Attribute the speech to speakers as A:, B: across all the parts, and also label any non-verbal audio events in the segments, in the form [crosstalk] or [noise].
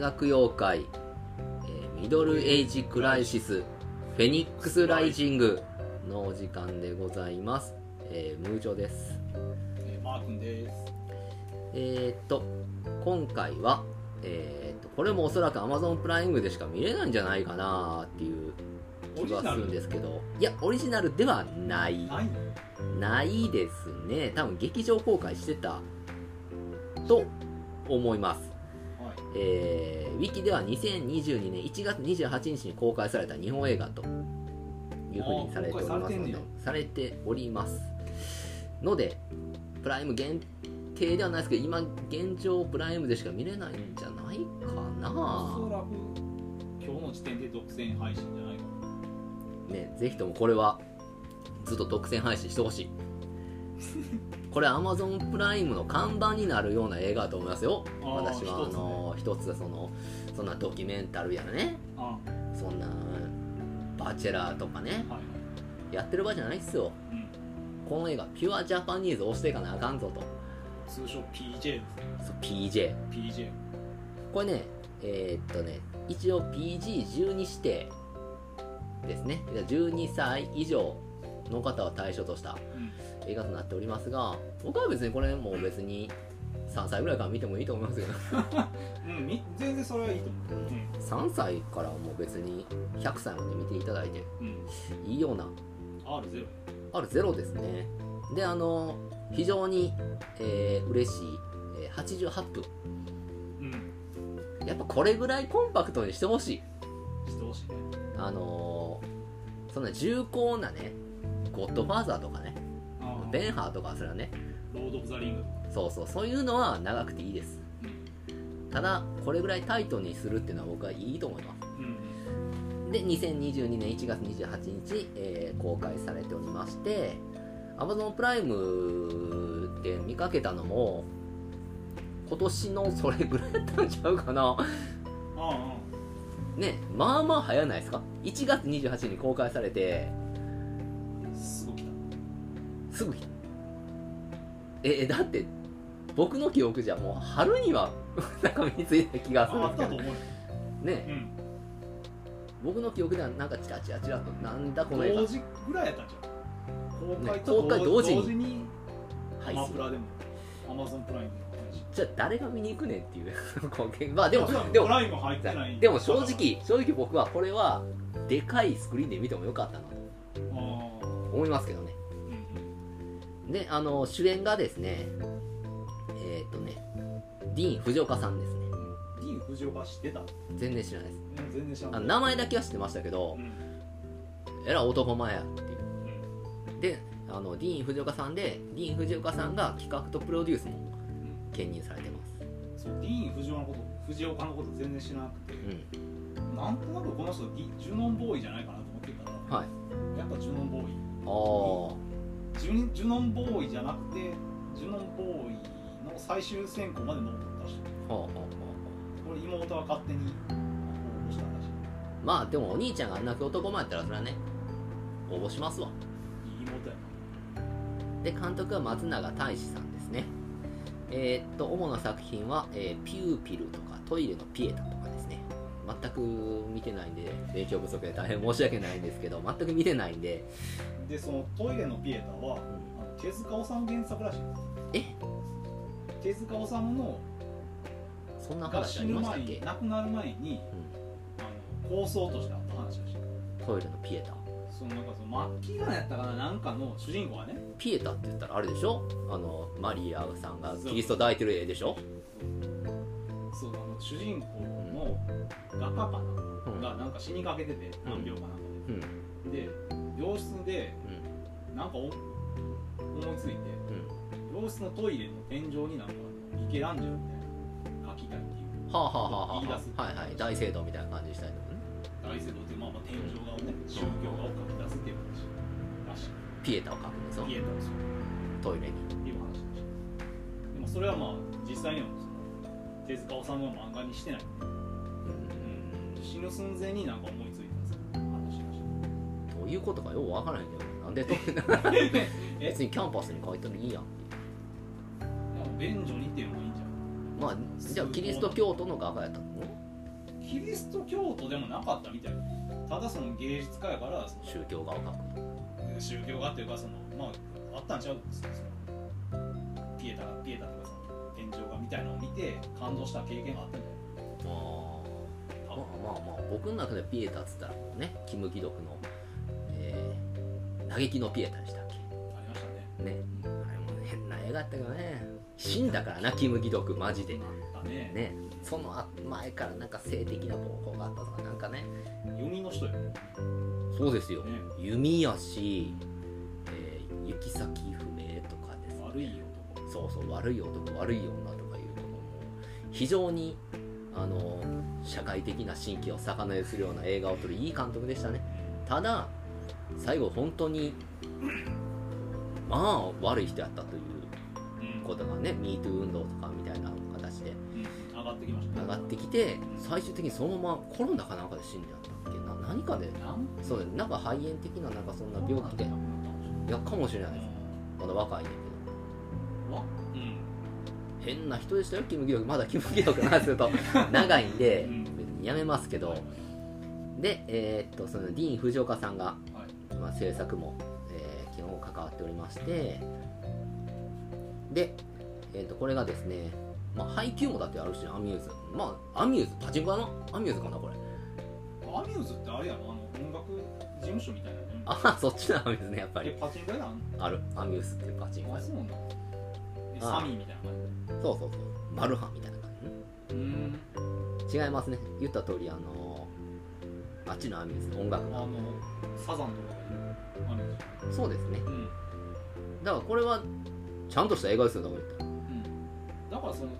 A: 学妖怪、えーミドルエイジクライシス、フェニックスライジングのお時間でございます。えー、ムージョです。
B: えーマー君です。
A: えーっと、今回は、えーっと、これもおそらく Amazon プライムでしか見れないんじゃないかなっていう
B: オ
A: 気
B: リジ
A: が
B: ナ
A: するん
B: ル
A: ですけど、いや、オリジナルではない。
B: ない
A: ないですね。多分劇場公開してたと思います。
B: はい。
A: えー、ウィキでは2022年1月28日に公開された日本映画というふうにされておりますので
B: あー公開されてんねや
A: されておりますのでプライム限定ではないですけど今現状プライムでしか見れないんじゃないか
B: おそ
A: な、
B: らく今日の時点で独占配信じゃないかな。
A: ね、ぜひともこれはずっと独占配信してほしいこれ Amazon プライムの看板になるような映画だと思いますよ
B: あー
A: 私は
B: 一つ
A: あ
B: ね
A: の一つ,、そのそんなドキュメンタルやらね
B: あ、は
A: そんなバチェラーとかね
B: いはい。
A: やってる場合じゃないっすよ
B: うん。
A: この映画ピュアジャパニーズを押していかなあかんぞと
B: 通称 PJ ですね。
A: そう PJ
B: PJ。
A: これねえーっとね一応 PG12 指定ですね12歳以上の方を対象とした
B: うん。
A: 映画となっておりますが僕は別にこれもう別に3歳ぐらいから見てもいいと思いますけど
B: うん、み全然それはいいと思う。
A: 3歳からもう別に100歳まで見ていただいて
B: うん。うん。
A: いいような
B: R0。
A: R0 ですねであの非常に、えー、嬉しい、えー88分
B: うん。
A: やっぱこれぐらいコンパクトにしてほしい
B: してほしいね。
A: あのーそんな重厚なねゴッドファーザーとかね
B: あー
A: ベンハーとかそれはね
B: ロード・オブ・ザ・リングとか。
A: そうそうそういうのは長くていいですただこれぐらいタイトにするっていうのは僕はいいと思います
B: うん。うん。
A: で2022年1月28日、えー公開されておりまして Amazon プライムで見かけたのも今年のそれぐらいだったんちゃうかな
B: ああ、あ
A: ねまあまあ早ないですか1月28日に公開されて
B: あ。すごい来
A: すぐえだって僕の記憶じゃもう春には [laughs] なんか身についた気が
B: た。
A: する
B: ああ
A: ん
B: っ
A: で
B: た
A: す
B: と
A: けど
B: 思う。
A: ね
B: うん。
A: 僕の記憶ではなんかチラチラチラとなんだこの映画
B: 同時ぐらいやったんじゃん。公開と
A: ね公開同時に
B: 同時に、ア
A: 配
B: マ
A: 信
B: プラでも、アマゾンプライムでも配信。
A: じゃあ誰が見に行くねんっていうこう [laughs] まあでも
B: もちろん
A: で
B: プ
A: も
B: ライム入ってない
A: でも正直正直僕はこれはでかいスクリーンで見てもよかったなと
B: あー
A: 思いますけどね
B: うん
A: であの主演がですねえーっ、とねディーン・藤岡さんですね
B: ディーン・藤岡知ってた
A: 全然知らないです
B: うん全然知ら
A: あ
B: な
A: の
B: い
A: 名前だけは知ってましたけど
B: うん
A: えらい男前やっていう
B: うん
A: であのディーン・藤岡さんでディーン・藤岡さんが企画とプロデュースも兼任されてます、
B: そうディーン・藤岡のこと藤岡のこと全然知らなくて
A: うん、
B: なんとなくこの人ディジュノンボーイじゃないかなと思ってたら
A: はい
B: やっぱジュノンボーイ
A: あ
B: ジュジュノンボーイじゃなくてジュノンボーイの最終選考まで残ったし
A: あ、はあはあは
B: これ妹が勝手に応募したらしい
A: あ、まあでもお兄ちゃんがあんな男前やったらそれはね応募しますわ
B: いい妹や
A: で監督は松永大志さんですねえーっと主な作品は、えーピューピル」とか「トイレのピエタ」とかですね全く見てないんで影響不足で大変申し訳ないんですけど全く見てないんで
B: なでそのトイレのピエタはあの手塚治虫原作らしい
A: え
B: 手塚治虫の
A: そんな
B: が
A: 話
B: 死
A: あり
B: ぬ
A: ましたっ
B: 前に
A: け
B: 亡くなる前に、あの構想としてあった話をして
A: トイレのピエタ
B: そのなんかそのマッキーガンやったかななんかの主人公がね
A: ピエタって言ったらあれでしょあのマリアさんがキリスト抱いてる絵でしょ、
B: そうあの主人公の画家か
A: う
B: なんがなんか死にかけてて
A: うん
B: 何秒かなんか
A: うん
B: でで病室でなんかお思いついて
A: うん
B: 病室のトイレの天井になんかミケランジェロみたいなの描きたいっていう
A: はあはあはあは
B: 言い出す
A: あはいはい大聖堂みたいな感じにしたいのね
B: 大聖堂っていうまあまあ天井画をね宗教画を描き出すっていう話らしい
A: ピエタを描くんですよ
B: ピエタをそ
A: ト
B: う
A: イレに
B: っていう話でしたでもそれはまあ実際にはその手塚治虫の漫画にしてない、死ぬ寸前になんか思いついたんですよ話がし
A: うんどういうことかようわからないんだけどなんでトイレ
B: てえ
A: 別にキャンパスに書いたらいいやんって
B: 便所にっていうのがいいんじゃん
A: まあじゃあキリスト教徒の画家やったの
B: キリスト教徒でもなかったみたいただその芸術家やからそ
A: 宗教画を描くの
B: の宗教家っていうかそのまああったんちゃうそのそのピエタピエタとかその天井画みたいなのを見て感動した経験があったんじ
A: あ
B: ゃ
A: ー
B: ない
A: まあまあまあ僕の中でピエタっつったらもうねキム・ギドクの、えー嘆きのピエタでしたっけ
B: ありましたね
A: ねあれも変な映画だったけどね死んだからなキム・ギドクマジで
B: だね
A: ねそのあ前からなんか性的な暴行があったとかなんかね
B: 読みの人よ、ね、
A: そうですよ弓やし、えー行き先不明とかですね
B: 悪い男
A: そうそう悪い男悪い女とかいうところも非常にあの社会的な神経を逆なでするような映画を撮るいい監督でしたねただ最後本当にまあ悪い人やったという
B: うん
A: ことがね MeToo 運動とかみたいな形で
B: うん上がってきました
A: 上
B: ね
A: がってきて最終的にそのままコロナかなんかで死んじゃったっけな何かで
B: なん
A: そうだねなんか肺炎的ななんかそんな病気で
B: なんかなんか
A: いやかもしれないですまだ若いねんけど
B: わうん
A: 変な人でしたよキム・ギドクまだキム・ギドクの話す
B: [laughs]
A: ると長いんで
B: うん
A: 別にやめますけど
B: はい
A: でえーっとそのディーン・藤岡さんが、
B: はい
A: まあ、制作も、えー基本関わっておりましてで、えーっとこれがですねまあ、配給もだってあるしアミューズまあアミューズパチンコかなアミューズかなこれ
B: アミューズってあれやろあの音楽事務所みたいなの
A: ああそっちのアミューズねやっぱり
B: えパチンコ屋なん
A: あるアミューズっていうパチンコ
B: あ
A: 屋そ
B: そううなんだえ
A: ああ
B: サミーみたいな感
A: そうそうマルハンみたいな感じね
B: じうん
A: 違いますね言った通りあのーあっちのアミューズ音楽
B: あ
A: の
B: のサザンとかがいるアミューズ
A: そうですね
B: うん
A: だからこれはちゃんとした映画ですよだから言ったら
B: うんだからその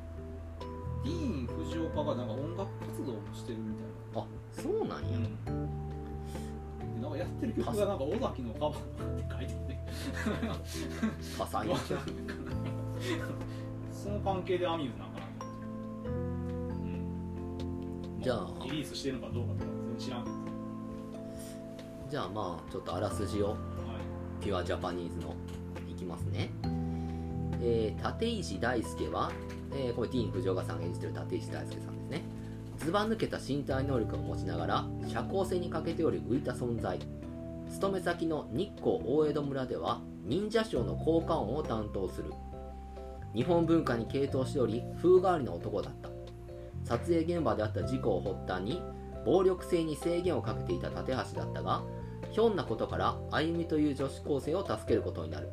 B: ディーン・フジオカがなんか音楽活動をしてるみたい
A: あそうなんや
B: な、でなんかやってる曲がなんか尾崎のカバーって書いてて
A: 多彩 [laughs] な曲
B: その関係でアミューズなんかなと思ってうん
A: じゃあ
B: リリースしてるのかどうかとか全然知らんけど
A: じゃあまあちょっとあらすじを
B: はい
A: ピュアジャパニーズのいきますね、えー立石大輔は、えーこれティーン藤岡さんが演じてる立石大輔さんですねずば抜けた身体能力を持ちながら社交性に欠けており浮いた存在勤め先の日光大江戸村では忍者ショーの効果音を担当する日本文化に傾倒しており風変わりの男だった撮影現場であった事故を発端に暴力性に制限をかけていた立橋だったがひょんなことからあゆみという女子高生を助けることになる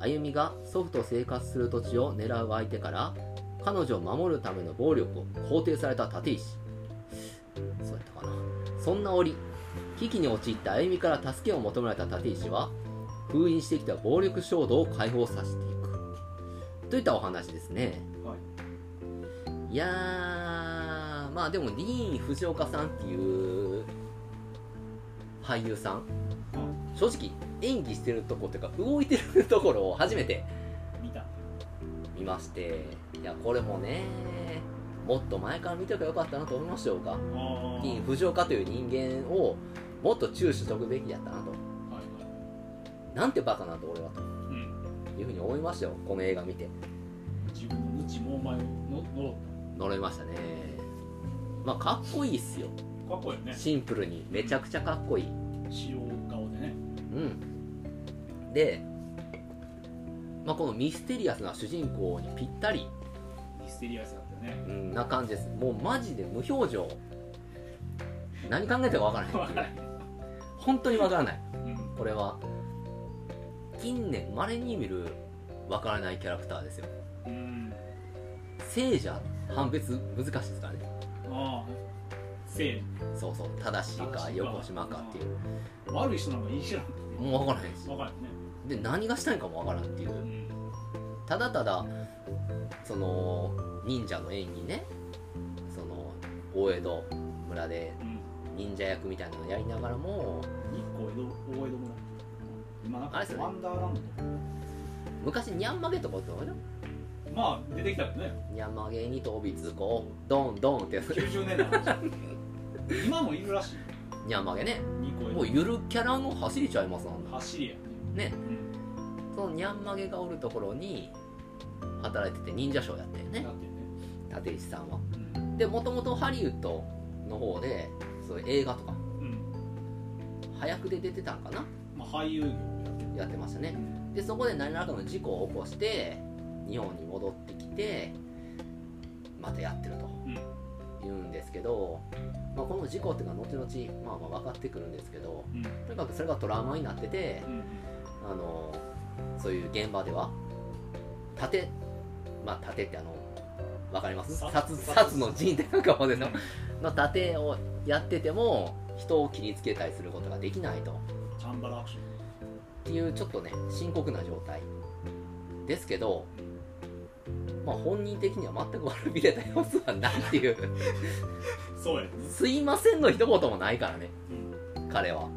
A: あゆみが祖父と生活する土地を狙う相手から彼女を守るための暴力を肯定された立石そうやったかなそんな折危機に陥ったあゆみから助けを求められた立石は封印してきた暴力衝動を解放させていくといったお話ですね
B: はい
A: いやーまあでもディーン・藤岡さんっていう俳優さん
B: あ
A: 正直演技してるとこというか動いてるところを初めて
B: 見た
A: 見ましていやこれもねもっと前から見ておけばよかったなと思いましたよ僕は
B: ああ
A: ディーン・藤岡という人間をもっと注視しておくべきだったなと
B: はいはい
A: なんてバカなんだ俺はと
B: うん
A: いうふうに思いましたよこの映画見て
B: 自分の内もう前の呪っ
A: 呪いましたねまあかっこいいっすよ
B: たかっこいいよね
A: シンプルにめちゃくちゃかっこいい
B: 塩顔でね
A: うん、で、まあ、このミステリアスな主人公にぴったり、
B: ミステリアスだったね
A: うん、な感じですもうマジで無表情何考えてるかわからない
B: わからへん
A: 本当にわからない
B: うん
A: これは近年まれに見るわからないキャラクターですよ
B: うん
A: 聖者判別難しいですからね
B: ああせい
A: そうそう正しいか横島かっていう
B: 悪い人なんかいい知らん
A: もうわからないし
B: わからへんね
A: で何がしたいかもわからんっていう
B: うん
A: ただただその忍者の演技ねその大江戸村で
B: うん
A: 忍者役みたいなのやりながらも
B: 日光江戸大江戸村今なんか
A: あれっすよね
B: ワンダーランドとか
A: 昔ニャンマゲとかってこと
B: まあ出てきたよね
A: ニャンマゲに飛びつこうドンドンってやつ
B: 90年代の話今もいるらしい
A: ニャンマゲね
B: 日光江
A: もうゆるキャラの走りちゃいますなん
B: 戸
A: だ
B: 走りやね
A: ね
B: うん
A: そのニャンマゲがおるところに働いてて忍者ショーやったよね
B: なってるね
A: 立石さんは
B: うん
A: でもともとハリウッドの方でそういう映画とか
B: うん
A: 早くで出てたんかな
B: まあ俳優業
A: やってましたね
B: うん
A: でそこで何らかの事故を起こして日本に戻ってきてまたやってると
B: うん
A: 言うんですけど、まあ、この事故っていうのは後々、まあ、まあ分かってくるんですけど
B: うん
A: とにかくそれがトラウマになってて
B: うん
A: あのそういう現場では盾まあ盾ってあのわかります
B: 殺
A: 殺
B: 殺
A: 殺の陣って書く方で
B: うん
A: すよの盾をやってても人を切りつけたりすることができないと
B: チャンバラアクション
A: っていうちょっとね深刻な状態ですけどまあ本人的には全く悪びれた様子はないっていう
B: [laughs] そうや、
A: すいませんの一言もないからね彼は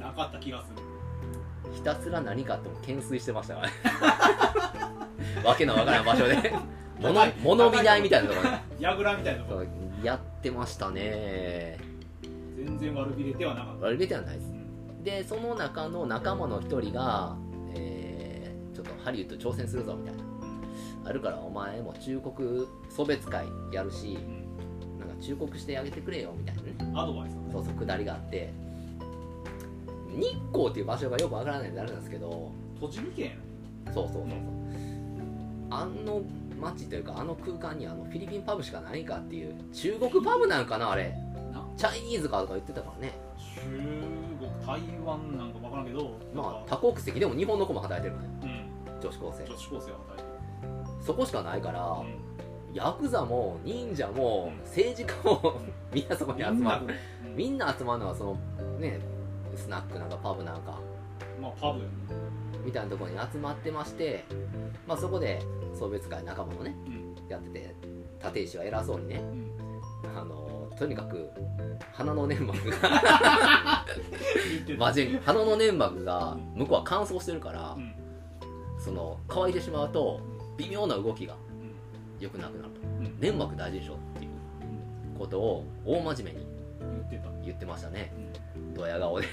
B: なかった気がする
A: ひたすら何かあっても懸垂してましたからね [laughs] わけのわからん場所で物
B: 高い
A: 物見台みたいなところで
B: やぐらみたいなと
A: そ
B: こ
A: うやってましたね
B: 全然悪びれてはなかった
A: 悪びれてはないです
B: うん
A: でその中の仲間の一人が、えーちょっとハリウッド挑戦するぞみたいなあるからお前も忠告送別会やるし
B: うん
A: なんか忠告してあげてくれよみたいなね
B: アドバイスだね
A: そうそう下りがあって日光っていう場所がよくわからないんであれなんですけど
B: 栃木県
A: そうそうそうそうあの街というかあの空間にあのフィリピンパブしかないかっていう中国パブなんかなあれ
B: な
A: チャイニーズかとか言ってたからね
B: 中国台湾なんか分からんけど
A: まあ
B: なんか
A: 多国籍でも日本の子も働いてるのよ
B: うん
A: 女子高生
B: 女子高生は働いてる
A: そこしかないから
B: うん
A: ヤクザも忍者も
B: うん
A: 政治家も [laughs] みんなそこに集まるみ
B: みん
A: んな集まるのはそのねスナックなんかパブなんか
B: なまあパブやね
A: みたいなところに集まってまして、まあ、そこで送別会仲間もね
B: うん
A: やってて立石は偉そうにね
B: うん
A: あのとにかく鼻の粘膜が
B: 言って
A: マジに鼻の粘膜が向こうは乾燥してるから、
B: うん
A: その乾いてしまうと微妙な動きが
B: うん
A: 良くなくなると
B: うん
A: 粘膜大事でしょっていう
B: うん
A: ことを大真面目に
B: 言ってた
A: 言ってましたね
B: う
A: ドヤ顔で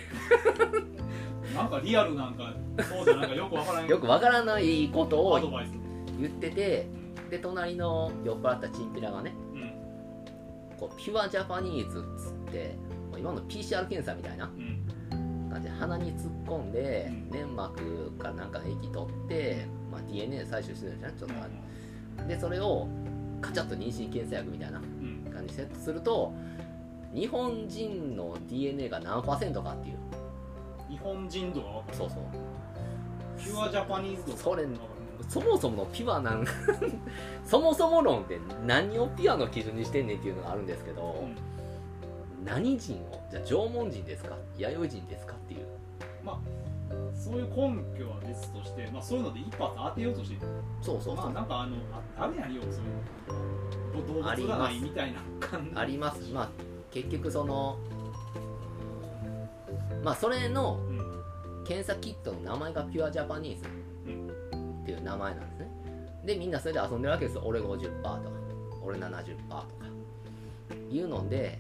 B: んなんかリアルなんかそうじゃなんかよく分からん
A: よくわからないこと
B: アド
A: を
B: バイス
A: 言ってて
B: うん
A: で隣の酔っ払ったチンピラがね
B: うん
A: こうピュアジャパニーズっつってもう今の PCR 検査みたいな
B: うん
A: 感じで鼻に突っ込んで
B: うん
A: 粘膜からなんかの液取って、まあ、DNA 採取してるんじゃないちょっとあれでそれをカチャッと妊娠検査薬みたいな
B: うん
A: 感じにセットすると日本人の DNA が何パーセントかっていう
B: 日本人度が分か
A: そうそう
B: るピュアジャパニーズ度
A: それ
B: 分か
A: そもそものピュアなん [laughs] そもそも論って何をピュアの基準にしてんねんっていうのがあるんですけど、
B: るうん
A: 何人をじゃあ縄文人ですか弥生人ですかっていう
B: そういう根拠は別として、まあ、そういうので一発当てようとしてる
A: そうそう
B: ま
A: そ
B: あ
A: う、
B: なんかあのああるやんよそういう動
A: あり
B: 物が
A: ま
B: な
A: す
B: いみたいな感じ
A: ありますまあ結局そのまあそれの
B: うん
A: 検査キットの名前がピュアジャパニーズっていう名前なんですねでみんなそれで遊んでるわけですよ俺50%とか俺70%とかいうので、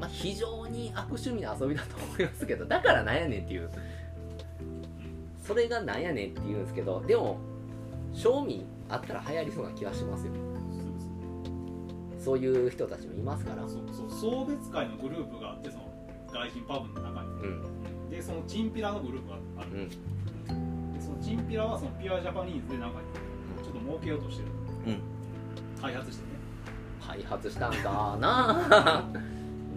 A: まあ、非常に悪趣味な遊びだと思いますけどだからなんやねんっていうそれがなんやねんっていうんですけどでも賞味あったら流行りそうな気はしますよそういう人たちもいますから
B: そうそうそう送別会のグループがあってその外人パブの中に
A: うん
B: でそのチンピラのグループがある
A: う、ん
B: でそのチンピラはそのピュアジャパニーズでなんかちょっと儲けようとしてる、開発してね
A: 開発したんか
B: [laughs]
A: な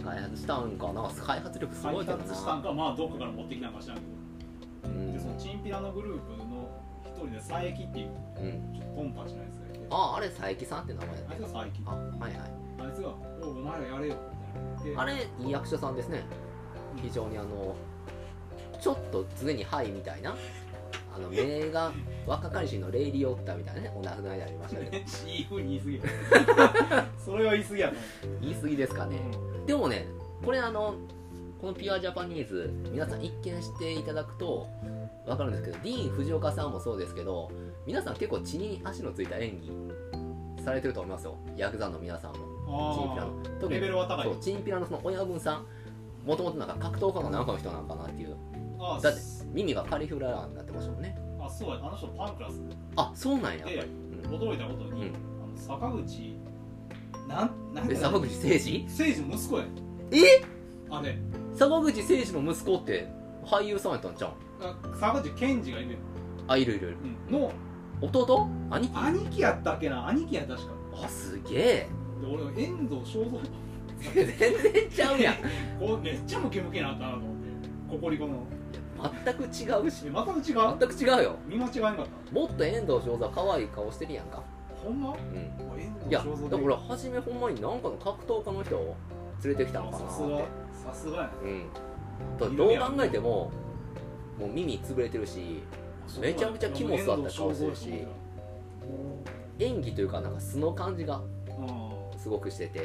A: 開発したんかな開発力す
B: 開
A: ごいけど
B: 発した
A: なん
B: かまあどっかから持ってきたんか知らんけ
A: う
B: どでその
A: ん
B: チンピラのグループの一人で佐伯っていう
A: うん
B: ちょっとポンパチなやつがいて
A: ああれ佐伯さんって名前やっ
B: あい
A: て
B: つが
A: る
B: 佐伯
A: あはいはい
B: あいつが「おうお前らやれよ」みたいな
A: あれいい役者さんですね非常にあのちょっと常に「はい」みたいなあの名が若かりしのレイリー・オッターみたいなねお亡くなりになりましたけど
B: れいいふうに言い過ぎや
A: [laughs]
B: それは言い過ぎやと
A: 言い過ぎですかね
B: 思う、
A: でもねこれあのこの「ピュアジャパニーズ」皆さん一見していただくと分かるんですけどディーン・藤岡さんもそうですけど皆さん結構血に足のついた演技されてると思いますよヤクザの皆さんもチンピラ
B: あ
A: の
B: あ
A: 特
B: レベ
A: に
B: ルは高い
A: そうチンピラのその親分さんもともとなんか格闘家のなんかの人なんかなっていう
B: ああ
A: だって耳がカリフラワーになってましたもんね
B: あそうやあの人パンクラス
A: あそうなんや
B: で
A: うん
B: 驚いたことに、
A: うん
B: あの坂口なんなん
A: え
B: 誠
A: 沢口誠二
B: 治の息子や
A: え
B: あれ
A: 沢口誠二の息子って俳優さんやったんじゃん
B: あ沢口健二がいるよ、
A: あいるいるいる
B: うん、の
A: 弟兄貴
B: 兄貴やったっけな兄貴や確か
A: あすげえ
B: で俺遠藤正蔵
A: 全然ちゃうやん
B: こうめっちゃムケムケなったなと思ってココリコの
A: 全く違うし
B: えまた違う
A: 全く違うよ
B: 見間違えなかっ
A: もっと遠藤正座可愛い顔してるやんか
B: たほんま
A: うん
B: 遠藤
A: いや
B: 正蔵
A: だから初めほんまになんかの格闘家の人を連れてきたのかな
B: さ
A: っ
B: す
A: て
B: がさすがや
A: うんだからどう考えてももう耳潰れてるし
B: な
A: めちゃめちゃ肝据わった顔してるし
B: 遠藤正蔵
A: 演技というかなんか素の感じが
B: やと思
A: すごくしてて
B: っ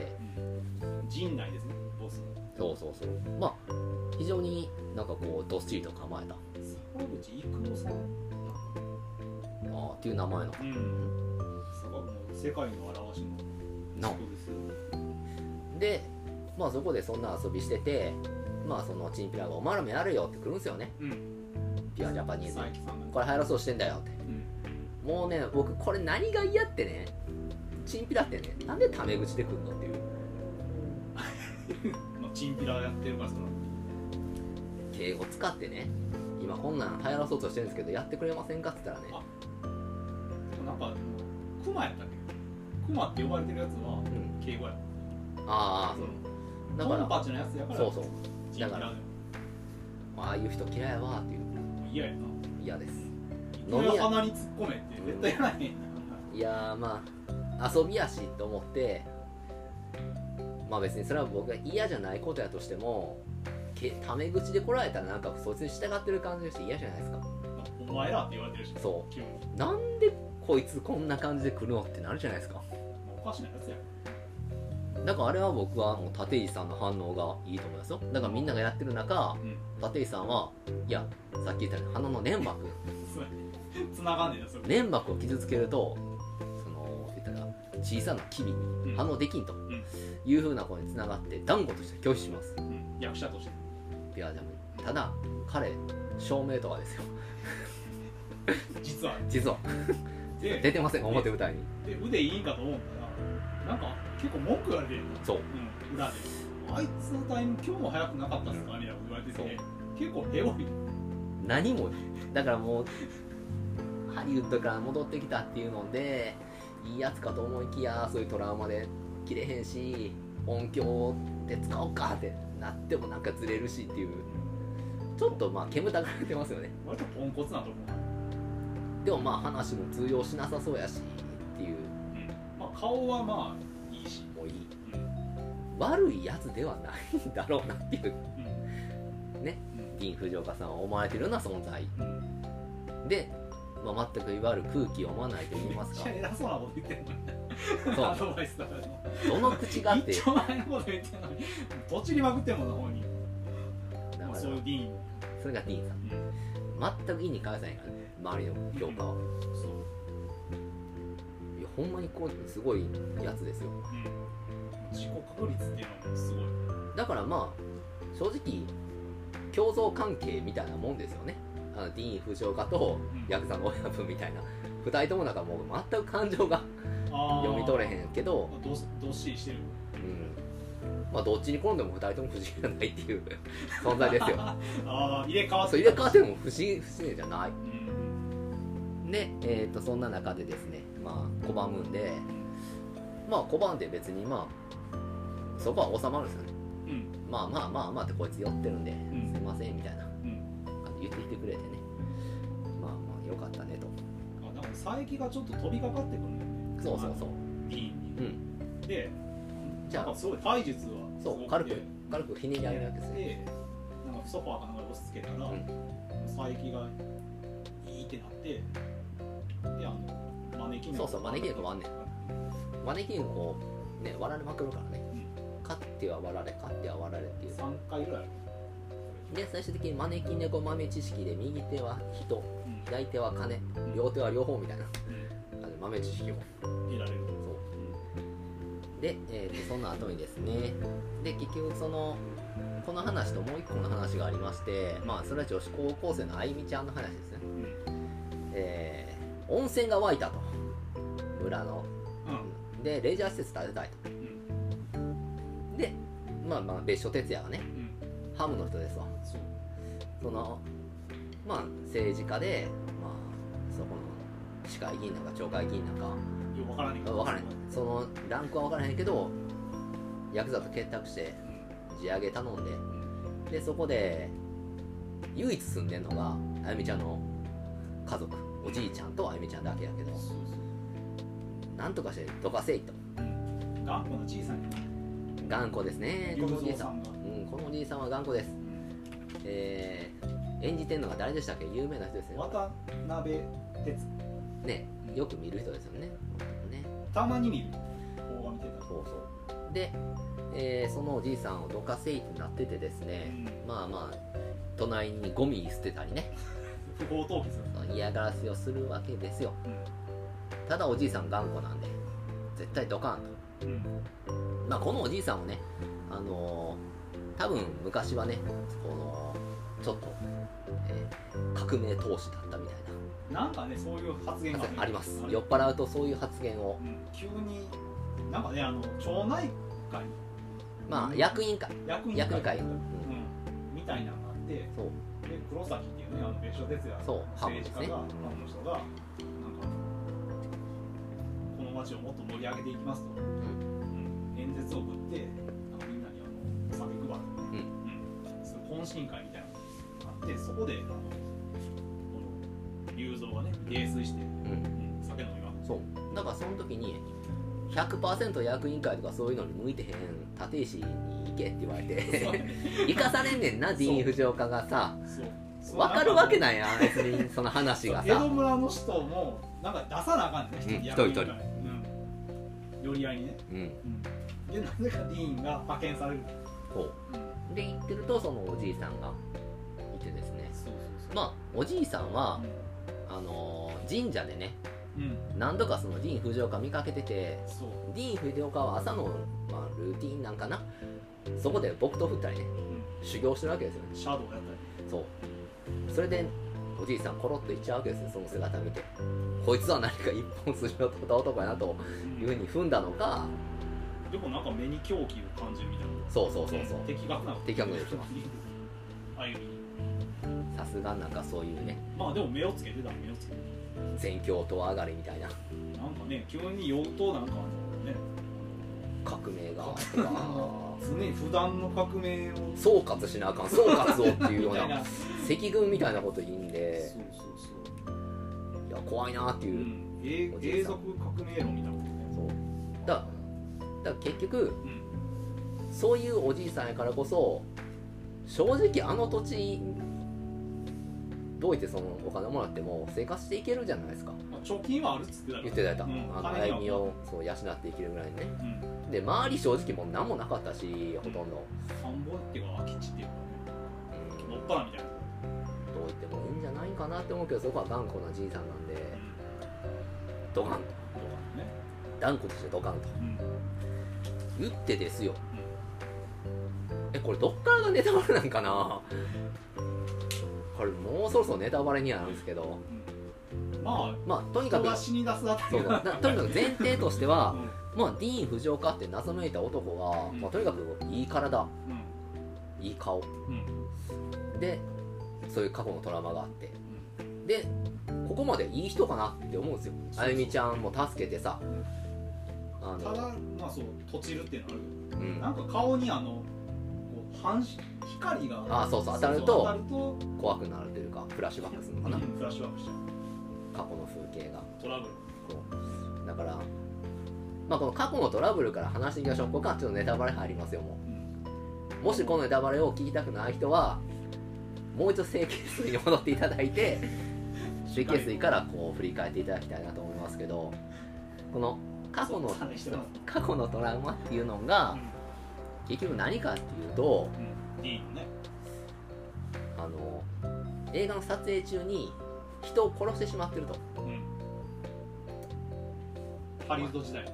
B: たうん陣内ですねボス
A: そうそうそうまあ非常になんかこうどっしりと構えた
B: 沢口育夫さん
A: あーっていう名前の
B: うんすごいもう世界の表し
A: な
B: の人ですよ
A: でまあそこでそんな遊びしててまあそのチンピラが「お前らもやるよ」って来るんすよね
B: うん
A: ピュアジャパニーズ
B: 佐伯さんが
A: これ流行らそうしてんだよって
B: うん
A: もうね僕これ何が嫌ってねチンピラってねなんでタメ口で来んのっていう
B: まあチンピラやってるからその
A: 敬語使ってね今こんなん流行らそうとしてるんですけどやってくれませんかって言ったらね
B: でもなんかクマやったっけクマって呼ばれてるやつは
A: うん
B: 敬語や
A: ああだ
B: だか
A: から
B: コン
A: ら
B: パチのやつやから
A: そうそう
B: チンピラでも
A: ああいう人嫌いやわっていう
B: もう嫌やな
A: 嫌です
B: い
A: み屋
B: きなり鼻に突っ込めって絶対やらへんやん
A: いやーまあ遊びやしと思ってまあ別にそれは僕が嫌じゃないことやとしてもけタメ口で来られたらなんかそいつに従ってる感じがして嫌じゃないですか
B: お前らって言われてるし
A: そ
B: 基本
A: うなんでこいつこんな感じで来るのってなるじゃないですか
B: おかしなやつや
A: だからあれは僕はもう立石さんの反応がいいと思いますよだからみんながやってる中
B: うん
A: 立石さんはいやさっき言ったように鼻の粘膜
B: つながんねえなそれ
A: 粘膜を傷つけるとその言ったら小さな機微に反応できんと
B: ん
A: いうふうなことにつながって断固として拒否します
B: うん役者として
A: ピュアジャムにただ彼照明とかですよ [laughs]
B: 実は
A: 実は
B: で
A: 出てません表舞台に
B: で腕いいんかと思ったらなんか結構文句言われてる
A: そう
B: うん裏であいつのタイム今日も早くなかったっすかみたいなこと言われてて結構ヘゴい
A: 何もだからもうハリウッドから戻ってきたっていうのでいいやつかと思いきやそういうトラウマで切れへんし音響で使おうかってなってもなんかずれるしっていうちょっとまあ煙たがられてますよね
B: 割とポンコツなとこが
A: でもまあ話も通用しなさそうやしっていう
B: まあ、顔はまあいいし、
A: もういい
B: うん
A: 悪いやつではないんだろうなっていう
B: うん
A: ね、
B: うん
A: 銀藤岡さんは思われてるような存在
B: うん、
A: で、まあ、全くいわゆる空気を読まないと言います
B: めっち
A: か
B: ゃ偉そうなこと言ってんのに
A: そう
B: アドバイスだからの
A: どの口がって
B: 一丁前のこと言ってんのにとちりまくってんもんな方に
A: だか
B: まあ
A: ら
B: そういう議員も
A: それがディーンさ
B: うん
A: ん全く意に返さないからね周りの評価は
B: そう
A: いやほんまにこうすごいやつですよ
B: うん自己確率っていうのもすごい
A: だからまあ正直共造関係みたいなもんですよねあのディーン・フジオカとヤクザの親分みたいな2人ともなんかもう全く感情が
B: あー
A: 読み取れへんけど、
B: まあどっどっしりしてる
A: うんまあ、どっちに転んでも2人とも不思議じゃないっていう [laughs] 存在ですよ
B: ああ入れ替わっ
A: そう
B: て
A: 入れ替わっても不思議不思議じゃない
B: うん
A: で、えー、とそんな中でですね、まあ、拒むんで、まあ、拒んで別に、まあ、そこは収まるんですよね。
B: うん
A: まあまあまあまあってこいつ酔ってるんで、
B: ん
A: すいませんみたいな
B: うん
A: あの言ってきてくれてね、まあまあよかったねと。
B: あなんか佐伯がちょっと飛びかかってくるんだよね
A: そうそうそう。
B: 議員に
A: うん。
B: で
A: じゃ
B: なん
A: あ
B: か、すごい体術はす
A: そ
B: ごく
A: う、
B: て
A: 軽く、軽くひねり上げるわけですね。
B: でなんかソファーかなんかに押し付けたら、
A: うん
B: 佐伯がいいってなってであの招き
A: そうそう招き猫もあんねん招き猫こう、ね、割られまくるからね
B: うん。
A: 勝っては割られ、勝っては割られっていう。
B: 3回ぐらいある、
A: で、最終的に招き猫豆知識で、右手は人、
B: うん
A: 左手は金、
B: うん
A: 両手は両方みたいな感じで豆知識も。
B: うん得られる
A: そうで、えーとその後にですねで結局そのこの話ともう一個の話がありましてまあそれは女子高校生のあゆみちゃんの話ですね
B: うんうん
A: えー温泉が湧いたと村の
B: うん
A: でレジャー施設建てたいと
B: うん
A: まあまあ別所哲也はね
B: うん
A: ハムの人ですわ
B: そう
A: そのまあ政治家で、まあ、そこの市会議員なんか町会議員なんか
B: いや分からんねんけど
A: 分からへんそのランクは分からへんけどヤクザと結託して地上げ頼んででそこで唯一住んでんのがあゆみちゃんの家族おじいちゃんとあゆみちゃんだけやけど
B: うんそうそう
A: なんとかしてどかせいと
B: うん頑固な小さい
A: 頑固ですねこ
B: 雄
A: のおじい
B: 三
A: さ
B: さ
A: ん、
B: んが
A: うん、このおじいさんは頑固ですえー演じてんのが誰でしたっけ有名な人ですよ
B: 渡辺哲
A: ねよく見る人ですよねね
B: たまに見る方は見てた
A: そうそうで、えーそのおじいさんをどかせいってなっててですねまあまあ隣にゴミ捨てたりね
B: 不法投棄する
A: 嫌がらせをするわけですよ
B: う
A: ただおじいさん頑固なんで絶対ドカンと
B: んうん
A: まあこのおじいさんもねあのー多分昔はねこのちょっと、えー革命闘士だったみたい
B: なんかねそういう発言
A: な
B: が
A: 発言あります
B: ある
A: 酔っ払うとそういう発言を
B: うん急になんかねあの町内会
A: まあ役員会
B: 役員
A: 役員会
B: う
A: うんん、
B: みたいなのがあってで
A: そう
B: 黒崎っていうねあの別所哲也
A: そう
B: 政治家
A: ハ
B: がハ
A: ムですね
B: ムの人がなんかこの町をもっと盛り上げていきますと、うん演説をぶってなんかみんなにあのお酒配って、ねうんそういう懇親会みたいなのがあってそこであのこの龍造がね泥酔して、
A: うん
B: うん酒飲
A: [laughs]
B: みまくって
A: そうだからその時に100%役員会とかそういうのに向いてへん立石に行けって言われて行かされんねんなディーン・フジオカがさ
B: そうそう
A: 分かるわけ
B: い
A: ないやん別にその話が
B: 江戸
A: さ
B: 村の人もなんか出さなあかんね
A: うん
B: 一
A: 一人一人
B: 役員会うん寄り合いにね
A: うん
B: でなぜかディーンが派遣される、
A: そうで行ってるとそのおじいさんがいてですね
B: そうそうそう
A: まあおじいさんは
B: うん、
A: あのー神社でね
B: うん、
A: 何度かそのディーン・フジオカ見かけてて
B: そう、
A: ディーン・フジオカは朝の、まあ、ルーティーンなんかなそこで木刀振ったりね
B: うん、
A: 修行してるわけですよね
B: シャドウやったり
A: そうそれでおじいさんコロッといっちゃうわけですよその姿見てこいつは何か一本筋の通った男やなというふうに踏んだのか
B: でもなんか目に狂気を感じるみたいな
A: そうそうそうそう
B: 的確な
A: 的確な
B: [laughs]
A: こと
B: あゆみ
A: さすがなんかそういうね
B: まあでも目をつけてた目をつけて
A: 全教頭上がりみ [laughs] たいな
B: たなんかね急に酔うとなんかあのね
A: 革命がとか
B: 常に普段の革命を
A: [laughs] 総括しなあかん総括をっていうよ [laughs]
B: み
A: う
B: たい
A: な
B: な
A: 赤軍みたいなこと言うんで
B: そうそうそう、
A: いや怖いなって
B: う
A: いう、
B: ん、え
A: おじい
B: 永
A: さん
B: 続革命論みたいなことね
A: そうだだから結局
B: うん
A: そういうおじいさんやからこそ正直あの土地どういってそのお金もらっても生活していけるじゃないですか
B: まあ、貯金はあるっつってたから
A: 言ってたやった、
B: うん
A: あの
B: 金には
A: 歩みをそう養っていけるぐらいね
B: うん
A: で周り正直もう何もなかったしほとんど、
B: 田んぼっていうか空き地っていうかね
A: うん
B: のっぱらみたいな
A: どう言ってもいいんじゃないかなって思うけどそこは頑固なじいさんなんでドカンと
B: とかね
A: 断固としてドカンと
B: う
A: 言
B: ん
A: ってですよえこれどっからがネタバレなんかなこれもうそろそろネタバレにはなるんですけど
B: うんまあ
A: まあとにか
B: 人
A: く
B: が死に出すあた
A: そ
B: り
A: う
B: が
A: だなとにかく前提として
B: う
A: は、
B: んうん
A: まあ、ディーン・フジオカって謎めいた男が、
B: うん
A: まあ、とにかくいい体いい顔
B: うん
A: でそういう過去のトラウマがあってでここまでいい人かなって思うんですよ
B: そう
A: あゆみちゃんも助けてさ
B: うん
A: あ
B: た
A: の、
B: だまあそうとちるっていうのはあるけ
A: う
B: ど
A: ん、
B: なんか顔にあのこう反し光が
A: あそうそう当たると
B: 当たると
A: 怖くなるというかフラッシュバックするのかな、
B: うんフラッシュバックしちゃう
A: 過去の風景が
B: トラブル
A: こうだからまあこの過去のトラブルから話していきましょうここからちょっとネタバレ入りますよも
B: うん
A: うもしこのネタバレを聞きたくない人はもう一度整形水に戻っていただいて整形水からこう振り返っていただきたいなと思いますけどこの過去の
B: そう話してます
A: 過去のトラウマっていうのが結局何かっていうと
B: うんうんいいよね
A: あの映画の撮影中に人を殺してしまってると
B: うんハリウッド時代ね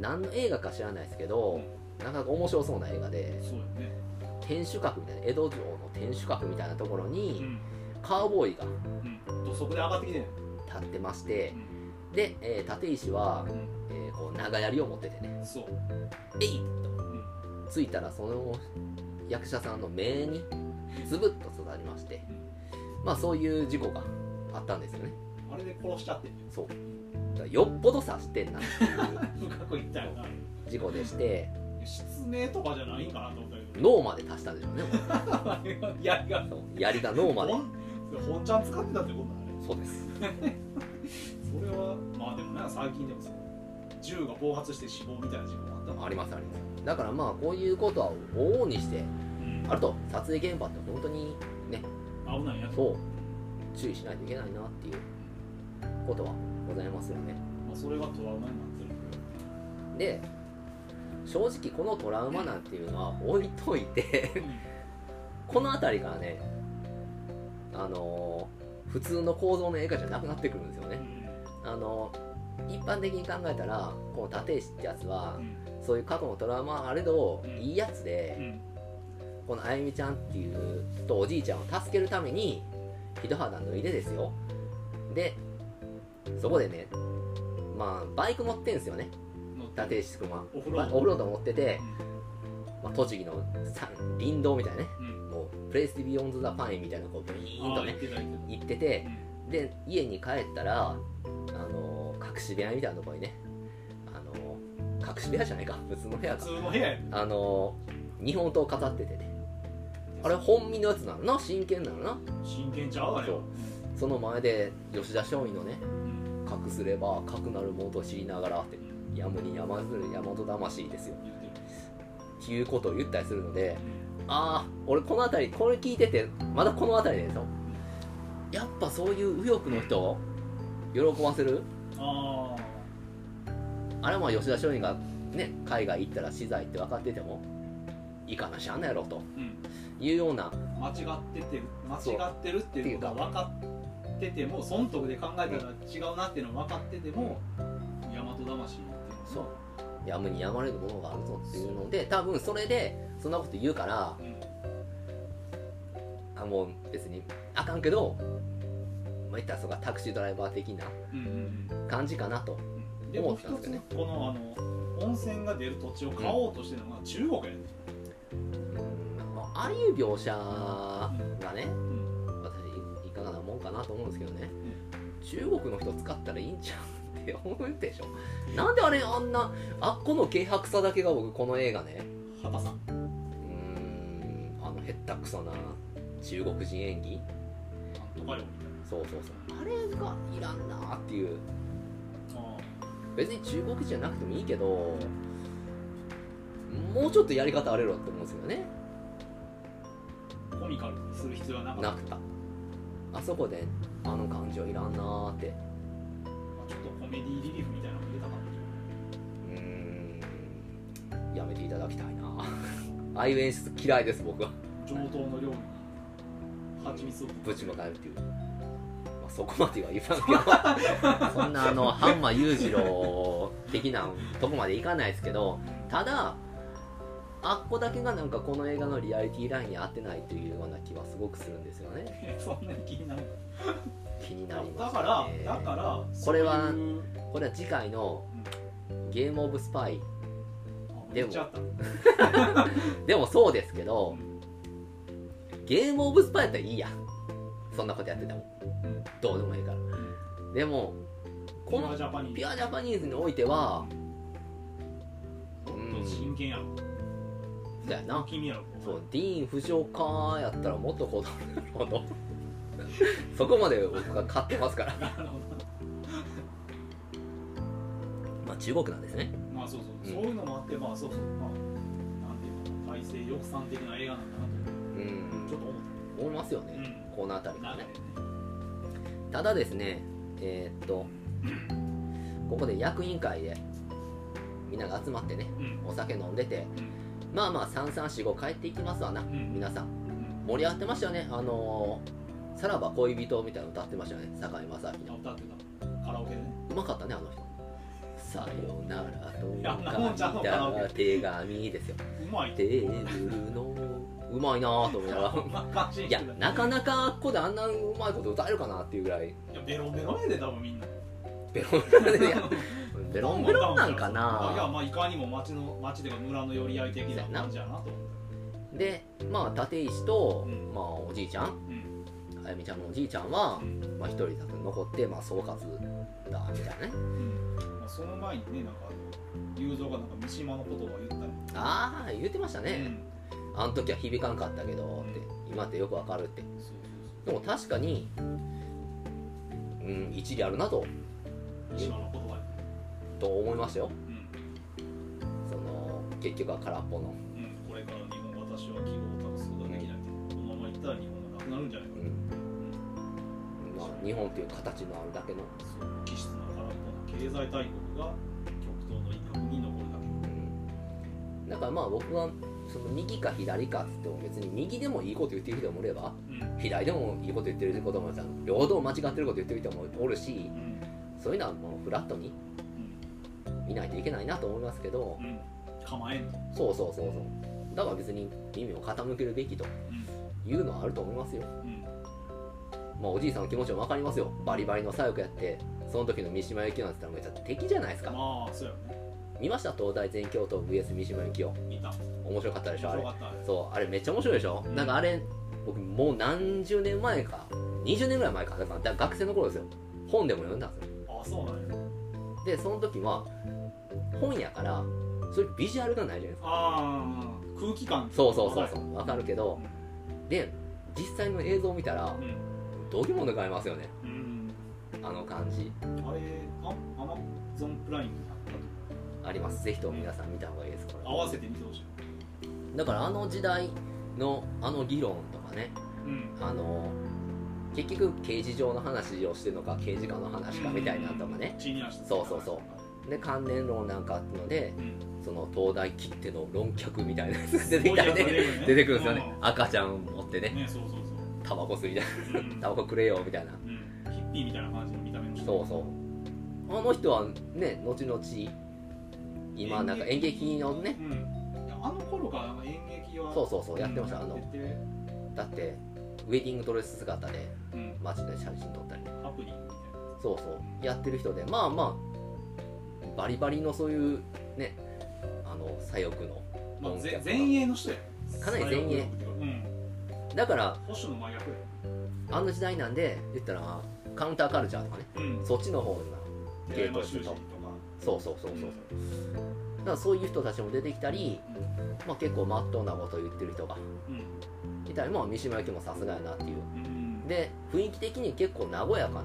A: 何の映画か知らないですけどなかなか面白そうな映画で
B: そうよね
A: 天守閣みたいな江戸城の天守閣みたいなところ
B: う
A: に
B: ん
A: カウボーイが
B: うん土足で上がってきてね
A: 立ってまして
B: うん
A: で、えー立石は
B: う、ん
A: えーこう長槍を持っててね
B: そう
A: 「えい!」と
B: ん
A: 着いたらその役者さんの目にズブッと刺さりましてまあそういう事故があったんですよね
B: あれで殺しちゃって [laughs]
A: そうだからよっぽど刺してんなっていう
B: 深くいったよな
A: 事故でして
B: 失明とかじゃないんかなと思ったけど
A: 脳まで足したんでしょうね
B: あれはやりが
A: そう槍が脳まで
B: ほん本ちゃん使ってたってことだあれ
A: そうです
B: それはまあでもな最近でもそう銃が暴発して死亡みたいな事故もあったもん
A: ありますありますだからまあこういうことは往々にして
B: うん
A: あると撮影現場って本当にね
B: 危ないやつ、ま
A: そう注意しないといけないなっていうことはございますよね
B: あ、それがトラウマになってるけ
A: で
B: ど
A: 正直このトラウマなんていうのは置いといて [laughs] この辺りからねあのー普通の構造の映画じゃなくなってくるんですよねあのー一般的に考えたらこの立石ってやつはそういう過去のトラウマはあれど
B: うん
A: いいやつで、このあゆみちゃんっていうとおじいちゃんを助けるために一肌脱いでですよでそこでねまあバイク持ってんすよね立石君は
B: お風
A: まあ
B: 呂
A: オフロード持ってて、まあ、栃木の山林道みたいなね
B: うん
A: もうプレイスビヨンズ・ザ・パインみたいなこうビーンと
B: あー言
A: ね
B: ってた言って
A: 行ってて
B: た
A: で家に帰ったらあのー隠し部屋みたいなとこにねあのー隠し部屋じゃないか普通の部屋
B: 普
A: か
B: 通の部屋や
A: あのー日本刀飾っててねあれ本身のやつなのな真剣なのな
B: 真剣ちゃうあれ
A: そうその前で吉田松陰のね
B: うん
A: 「隠すれば核なるものと知りながら」って「やむにやまずる大和魂ですよ」
B: 言ってる
A: っていうことを言ったりするのでああ俺この辺りこれ聞いててまだこの辺りでしょやっぱそういう右翼の人を喜ばせる
B: あ
A: あれはまあ吉田松陰がね海外行ったら資材って分かっててもいいかなしゃあないやろと
B: ーうん
A: いうような
B: 間違ってて間違ってるっていうことが分かってても損得で考えたら違うなっていうの分かってても大和魂っていうの
A: そうやむにやまれるものがあるぞっていうので多分それでそんなこと言うから
B: うん
A: あもう別にあかんけどまあ言ったらそこがタクシードライバー的な
B: うんうん
A: 感じかなと
B: うんでもう一つねこのあの温泉が出る土地を買おうとしてるのが中国やね
A: うんまあああいう描写がね
B: うん
A: 私いかがなもんかなと思うんですけどね、中国の人使ったらいいんじゃんって思うでしょなんであれあんなあっこの軽薄さだけが僕この映画ね
B: 畑さん
A: うーんあのへったくそな中国人演技
B: なんとかよみたい
A: そうそうそうあれがいらんなっていう
B: なあ
A: 別に中国人じゃなくてもいいけどもうちょっとやり方あれろって思うんですよね
B: あコミカルにする必要はなかった
A: なくたあそこであの感情いらんなーって
B: まあちょっとコメディリリーフみたいなの入れたかったけど
A: うーんやめていただきたいな [laughs] ああいう演出嫌いです僕は
B: 上等の料理に蜂蜜を
A: ぶちまかえるっていう、まあ、そこまでは言わん
B: [laughs]
A: けどそんなあの半間裕次郎的なとこまでいかないですけどただあっこだけがなんかこの映画のリアリティラインに合ってないというような気はすごくするんですよね
B: [laughs] そんなに気になる
A: 気に
B: だ
A: なりま
B: だ
A: し
B: から
A: た、ね
B: だから
A: これは
B: そういう
A: これは次回のゲームオブスパイ
B: あ
A: で
B: 言
A: も
B: っちゃった
A: でもそうですけど、
B: うん
A: ゲームオブスパイやったらいいやそんなことやってても、
B: うん
A: どうでもいいから、でもこ
B: この
A: の
B: ジャパニー
A: ピ
B: ズ
A: ュアジャパニーズにおいては
B: ちょっと真剣やろ
A: だよな
B: 君やろ
A: そうディーン・フジオカやったらもっとこだわるほど [laughs] そこまで僕が買ってますから、
B: なるほど
A: まあ、中国なんですね
B: [laughs] まあそうそう、
A: うん
B: そういうのもあってまあそうそうまあなんていうの改正抑散的な映画なんだな
A: う
B: とちょ
A: ん
B: っと思っ
A: 思いますよ
B: た
A: ね、
B: う
A: この辺り
B: ん
A: から
B: なんか
A: ね
B: ね
A: ただですねえーっとここで役員会でみんなが集まってね
B: うん
A: お酒飲んでて
B: うん
A: まあまあ3345帰っていきますわな
B: うん
A: 皆さん
B: うん
A: 盛り上がってましたよねあのーさらば恋人みたいなの歌ってましたよね堺正明の
B: 歌ってたカラオケでね
A: うまかったねあの人さよならと
B: やんなもんちゃうのかな
A: 書いた手紙ですよ
B: うまい
A: テーブルのうまいなぁと思いなが
B: こんな感じ
A: ら
B: に
A: い
B: して
A: や
B: た
A: なかなかここであんなうまいこと歌えるかなっていうぐらい
B: いやベロベロやで多分みんな
A: ベロンベロンでベロンベロンなんか
B: いや
A: な
B: まあいかにも町の町でか村の寄り合い的な感じやなと思っ
A: でまあ立石と、
B: うん
A: まあ、おじいちゃん
B: たうん
A: あやみちゃんのおじいちゃんは
B: う、ん
A: まあ、一人だけ残って、まあ、総括だみたいなね
B: うんまあ、その前にねなんかあの雄三がなんか三島の言葉を言ったり
A: ああ言ってましたね、あの時は響かんかったけどって今ってよくわかるって
B: うん、そう
A: で
B: そう
A: も確かにうん一理あるなと
B: そう三島の言葉や
A: と思いましたよ
B: うん
A: その結局は空っぽの、
B: うん、これから日本私は希望を託すことができないこのままいったら日本がなくなるんじゃないか
A: うんまあ、日本という形のあるだけの、
B: そう気質の空っぽの経済大国が極東の一角に残るだけ
A: うん、だからまあ僕はその右か左かって言っても別に右でもいいこと言ってる人もおれば
B: うん
A: 左でもいいこと言ってることもおれば両方間違ってること言ってる人もおるし
B: うん
A: そういうのはもうフラットに見ないといけないなと思いますけど
B: うんうん構えんと
A: そうそうそうそうだから別に耳を傾けるべきというのはあると思いますよ
B: うん
A: まあおじいさんの気持ちも分かりますよバリバリの左翼やってその時の三島由紀夫なんて言ったらめっちゃ敵じゃないですか
B: まあそうやね
A: 見ました東大全教頭 VS 三島由紀夫
B: 見た
A: 面白かったで
B: 面
A: しょあ
B: 白
A: れ
B: かったあれ
A: そうあれめっちゃ面白いでしょ、
B: うん
A: なんかあれ僕もう何十年前か20年ぐらい前かだからだ学生の頃ですよ本でも読んだんですよ
B: あそうなんや
A: でその時は本やからそれビジュアルがないじゃないですか
B: ああ空気感
A: そうそうそう
B: わか
A: そ
B: る
A: うわかるけどで実際の映像を見たら
B: うん
A: どぎも抜かれますよね
B: うん
A: あの感じ
B: あれアアマゾンプライムだったと
A: ありますぜひとも皆さん見た方がいいですこれ
B: 合わせて見てほしい
A: だからあの時代のあの議論とかね
B: うん
A: あの結局刑事上の話をしてるのか刑事課の話かみたいなとかね
B: 地に足した
A: そうそうそで関連論なんかあったので
B: うん
A: その東大きっての論客みたいなやつが [laughs] 出てきたりね出てくるんですよね赤ちゃん持って
B: うん
A: ね
B: ねそうそうそう
A: タバコ吸いだ
B: うん
A: タバコくれよみたいな
B: うんヒッピーみたいな感じの見た目の人
A: そうそうあの人はね後々今なんか演劇のね
B: うんいやあの頃からなんか演劇は
A: そうそうそうやってましたあ
B: うんや
A: の
B: ってて
A: だってウェディングドレス姿で
B: うん
A: 街で写真撮ったり
B: ハプニングみたいな
A: そうそうやってる人でまあまあバリバリのそういうねあの左翼の
B: まあ
A: 論客
B: ぜ
A: が
B: 前衛の人や
A: かなり前衛
B: 左翼っていうかうん
A: だから
B: 保守の真逆や
A: あの時代なんで言ったらカウンターカルチャーとかね
B: うん
A: そっちの方な芸
B: 寺山
A: と
B: 修
A: して
B: 司と
A: の
B: か
A: そうそうそうそうだからそういう人たちも出てきたり、まあ、結構まっとうなことを言ってる人が
B: うん
A: いたりまあ三島由紀夫もさすがやなっていう
B: うん
A: で雰囲気的に結構和やかな、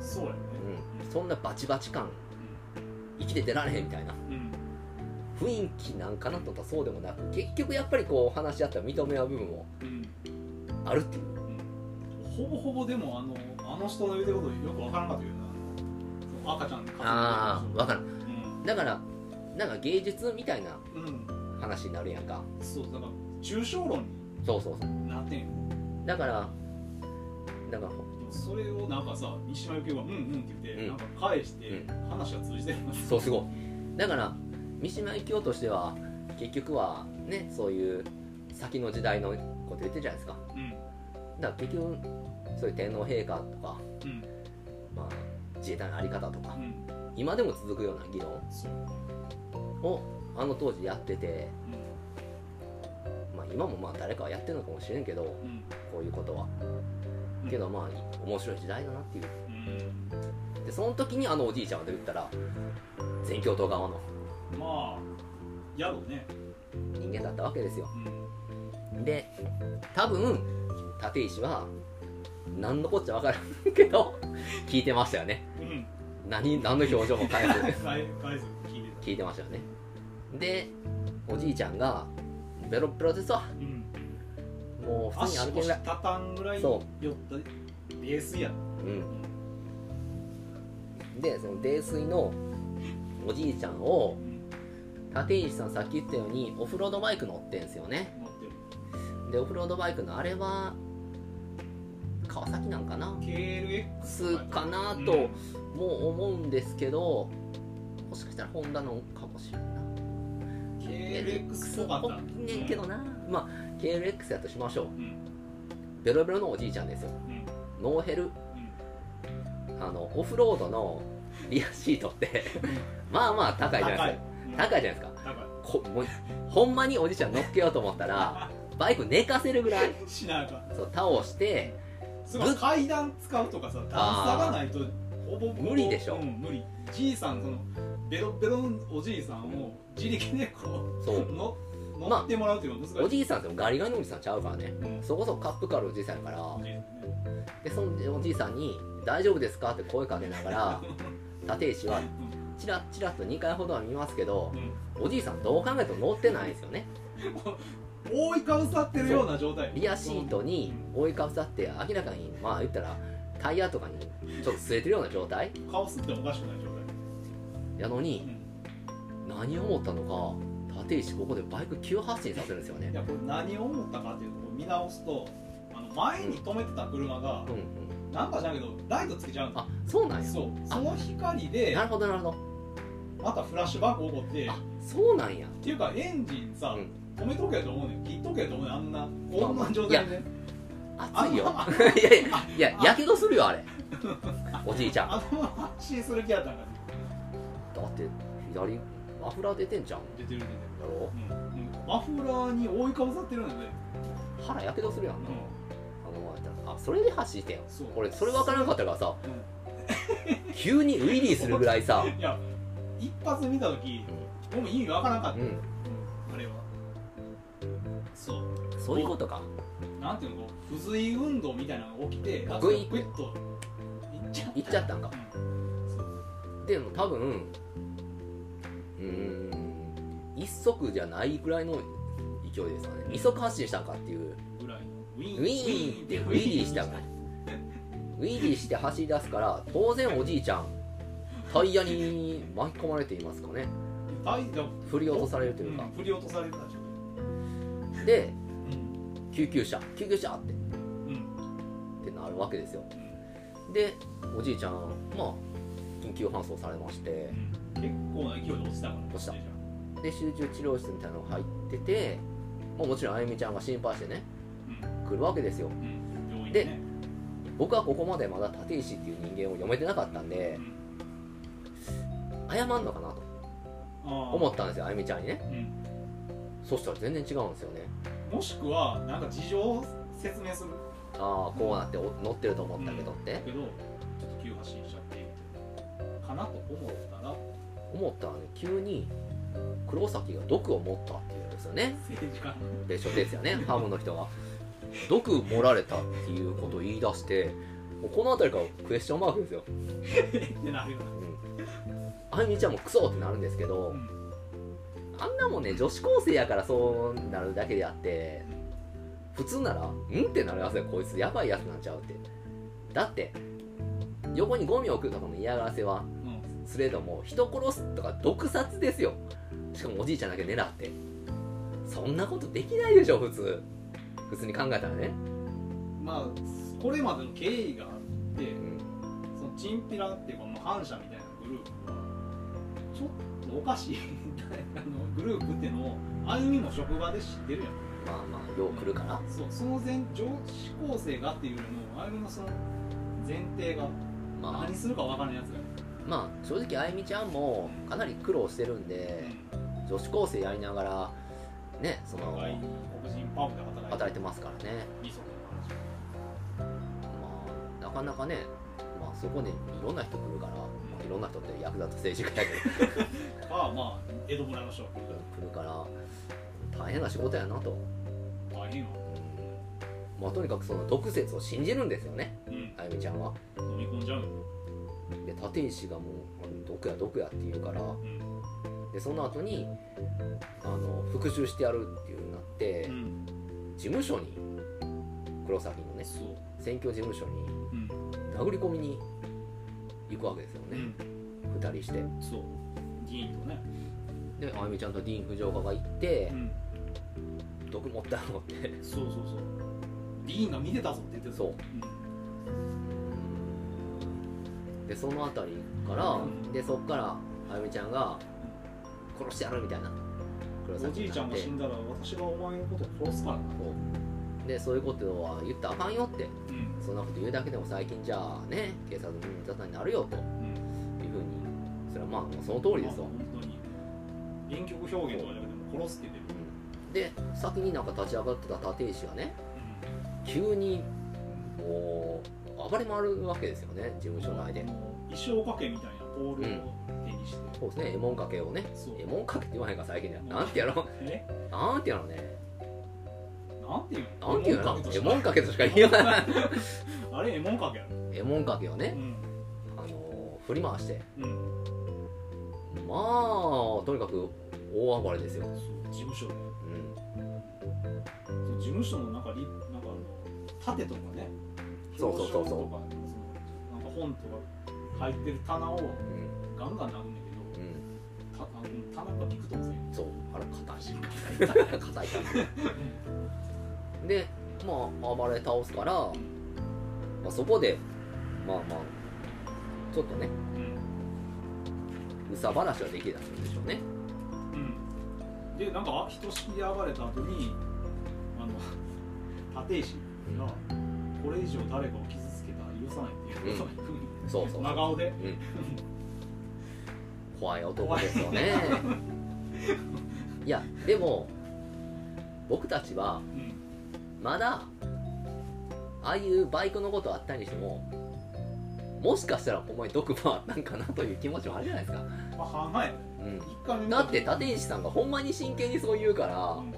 B: そうやね
A: うん、そんなバチバチ感生きて出られへんみたいな
B: うんうん
A: 雰囲気なんかなと思ったらそうでもなく結局やっぱりこう話し合ったら認め合う部分も
B: うん
A: あるっていう
B: うんほぼほぼでもあのあの人の言うてることよくわからんかったけどなその赤ちゃんで
A: ああ分か
B: る
A: るだからなんか芸術みたいな
B: うん、うん、
A: 話になるやんか
B: そうだから抽象論
A: そうそうそう
B: になってんよ
A: だからなんか
B: でもそれをなんかさ三島由紀夫が「うんうん」って言って、
A: うん
B: なんか返して、
A: うん
B: 話が通じてる
A: そうすごいだから三島由紀夫としては結局はねそういう先の時代のこと言ってるじゃないですか
B: うん
A: だから結局そういう天皇陛下とか、
B: うん
A: まあ、自衛隊の在り方とか
B: うん
A: 今でも続くような議論
B: そう
A: をあの当時やってて、
B: うん
A: まあ、今もまあ誰かはやってるのかもしれんけど
B: うん
A: こういうことは
B: うん
A: けどまあ面白い時代だなっていう
B: うん
A: でその時にあのおじいちゃんが出てきたら全教頭側の
B: まあやろうね
A: 人間だったわけですよ
B: うん
A: で多分立石は何のこっちゃ分からんけど聞いてましたよね
B: うん
A: 何何の表情も変えず
B: 返返す聞いて
A: 聞いてましたよねでおじいちゃんが「ベロベロですわ
B: たうん
A: もう普
B: 足
A: 通に歩けん
B: 腰
A: ぐらい
B: たたんぐらい
A: そ
B: 酔った冷水や」
A: うんでその泥酔のおじいちゃんを
B: うん
A: 立石さんさっき言ったようにオフロードバイク乗ってんすよね
B: 持ってる
A: でオフロードバイクのあれは川崎なんかな
B: KLX
A: つかなと
B: うん
A: もう思うんですけどもしかしたらホンダのかもしれんない
B: KLX っぽかった
A: 大きいねんけどな、まあ KLX やとしましょう
B: うん
A: ベロベロのおじいちゃんですよ
B: うん
A: ノーヘルあのオフロードのリアシートってまあまあ高いじゃないですか
B: 高い
A: 高いじゃないですか
B: 高い
A: こもうほんまにおじちゃん乗っけようと思ったらバイク寝かせるぐらい
B: しなあかん
A: そう倒して
B: すごい
A: ぶっ
B: 階段使うとかさ段差がないとほぼほぼ
A: 無理でしょ
B: うん、無理じいさんそのベロッベロのおじいさんを自力でこ
A: そうう
B: の
A: まあ
B: 乗ってもらうっていうのは難しい、
A: おじいさんってガリガリのおじさんちゃうからね
B: うん
A: そこそこカップカールおじいさんやから
B: おじいさんね
A: でそのおじいさんに「大丈夫ですか?」って声かけながら立石はチラッチラッと2回ほどは見ますけど
B: [laughs] うん
A: おじいさんどう考えても乗ってないんですよね
B: 覆いかぶさってるような状態
A: リアシートに覆いかぶさって明らかにまあ言ったらタイヤとかにちょっと擦れてるような状態
B: 顔すってもおかしくない状態
A: やの
B: う
A: に
B: ん
A: 何を思ったのか立石ここでバイク急発進させるんですよね
B: いやこれ何を思ったかっていうと見直すとあの前に止めてた車が
A: うんうん
B: なんかじゃんけどライトつけちゃうんで
A: あそうなんや
B: すよそうその光で
A: なるほどなるほど
B: またフラッシュバック起こって
A: あそうなんや
B: っていうかエンジンさ、
A: うん
B: 止めとけやと思うねん切っとけやと思うねんあんなこんな状態でね
A: 熱いよ [laughs]
B: あ
A: いやいやいややけどするよあれおじいちゃんだ
B: あのまま発進する気やったんか
A: って左マフラー出てんじゃん
B: 出てる出てる
A: やろ
B: うんうんマフラーに覆いかぶさってるので、
A: 腹やけどするやん
B: う
A: な、あ
B: ん
A: のまあ言ったらあそれで走ってんよ
B: そう
A: 俺それ分からなかったからさ、急にウィリーするぐらい [laughs] さ、
B: いや一発見た時俺も意味わからなかった、
A: うん、
B: うんあれはそう
A: そういうことか
B: なんていうのこう不随運動みたいなのが起きてあ
A: ぐい
B: グイッといっちゃった
A: 行っちゃったんか
B: うんそう
A: でも多分うーん一足じゃないぐらいの勢いですかね二足発進したんかっていう
B: ぐらいのウィ
A: ウィーンってウィリーしたんかウィリーして走り出すから当然おじいちゃんタイヤに巻き込まれていますかね
B: 大丈夫
A: 振り落とされるというか
B: ん振り落とされてたでしょ
A: で
B: うん
A: 救急車救急車って
B: うん
A: ってなるわけですよでおじいちゃんまあ緊急搬送されまして
B: うん結構な勢いで落ちたから
A: 落ちた
B: 自転車
A: で集中治療室みたいなのが入ってて、まあ、もちろんあゆみちゃんが心配してね来るわけですよ
B: うんうん病院
A: で
B: ね
A: 僕はここまでまだ立石っていう人間を読めてなかったんで
B: うん
A: 謝んのかなと
B: ああ
A: 思ったんですよあゆみちゃんにね
B: うん
A: そしたら全然違うんですよね
B: もしくはなんか事情を説明する
A: ああこうなってお乗ってると思ったけどって
B: けどちょっと急発進しちゃってかなと思ったら
A: 思ったらね急に黒崎が毒を持ったっていうんですよね
B: 政治家
A: で書ですよねハムの人が毒盛られたっていうことを言い出してもうこの辺りからクエスチョンマークですよ
B: ってなるような
A: あゆみちゃんもクソってなるんですけど、
B: うん
A: あんなもんね女子高生やからそうなるだけであって普通なら「ん?」ってなるやつやこいつやばいやつなんちゃうってだって横にゴミを置くとかの嫌がらせは
B: うん
A: すれども人殺すとか毒殺ですよしかもおじいちゃんだけ狙ってそんなことできないでしょ普通普通に考えたらね、
B: まあこれまでの経緯があって
A: うん
B: そのチンピラっていうかもう反社みたいなグループはちょっとおかしいあのグループっていうのをあゆみも職場で知ってるやん
A: まあまあよう来るかな
B: そうその前上司構成がっていうよりもあゆみのその前提が
A: まあ
B: 何するか分からんやつが
A: まあ正直あゆみちゃんもかなり苦労してるんで
B: うん
A: 女子高生やりながらねその
B: 外国人パブで働いて
A: 働いてますからね
B: 二足の話
A: まあ、なかなかね、まあ、そこにいろんな人来るから、まあ、いろんな人って役立つ政治家やけど
B: まあまあ江戸村の人は
A: 来るから大変な仕事やなと、
B: 大変よ
A: うんまあ、とにかくその毒説を信じるんですよね
B: うん
A: あゆみちゃんは
B: 飲み込んじゃうよ
A: で立石がもうあの毒や毒やって言うから
B: うん
A: でその後にあの復讐してやるっていうようになって、
B: うん
A: 事務所に黒崎のね
B: そう
A: 選挙事務所に
B: うん
A: 殴り込みに行くわけですよ
B: う
A: ね、
B: ん
A: 二2人して
B: そう議員とね
A: であゆみちゃんとディーン・フジオカが行って、
B: うん
A: 毒持ったのって
B: そうそうそうディーンが見てたぞって言ってた
A: そうでその辺りから、
B: うん
A: でそっからあゆみちゃんが殺してやるみたいな黒
B: おじいちゃんが死んだら私がお前のことを殺すから
A: でそういうことは言ったらあかんよって
B: うん
A: そんなこと言うだけでも最近じゃあね警察の無駄になるよと
B: うん
A: いうふうにまあもうその通りですわ
B: 本当に原曲表現とかじゃなくてもう殺すって出る、
A: で先になんか立ち上がってた立石がね急にもう暴れ回るわけですよね事務所内で
B: もう一生かけみたいなポールを手にして、
A: そうですねえもんかけをね
B: そう
A: えもんかけって言わへんから最近ではなんてやろ
B: え
A: うなんてやろうね
B: なんていうの
A: なんていうのえもんかけとしか
B: え
A: 言え
B: もん
A: ない
B: かけ [laughs] あれえもんかけやろ
A: えもんかけを
B: う
A: ね
B: ん
A: あのー振り回して
B: うん
A: まあとにかく大暴れですよ、
B: そう事務所で
A: うん、
B: そう事務所のなんかりなんかあの盾とかね
A: そうそうそうそう
B: 表彰とかそのなんか本とか入ってる棚を
A: う
B: ガンガン殴るんだ
A: んうん、
B: けどたあの棚がびくともせん
A: そうあれ
B: 硬いし
A: 硬い [laughs] 硬い感じでまあ暴れ倒すから、まあ、そこでまあまあちょっとね
B: うん
A: 憂さ晴らしはできだすんでしょうね
B: うんでなんかひとしきり暴れた後にあの立石がこれ以上誰かを傷つけたら許さないっていうことを言う
A: そうそう
B: 真顔で
A: 怖い男ですよねいやでも僕たちは
B: うん
A: まだああいうバイクのことあったにしてももしかしたらほんまに毒もあったんかなという気持ちもあるじゃないですか、
B: まあ半々やね
A: う
B: 一回目
A: ん、だって立石さんがほんまに真剣にそう言うから
B: うん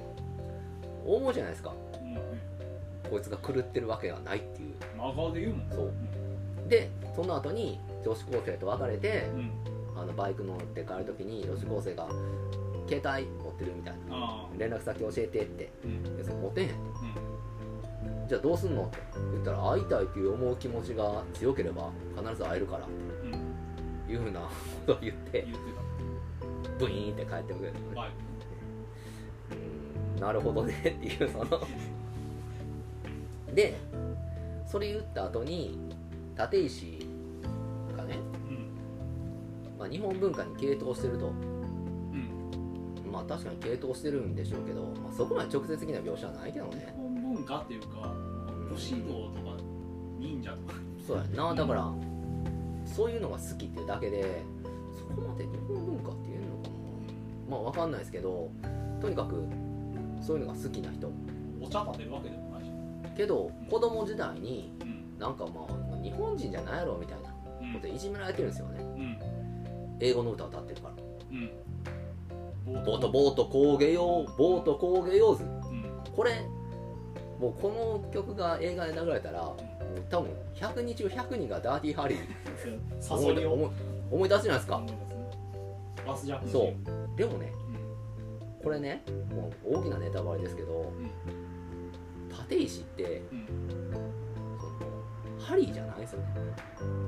A: 思うじゃないですか
B: うん
A: こいつが狂ってるわけがないっていう
B: 真顔で言うもん
A: そうでその後に女子高生と別れて
B: うん
A: あのバイク乗って帰る時に女子高生が「携帯持ってる」みたいな
B: あ
A: 「連絡先教えて」って
B: あう
A: 「
B: ん
A: いやそれ持てへん」って「じゃあどうすんの?」って言ったら「会いたい」っていう思う気持ちが強ければ必ず会えるからって
B: うんうん
A: いうふうな [laughs] ことを言って
B: 言って
A: ブイーンって帰ってくれる
B: たバイ
A: うんなるほどね [laughs] っていうそのでそれ言った後に立石がね、
B: クうん
A: まあ、日本文化に傾倒してると
B: うん
A: まあ確かに傾倒してるんでしょうけど、まあ、そこまで直接的な描写はないけど
B: 日
A: ね
B: 本文化っていうか武士道とか忍者とか
A: そうやんなだからそういうのが好きっていうだけでそこまで日本文化っていうのかなまあわかんないですけどとにかくそういうのが好きな人
B: お茶立てるわけでもないし
A: けど子供時代に
B: うん
A: なんかまあ日本人じゃないやろみたいな
B: うん
A: ことでいじめられてるんですよね
B: うん
A: 英語の歌を歌ってるから
B: う
A: 「
B: んボ
A: ボートボート工芸用ボート工芸用図
B: うん」
A: これもうこの曲が映画で流れたらもう多分100人中100人がダーティーハリー思い
B: 誘い
A: 出
B: を
A: 思い思い出すじゃないですか
B: バスジャック
A: そうでもね
B: うん
A: これねもう大きなネタバレですけど
B: うん
A: 立石って
B: うん
A: そのハリーじゃないんですよね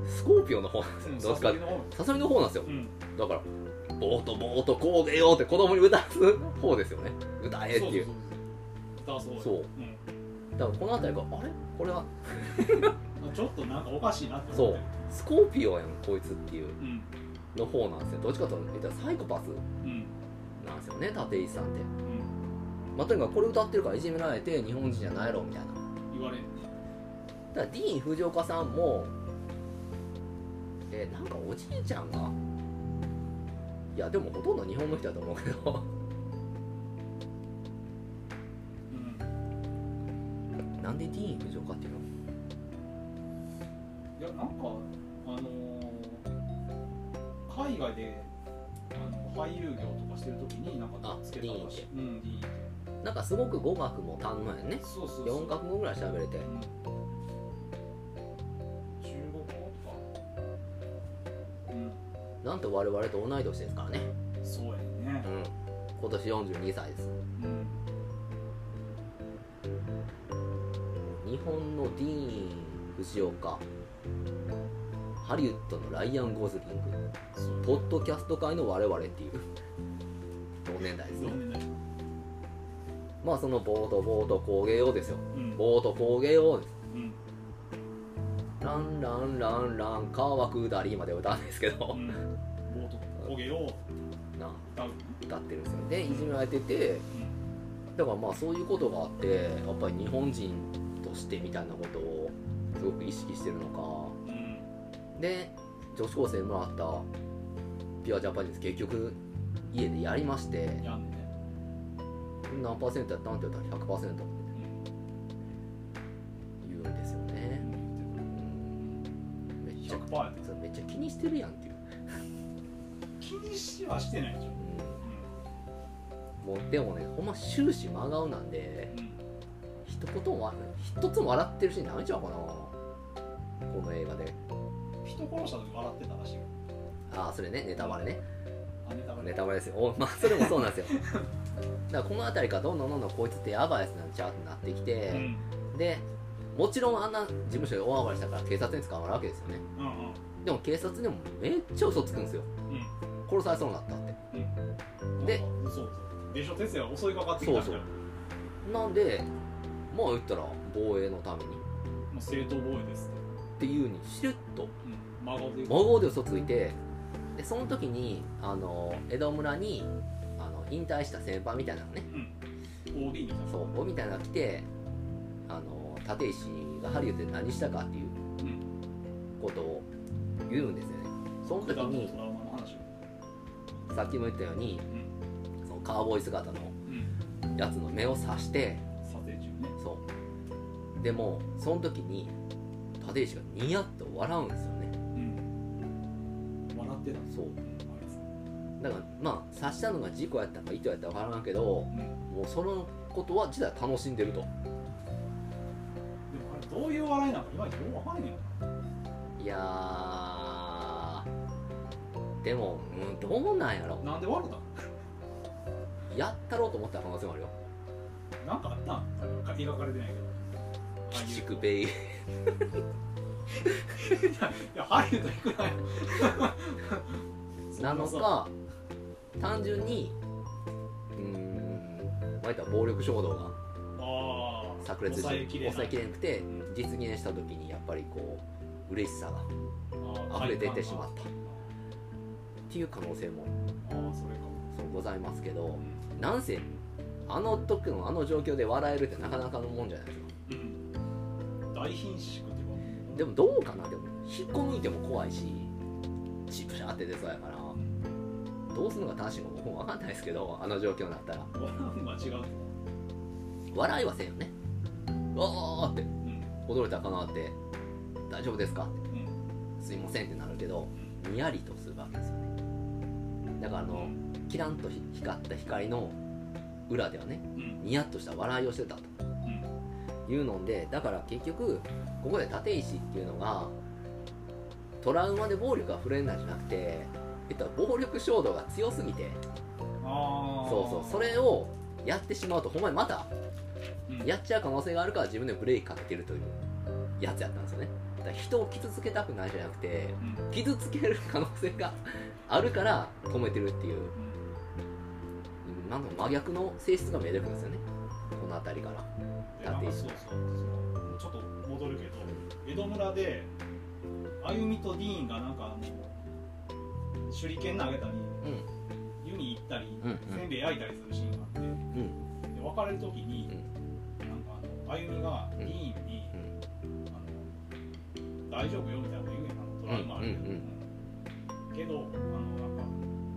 A: スコーピオの方なんです
B: う
A: よ
B: ん
A: どっちか
B: 誘いの方
A: サソリの方なんですよ
B: うん
A: だから「ボートボート工芸よ」って子供に歌う方ですよね歌えっていう
B: そうそうそ
A: そ
B: う歌うそうううん
A: だからこの辺りがあれこれは
B: ちょっとなんかおかしいなって
A: そ
B: 思っ
A: う
B: てる
A: スコーピオやんこいつっていう
B: うん
A: の方なんですよどっちかというとサイコパス
B: うん
A: なんですよね立石さんって、
B: うん
A: まあ、とにかくこれ歌ってるからいじめられて日本人じゃないやろみたいな
B: 言われる
A: だからディーン・藤岡さんもえーなんかおじいちゃんがいやでもほとんど日本の人だと思うけど [laughs]
B: うん
A: なんでディーン・藤岡っていうの
B: いやなんかあのー海外であの俳優業とかしてる時になんか
A: あ
B: つけたらしいうんいいって
A: なんかすごく語学も堪能やんね
B: そうそうそう
A: 4カ国語ぐらい喋れて
B: うん中国語とかうん
A: なんと我々と同い年ですからね、
B: そうやね
A: うん、今年42歳です
B: うん
A: 日本のディーン・藤岡ハリウッドのライアン・ゴズリング
B: そう
A: ポッドキャスト界の我々っていう同年代です
B: ど
A: ね
B: うみたいな
A: まあそのボートボート工芸用ですよ
B: うん
A: ボート工芸用です
B: うん
A: ランランランラン川下りまで歌うんですけ
B: う [laughs]
A: ど
B: んボート焦げを
A: な
B: 歌う
A: 歌ってるんですよでいじめられてて
B: うん
A: だからまあそういうことがあってやっぱり日本人としてみたいなことをすごく意識してるのか
B: うん
A: で女子高生にもらったピュアジャパニーズ結局家でやりまして
B: やんね、
A: 何パーセントやったんって言ったら100%って
B: うん
A: 言うんですよね、うん、めっちゃ
B: 100%やった
A: そうめっちゃ気にしてるやんっていう、
B: 気にしはしてないでしょ、
A: うん、もうでもねほんま終始真顔なんで一言もわ一つも笑ってるシーンないんちゃうかなこの映画で
B: 人殺した時笑ってたらしいよ
A: ああそれねネタバレね
B: あネタバレ
A: ネタバレですよおまあそれもそうなんですよだからこの辺りからどんどんどんどんこいつってやばいやつなんちゃうってなってき
B: うん
A: て、でもちろんあんな事務所で大暴れしたから警察に捕まるわけですよね
B: うん
A: でも警察でもめっちゃ嘘つくんですよ殺されそうになったって
B: うんうん
A: で
B: なんかそうそうでしょ哲也襲いかかってきたんだ
A: そうそう
B: よ
A: なんでまあ言ったら防衛のために
B: もう正当防衛ですって、
A: っていうにしれっと
B: うん、孫で
A: 真顔で嘘ついてでその時にあの江戸村にあの引退した先輩みたいなのね
B: OB みたいな
A: そう O みたいなのが来てあの立石がハリウッドで何したかっていうことを言うんですよねその時
B: 普段の
A: に
B: トラウマの話を
A: さっきも言ったように
B: うん
A: そのカーボーイ姿の
B: うん
A: やつの目を刺して
B: 撮影中ね
A: そうでもその時に立石がニヤッと笑うんですよね
B: うん笑ってた
A: そう
B: うんあいつ
A: だからまあ刺したのが事故やったのか意図やったのか分からんけども
B: うん
A: うそのことは実は楽しんでると
B: でもあれどういう笑いなのか今ようわかんね
A: いやーでも、うん、どうなんやろ
B: えななんで笑ったの
A: やったろうと思った可能性もあるよ
B: なんかあったんか描かれてないけど
A: 鬼畜ベイ
B: いやいやハリウッド行くなよ
A: なの
B: そんさ
A: か単純にうーんまあ言ったら暴力衝動が
B: ああ
A: 炸裂して
B: 抑えきれない
A: 抑えきれなくて
B: ん
A: 実現した時にやっぱりこう嬉しさが溢れていってしまったっていう可能性も
B: たああそれか
A: そうございますけどなんせあの時のあの状況で笑えるってなかなかのもんじゃないですか
B: うん、うん、大貧縮っていうか
A: でもどうかなでも引っこ抜いても怖いしチプシャーって出そうやからどうするのが正しいのか僕も分かんないですけどあの状況になったら
B: 笑うのは違うと思う
A: 笑いはせんよねわーって
B: うん
A: 驚いたらかなって大丈夫ですかって
B: うん
A: すいませんってなるけどにやりとするわけですよねだからあ
B: う
A: の
B: ん
A: キランと光った光の裏ではね
B: うん
A: ニヤッとした笑いをしてたと
B: うん
A: いうのでだから結局ここで立石っていうのがトラウマで暴力が触れんなんじゃなくて、えっと、暴力衝動が強すぎて
B: ああ
A: そうそうそれをやってしまうとほんまにまた
B: うん
A: やっちゃう可能性があるから自分でブレーキかけてるというやつやったんですよねだから人を傷つけたくないじゃなくて
B: うん
A: 傷つける可能性があるから止めてるっていう
B: うん
A: なんか真逆の性質が見えてくるんですよねこの辺りから
B: で
A: だ
B: な
A: っ
B: ん
A: て
B: かそうそうそうちょっと戻るけど江戸村で歩みとディーンがなんかあの手裏剣投げた
A: う
B: り湯に行ったり、
A: うんうん
B: せんべい焼いたりするシーンがあって
A: んうん
B: で別れる時に、なんかあの歩みが
A: うん
B: ディーンに、あの大丈夫よみたいなこと言うやんあのトラウマあるけど、
A: うんうん
B: けどあのなんか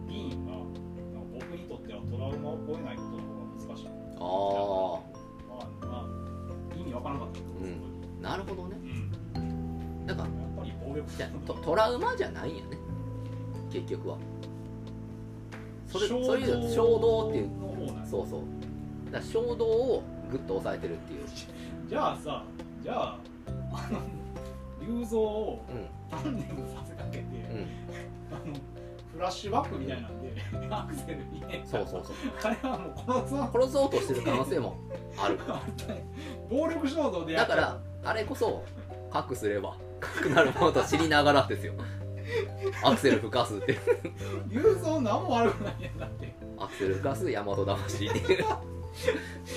B: ディーンがなんか僕にとってはトラウマを超えないことの方が難し
A: あ
B: いまあ、まあ、意味わからなかったけど、
A: うんあなるほどね
B: その時うん
A: だから
B: やっぱり暴力
A: じゃトトラウマじゃないんやね結局はそれそれ以上衝動っていう
B: の方なんや
A: そうそうだから衝動をグッと抑えてるっていう
B: じゃあさじゃああの [laughs] 雄三を
A: う
B: 鍛錬させかけて、
A: んうん
B: あのフラッシュバックみたいなんで [laughs] アクセルにね
A: そうそうそう
B: あれはもう殺すわ
A: 殺そうとしてる可能性もある
B: 暴力衝動でや
A: だ
B: った
A: からあれこそかくすればかくなるものと知りながらですよアクセル吹かすっていう
B: 雄三何も悪くないやんだって
A: アクセル吹かす大和魂っていう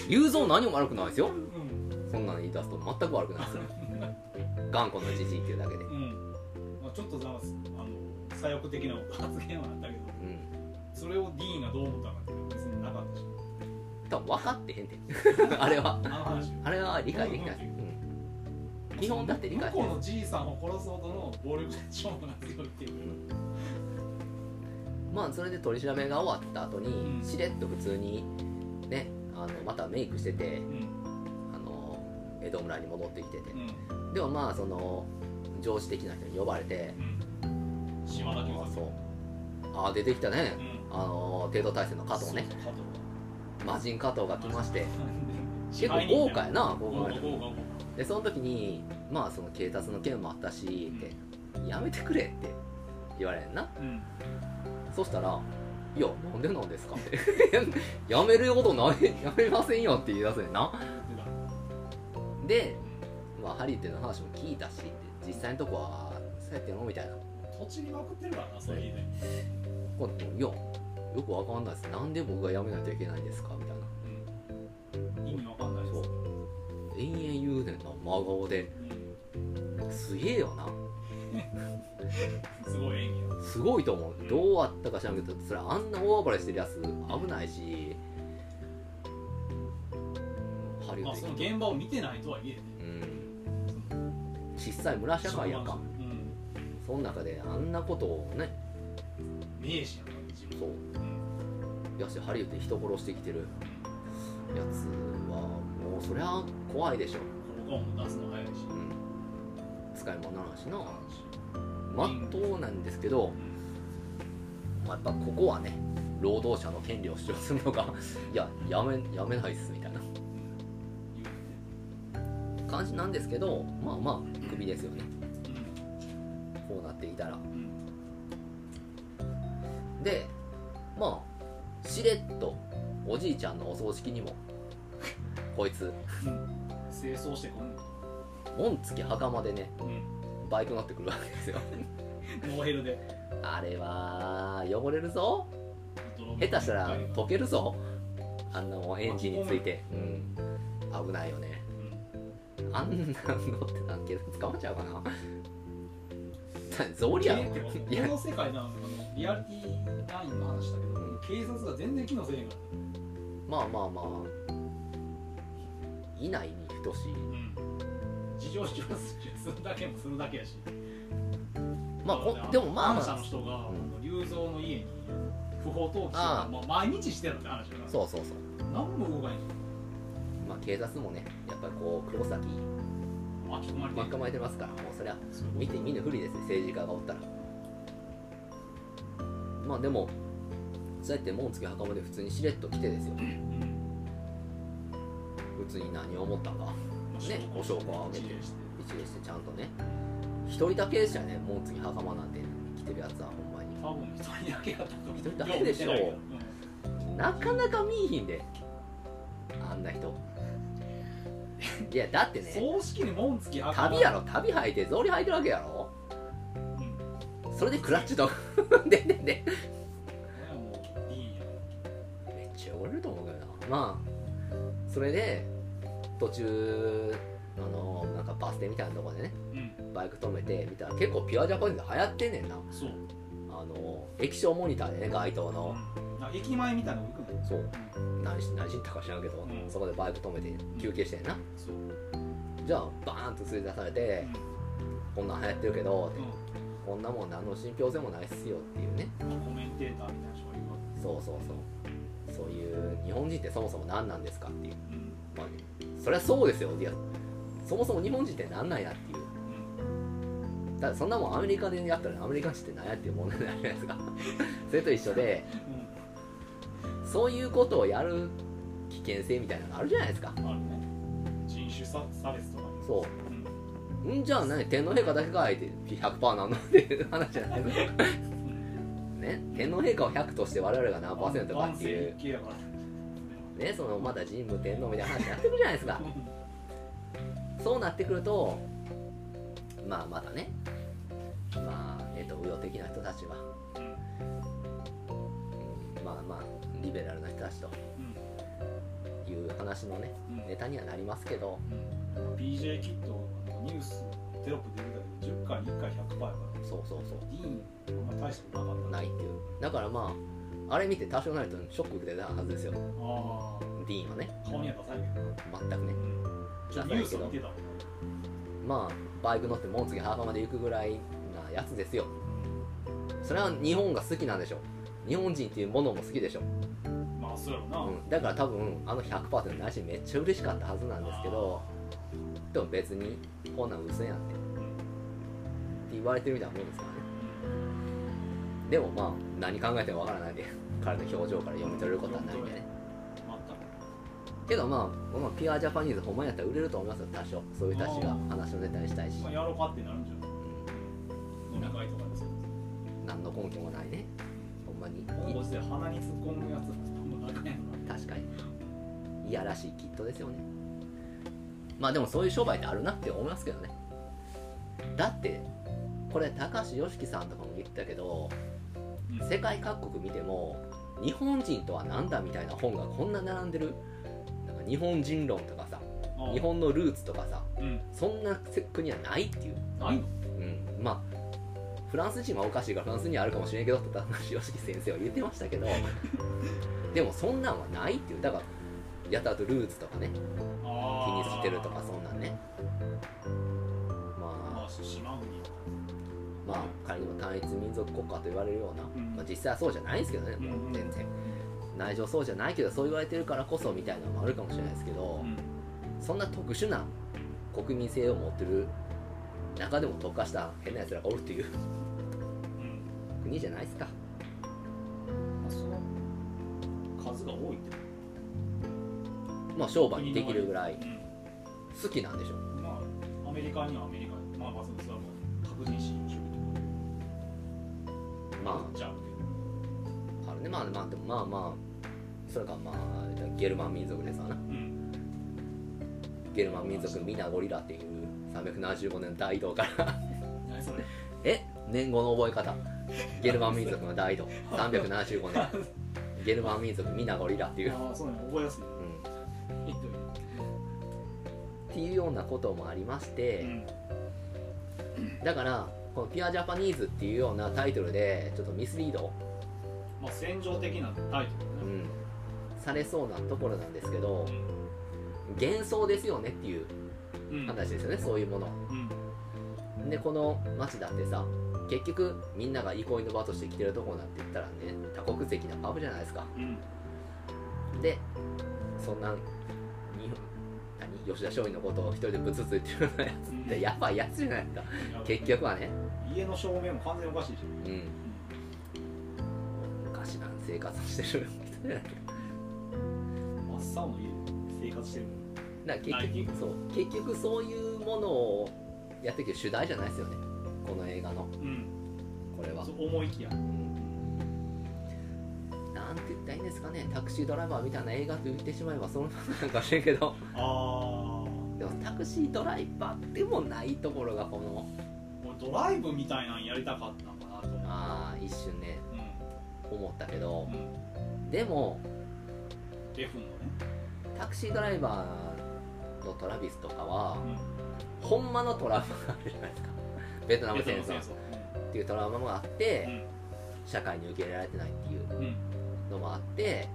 A: 雄三何も悪くないですよ
B: うん
A: そんなの言い出すと全く悪くないですよ頑固なじじいっていうだけで
B: うん、まあ、ちょっとざわすあの左翼的な発言はあったけど
A: うん
B: それをディーンがどう思ったかっていうのは別になかったし
A: 多分分かってへんて [laughs] あれは
B: あの話
A: あれは理解できないです、うん基本だって理解
B: 向
A: して
B: こ
A: る
B: うのじいさんを殺すほどの暴力衝動が強いっていう
A: まあそれで取り調べが終わった後に
B: うん
A: しれっと普通にねあのまたメイクしてて
B: うん
A: あの江戸村に戻ってきてて
B: うん
A: でもまあその上司的な人に呼ばれて
B: うん島田
A: あ
B: 久
A: そうあ出てきたね
B: うん
A: あの帝都大戦の加藤ね
B: そう加藤
A: 魔人加藤が来まして
B: 結
A: 結構豪華やな
B: 豪
A: 豪華
B: 華
A: やな
B: 豪華豪華
A: でその時にまあその警察の件もあったしってやめてくれって言われんな
B: うん
A: そしたら「いやなんでなんですか?」って [laughs] 「やめることないやめませんよ」って言い出すねんな
B: 出た
A: で、まあ、ハリーっていうの話も聞いたし実際のとこはそうやってのみたいな
B: とちりまくってるからなそれ以前
A: こういやよくわかんないですなんで僕がやめないといけないんですかみたいな
B: 意味わかんないです
A: そう延々言うねんな真顔ですげえよな
B: うんすごい演技や
A: すごいと思うどうあったか知らんけどそれあんな大暴れしてるやつ危ないしハリウ
B: まあ
A: ッ
B: そ
A: ド
B: の
A: に
B: 現場を見てないとはいえね
A: うん小さい村社会やんか
B: うん
A: その中であんなことをね
B: 名士やから自分
A: そう
B: うん
A: やしハリウッドで人殺してきてるやつはもうそりゃ怖いでしょ、
B: 効果音も出すの早いし
A: うん、使い物ならんしな
B: う
A: まっとうなんですけど、
B: ん
A: まあ、やっぱここはね労働者の権利を主張するのが [laughs] いややめやめないっすみたいな
B: 言う
A: 感じなんですけどまあまあクビですよね
B: てね
A: こうなっていたら
B: うんうん
A: でまあしれっとおじいちゃんのお葬式にもこいつ
B: 清掃してこんの
A: 紋付き袴でね
B: うん
A: バイク乗ってくるわけですよ
B: ノーヘルで
A: あれは汚れるぞ
B: 泥棒
A: 下手したら
B: うん
A: 溶けるぞあんなもんエンジンについて、うん、危ないよねあんなん乗ってたら警察捕まっちゃうかな草履やろ
B: 警察
A: いや
B: この世界のあのリアリティラインの話だけど警察が全然機能せえへんか
A: まあまあまあいないに等しい
B: らうん事情主張するだけもするだけやし
A: まあこでもまあま
B: 反社の
A: あ
B: 人が
A: うん
B: 龍造の家に不法投棄
A: ああ
B: まあ毎日してるって話だから
A: そうそうそう
B: 何も動かへんし
A: まあ警察もねやっぱりこう黒崎
B: 巻き込まれて
A: 巻き込まれてますからもうそりゃ
B: そういうこと
A: 見て見ぬふりですね政治家がおったらまあでもそうやって紋付き袴で普通にしれっと来てですよ
B: うん
A: 普通に何を思ったか
B: まあ
A: ねお証拠を挙げて
B: 一礼して
A: 一礼してちゃんとね一人だけでしたよね紋付き袴なんて着てるやつはほんまに
B: 多分一人だけやったと思う
A: 一人だけでしょ
B: よう見てないけど
A: なかなか見いひんであんな人 [laughs] いやだって
B: うん
A: ね
B: 葬式に紋付きあ
A: 旅やろ旅履いて草履履いてるわけやろ
B: うん
A: それでクラッチと [laughs] ででで
B: これはもういいんや
A: めっちゃ汚れると思うけどなまあそれで途中あのなんかバス停みたいなとこでね
B: うん
A: バイク止めて見たら結構ピュアジャパニーズ流行ってんねんな
B: そう
A: あの液晶モニターでね街灯の
B: うんなんか駅前みたいなの行くの
A: そう何し何しにったか知らんけど、
B: うん
A: そこでバイク止めて休憩してんな
B: そう
A: じゃあバーンと連れ出されて、こんなん流行ってるけどって、
B: う
A: こんなもん何の信憑性もないっすよっていうね
B: んうんコメンテーターみたいな人がいるわ
A: そうそうそうそういう日本人ってそもそも何なんですかっていう、
B: けうん
A: まあ、そりゃそうですよいやそもそも日本人って何なんやっていうただそんなもんアメリカでやったらアメリカ人って何やっていう問題になるじゃないですか [laughs] それと一緒でそういうことをやる危険性みたいなのがあるじゃないですか
B: うんうんあるね人種差差別とかね
A: そ
B: うん
A: うんじゃあ何天皇陛下だけかいって100%なんのっていう話じゃないですかね天皇陛下を100として我々が何パーセントかっていう
B: 男性一系やから
A: ねそのまだ神武天皇みたいな話になってくるじゃないですかそうなってくるとまあまだねまあえっと右翼的な人たちは、うんまあまあリベラルな人たちという話のね
B: うんうん
A: ネタにはなりますけど
B: うん BJ キットのニューステロップ出てたけど10回に1回100パーやから
A: そうそうそ
B: ディーンあんま大したことなかっ
A: う
B: た
A: ないっていうだからまああれ見て多少なりとショック受けてたはずですよ
B: あ
A: ディーンはね
B: あ顔には出さないけど
A: 全くね
B: ちょっとニュースを見てたもん
A: まあバイク乗ってもう次ハーフまで行くぐらいなやつですよそれは日本が好きなんでしょう日本人っていうものも好きでしょ、
B: まあそうやろな、
A: うん、だから多分あの100%の話めっちゃ嬉しかったはずなんですけどでも別にこんなん嘘やんってって言われてるみたいなもんですからねでもまあ何考えてもわからないんで [laughs] 彼の表情から読み取れることはないんでねけどまあ、まあ、ピュアジャパニーズほんまやったら売れると思いますよ多少そういう人たちが話のネタにしたいし
B: まあ、やろうかってなるんじゃん飲み会とかですよ
A: 何の根拠もないねほんまに
B: 本
A: い
B: 腰で鼻に突っ込むやつもなかんやろ
A: 確かにいやらしいキットですよねまあでもそういう商売ってあるなって思いますけどねだってこれ高橋良樹さんとかも言ってたけど
B: うん
A: 世界各国見ても日本人とは何だみたいな本がこんな並んでるなんか日本人論とかさ
B: ああ
A: 日本のルーツとかさ
B: うん
A: そんな国はないっていう、
B: ないの
A: うん、まあフランス人はおかしいからフランスにはあるかもしれんけどって高橋良樹先生は言ってましたけ
B: [laughs]
A: どでもそんなんはないっていうだからやたらとルーツとかね気に
B: ああ
A: してるとかそんなんね
B: ま
A: ま
B: あ島国とか
A: あまあ仮にも単一民族国家と言われるような、
B: ん
A: まあ、実際はそうじゃないですけどね
B: うん
A: もう全然内情そうじゃないけどそう言われてるからこそみたいなのもあるかもしれないですけど、
B: うん
A: そんな特殊な国民性を持ってる中でも特化した変な奴らがおるっていう
B: うん
A: 国じゃないですか
B: まあその数が多いってこ
A: まあ商
B: と
A: 売にできるぐらい
B: うん
A: 好きなんでしょう
B: まあアメリカにはアメリカまあまあそのそれはもう確人主義とか
A: ま
B: じゃあるけど
A: ああるねまあまあでもまあまあそれかまあゲルマン民族ですわな
B: うん
A: ゲルマン民族ミナゴリラっていう375年の大移動から [laughs]
B: 何それ
A: え年号の覚え方ゲルマン民族の大移動375年ゲルマン民族ミナゴリラっていう、
B: ああそうね覚えやすい
A: うん、っ
B: えっと
A: ていうようなこともありまして、
B: うん
A: だからこの「ピュアジャパニーズ」っていうようなタイトルでちょっとミスリード、
B: まあ戦場的なタイトルだ
A: う
B: ね
A: ん、されそうなところなんですけど
B: うん
A: 幻想ですよねっていう
B: うん
A: 話ですよねそういうもの
B: うん
A: でこの町だってさ結局みんなが憩いの場として来てるとこなんて言ったらね多国籍なパブじゃないですか
B: うん
A: でそんなん日本何吉田松陰のことを一人でぶつついてるようなやつってやばいやつじゃないですか結局はね
B: 家の照明も完全におかしいし、う
A: うんおかしな生活をしてる人じゃない
B: ん、真っ青の家で生活してるもん
A: だから
B: は
A: 結
B: い
A: 局そう結局そういうものをやってきて主題じゃないですよねこの映画の
B: うん
A: これは
B: そう思いきや
A: うんなんて言ったらいいんですかねタクシードライバーみたいな映画と言ってしまえばそのままなんかもしれんけど [laughs]
B: あ
A: でもタクシードライバーでもないところがこの
B: ー俺ドライブみたいなんやりたかったんかなと思う
A: あー一瞬ね思ったけど
B: うんうん
A: でも
B: F のね
A: タクシードライバーのトラビスとかは
B: う、ん
A: ほんまのトラウマがあるじゃないですか [laughs] ベトナム戦
B: ベ
A: 争
B: ト
A: っていうトラウマもあっ
B: ナム
A: て
B: 戦
A: 社会に受け入れられてないっていう
B: 争うんうん
A: のもあって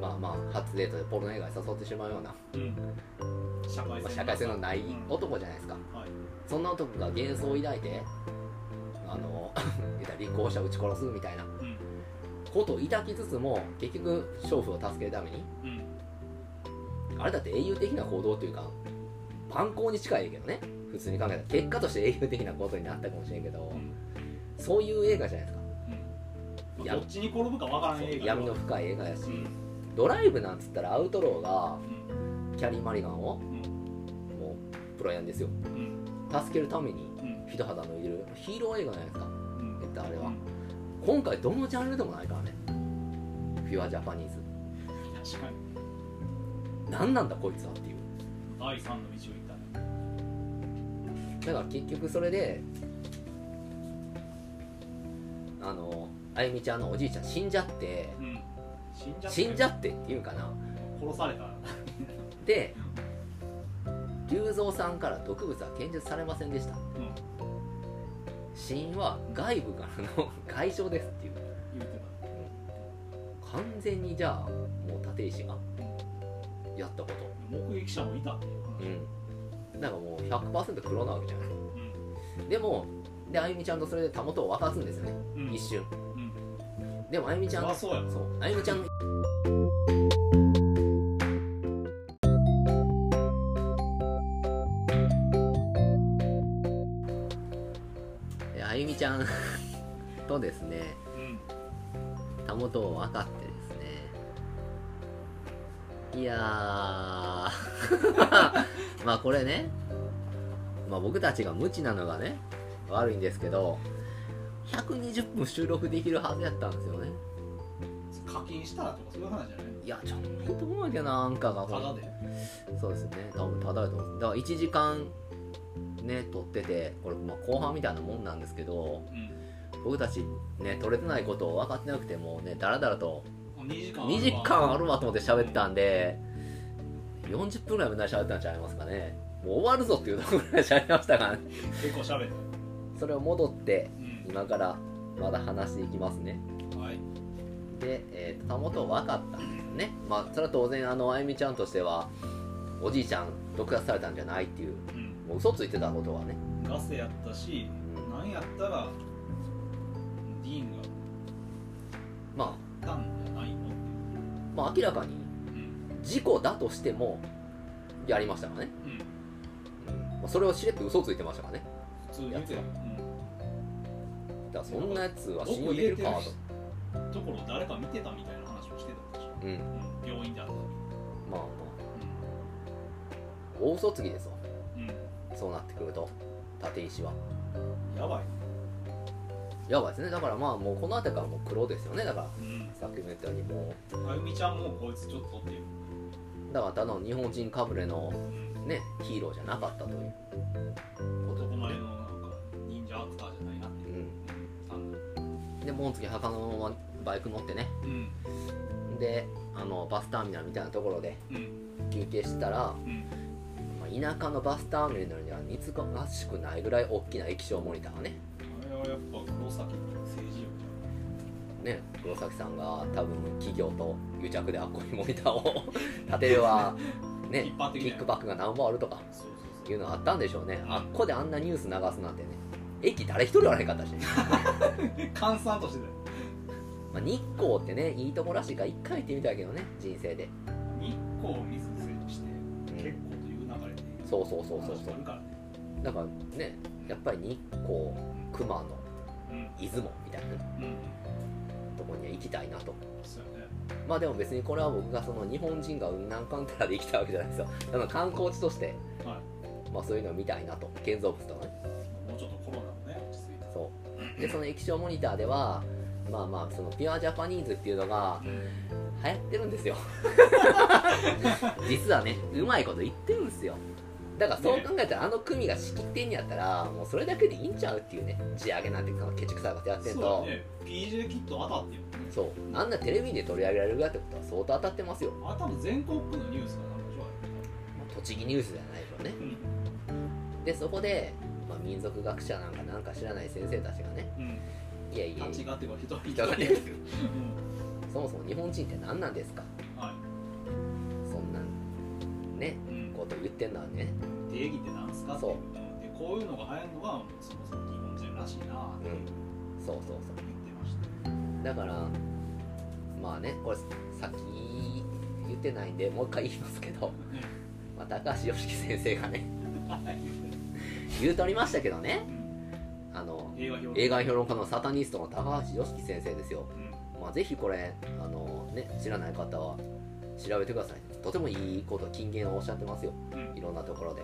A: まあまあ初デートでポロの映画に誘ってしまうような、
B: うん社会
A: まあ
B: 性
A: 社会性のない
B: うん
A: 男じゃないですか、
B: はい
A: そんな男が幻想を抱いてあの [laughs] 言ったら立候補者撃ち殺すみたいな
B: うん
A: ことを抱きつつも結局娼婦を助けるために
B: うん
A: あれだって英雄的な行動というか蛮行に近いけどね普通に考えたら結果として英雄的なことになったかもしれんけど、
B: うん
A: そういう映画じゃないですか
B: うん
A: や
B: どっちに転ぶかわからん映画
A: 闇の深い映画やし、
B: うん
A: ドライブなんつったらアウトローが
B: うん
A: キャリー・マリガンを、
B: ん
A: もうプロヤンですよ
B: うん
A: 助けるために
B: うん
A: 一肌脱いでるヒーロー映画じゃないですか
B: うん
A: 絶対あれは、今回どのジャンルでもないからねピュアジャパニーズ
B: 確かに
A: 何なんだこいつはっていう
B: 第三の道を行ったね
A: だから結局それであのあゆみちゃんのおじいちゃん死んじゃって
B: うん死んじゃった
A: 死んじゃってっていうかな
B: 殺された
A: で龍造さんから毒物は検出されませんでした
B: うん
A: 死因は外部からの [laughs] 外傷ですっていう
B: 言うて
A: 完全にじゃあもう立石がやったこと
B: た目撃者もいたっていう話
A: うんなんかもう100%黒なわけじゃない
B: うん
A: でもであゆみちゃんとそれでたもとを渡すんですよね
B: うん
A: 一瞬
B: うん
A: でもあゆみちゃん
B: あそうや
A: そうあゆみちゃんえあゆみちゃんとですね
B: うん
A: たもとを分かってですねいやー [laughs] まあこれね、まあ、僕たちが無知なのがね悪いんですけど120分収録できるはずやったんですよね
B: 課金したらとかそういう話じゃない
A: いやちゃんと思うやけどなアンカーが
B: ただで
A: そうですね多分ただだと思うんですだから1時間ね撮っててこれまあ後半みたいなもんなんですけど
B: うん
A: 僕たちね撮れてないことを分かってなくてもねだらだらと
B: 2時間ある
A: 2時間あるわ
B: わ
A: と思って喋ったんで40分ぐらい無駄に喋ったんちゃいますかねもう終わるぞっていうところぐらい喋りましたからね
B: 結構喋った
A: それを戻って
B: う
A: 今からまだ話していきますね
B: んはい
A: で、えー、とたもと分かったんですよねまあそれは当然あのあゆみちゃんとしてはおじいちゃん毒殺されたんじゃないっていう
B: うん
A: もう嘘ついてたことはね、
B: ガセやったしなんやったらディーンが
A: ま
B: たんじゃないのって
A: あ、まあ明らかに
B: うん
A: 事故だとしてもやりましたからね、
B: うん
A: まあ、それをしれっと嘘ついてましたからね
B: 普通に言ってたようん
A: だからそんなやつは信用
B: 僕
A: でき
B: 入れ
A: る
B: て
A: か
B: る
A: と
B: ところ誰か見てたみたいな話をしてたでしょ
A: うん
B: うん病院であった時
A: まあまあ大嘘つきですわ
B: うんうん
A: そうなってくると立石は
B: やばい
A: やばいですねだからまあもうこの辺りからもう黒ですよねだから
B: うん
A: さっきも言ったようにも
B: あゆみちゃんもこいつちょっとっていう
A: うだからただの日本人かぶれの
B: うん
A: ねヒーローじゃなかったという、
B: 男前のなんか忍者アクターじゃないなっていう
A: う
B: うんたんだ
A: ん、で紋付き墓のままバイク乗ってね
B: うん
A: であのバスターミナルみたいなところで
B: うん
A: 休憩してたら
B: うん
A: まあ田舎のバスターミナルには似つかわしくないぐらい大きな液晶モニターがね
B: あれはやっぱ黒崎の政治力
A: ね黒崎さんが多分企業と癒着であっこにモニターを [laughs] 立てればね
B: 一般的
A: キ
B: な
A: ックバックが何本あるとか
B: そうそう
A: い
B: そう
A: うのあったんでしょうねあっこであんなニュース流すなんてね駅誰一人おらへんかったし、
B: 換算としてだよ
A: まあ、日光ってねいいとこらしいから一回行ってみたいけどね人生で、
B: 日光を水にして
A: うん
B: 結構という流れで
A: そうそうそうそうそ
B: あるからね
A: うだからねやっぱり日光熊野
B: うん
A: 出雲みたいな
B: うん
A: とこには行きたいなと
B: そうよね
A: まあでも別にこれは僕がその日本人がうんなんかんたらで生きたわけじゃないですよだから観光地として、
B: は
A: まあ、そういうのを見たいなと建造物とかね
B: もうちょっとコロナもね落ち着いて
A: そうでその液晶モニターではまあまあそのピュアジャパニーズっていうのが流行ってるんですよ [laughs] 実はねうまいこと言ってるんですよだからそう考えたらあの組が仕切ってんやったらもうそれだけでいいんちゃうっていうね地上げなんてそのケチくさいことやってん
B: そう
A: と
B: だね PJ キット当たってるもんね
A: そうあんなテレビで取り上げられるぐらいってことは相当当たってますよ
B: あ多分全国区のニュースかなんかしょ
A: 栃木ニュースじゃないでしょうね
B: う
A: でそこで、まあ、民族学者なんかなんか知らない先生たちがね
B: んうん
A: いやいやい
B: 立ち
A: や
B: がっていうか人
A: 人がね
B: うん
A: そもそも日本人って何なんですか
B: は
A: そんなね
B: いうん
A: こと言ってんのはね
B: 定義ってなんすかって
A: そ
B: いうううんでこういうのが流行るのがもうそもそも日本人らしいなっていう
A: そうそうそ
B: 言ってました
A: うだからまあねこれさっき言ってないんでもう一回言いますけど、 [laughs] まあ、高橋良樹先生がね [laughs] 言うとりましたけどね
B: うん
A: あの
B: 映画評論
A: 映画評論家のサタニストの高橋良樹先生ですよ
B: うん
A: まあ、ぜひこれあの、ね、知らない方は調べてくださいとてもいいこと金言をおっしゃってますよ
B: うん
A: いろんなところで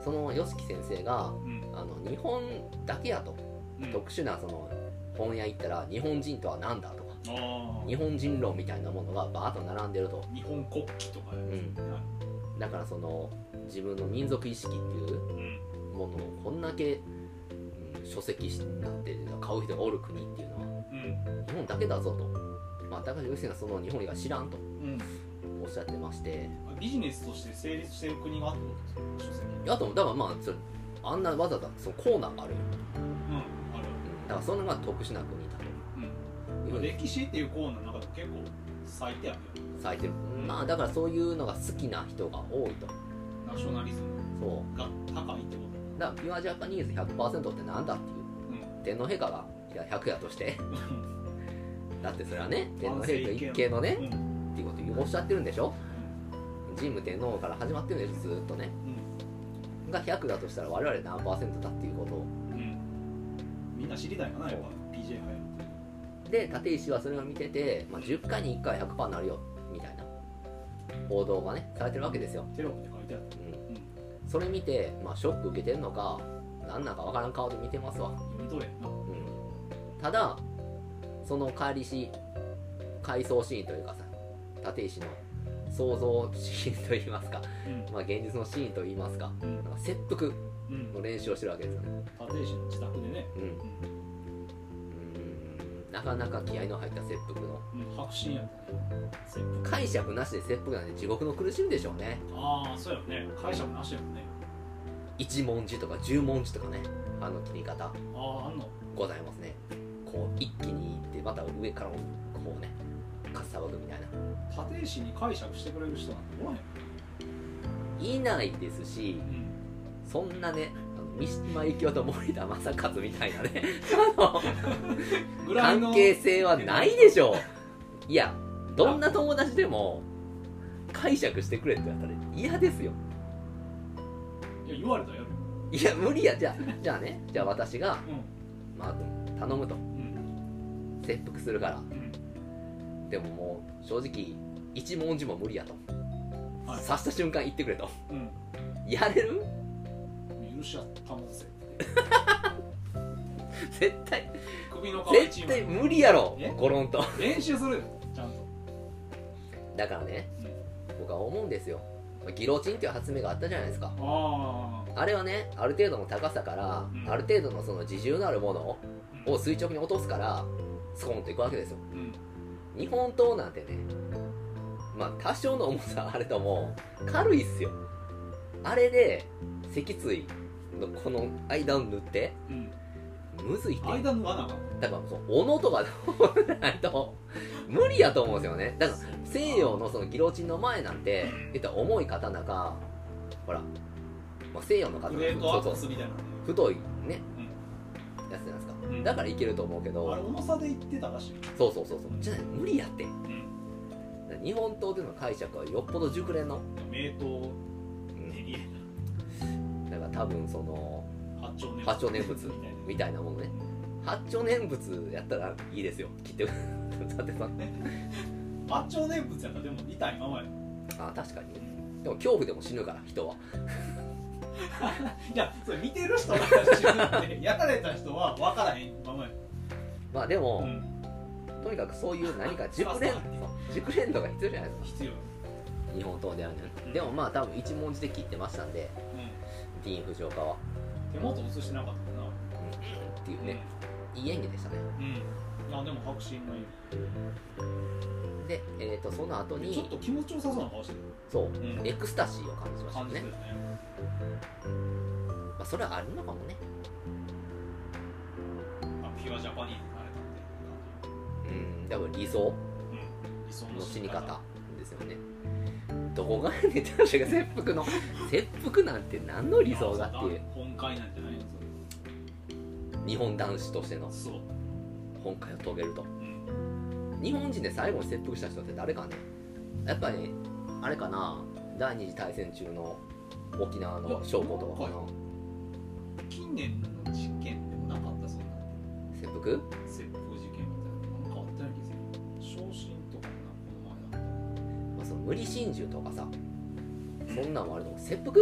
A: その YOSHIKI 先生が
B: うん
A: あの日本だけやと
B: うん
A: 特殊なその本屋行ったら日本人とは何だとか
B: あー
A: 日本人論みたいなものがバーッと並んでると
B: 日本国旗とかや
A: うん
B: つはい
A: だからその自分の民族意識っていう
B: うん
A: ものをこんだけ、うん、書籍なんて買う人がおる国っていうのは
B: うん
A: 日本だけだぞと、まあ、高橋良樹先生はその日本以外知らんと
B: うん
A: おっしゃってまして
B: ビジネスとして成立してる国があってことですよ書籍
A: あとだからまあそれあんなわざわざそのコーナーがあるよ、
B: うんある
A: うん、だからそんなのが特殊な国だという
B: う
A: ふ
B: ん
A: うに
B: 歴史っていうコーナーの中でも結構最低やね
A: 咲いてる、まあだからそういうのが好きな人が多いと
B: ナショナリズム
A: そ
B: が高いってこと
A: うだからピュアジャパニーズ100%ってなんだっていう天皇陛下がいや100やとしてだってそれはね天皇陛下一系のね
B: うん
A: っていうことをおっしゃってるんでしょ
B: う
A: 神武天皇から始まってるんでしょずーっとね
B: ん
A: が100だとしたら我々何パーセントだっていうことを
B: うんうんみんな知りたいかなやっぱ PJ 流行るって
A: で立石はそれを見てて、まあ、10回に1回は100%になるよみたいな報道がねされてるわけですよ、
B: テロって書いてあった
A: うん、それ見て、まあ、ショック受けてんのか何なんかわからん顔で見てますわ、
B: 読み取れんな
A: うん、ただその帰りし回想シーンというかさ立石の想像シーンといいますか、 [laughs]
B: うん
A: まあ、現実のシーンといいますか
B: うん
A: なんか切腹
B: うん
A: の練習をしてるわけですよね
B: 立石の自宅でね
A: うんう
B: う
A: ーんなかなか気合いの入った切腹の
B: んうん白真やったね切腹
A: 解釈なしで切腹なんて地獄の苦しみでしょうね
B: ああそうやろね解釈なしやもんね
A: 一文字とか十文字とかねあの切り方
B: あああんの
A: ございますねこう一気にいってまた上からこうねかっさばくみたいな
B: 立石に解釈してくれる人なんておらへん
A: いないですし
B: うん
A: そんなねあの三島由紀夫と森田正和みたいな
B: [laughs]
A: ねあの
B: ぐらいの
A: 関係性はないでしょういやどんな友達でも解釈してくれって言われたら嫌ですよ
B: いや言われたらやる
A: いや無理やじゃあじゃあねじゃあ私が、
B: う
A: まあ、頼むと
B: んうん
A: 切腹するから
B: うん
A: でももう正直一文字も無理やと、
B: はい
A: 刺した瞬間言ってくれと
B: うん
A: やれる
B: 許し合ったもんせ
A: 絶対
B: 首の皮一
A: 絶対
B: 枚
A: 無理やろ
B: え
A: ゴロンと
B: 練習するよちゃんと
A: だからね僕は思うんですよギロチンっていう発明があったじゃないですか
B: ああ
A: あれはねある程度の高さから、
B: うん
A: ある程度のその自重のあるものを垂直に落とすからスコーンといくわけですよ
B: うん
A: 日本刀なんてねまあ多少の重さはあれとも軽いっすよあれで脊椎のこの間を塗って
B: うん
A: むずいって
B: 間の穴が
A: だからその斧とかどうないと無理やと思うんですよねだから西洋のそのギロチンの前なんて言ったら重い刀かほら、まあ、西洋の刀
B: グレートア
A: そう
B: ック
A: そう
B: スみたいなね
A: 太いねやつじゃないですか
B: うん
A: だからいけると思うけ
B: あれ
A: ど
B: 重さで言ってたらしい
A: そうそうそうそうじゃない無理やって
B: うん
A: 日本刀での解釈はよっぽど熟練の、
B: 名刀
A: うん
B: 練り
A: だから多分その
B: 八丁根
A: 八丁念仏
B: みたいな
A: みたいなものね八丁念仏やったらいいですよ切 [laughs] ってだってさ
B: 八丁念仏やったらでも痛いままや
A: あ確かにでも恐怖でも死ぬから人はい
B: やそれ見てる人が知るんで焼かれた人は分からへんままや
A: まあでも、
B: うん
A: とにかくそういう何か熟練 [laughs] そう熟練度が必要じゃないですか
B: 必要
A: 日本刀であるね、
B: うん
A: でもまあ多分一文字で切ってましたんで
B: うん
A: ディーン・藤岡は、
B: 手元映してなかったかな
A: うんっていうねいい演技でしたね
B: うんうんいやでも確信がいい
A: で、えー、とその後
B: ちょっ
A: に
B: と気持ちよさそうな顔して
A: そう
B: るうん
A: エクスタシーを感じました
B: 感じだ
A: ね
B: よね
A: まあ、それはあるのかもね
B: あピュアジャパニーズになれたって
A: うん多分理想
B: うん理想の
A: の死に方ですよねどこがやねん [laughs] って話が切腹の切腹なんて何の理想がっていう
B: 本会なんてないの
A: 日本男子としての
B: そう、
A: 本会を遂げると
B: うん、
A: 日本人で最後に切腹した人って誰かねやっぱり、あれかな第二次大戦中の沖縄の将校とかかな
B: 近年の事件でもなかったそうな
A: 切腹
B: 切腹事件みたいなの変わってない気がする昇進とかもなこの前だ
A: まあ、その無理心中とかさそんなんもあるの切腹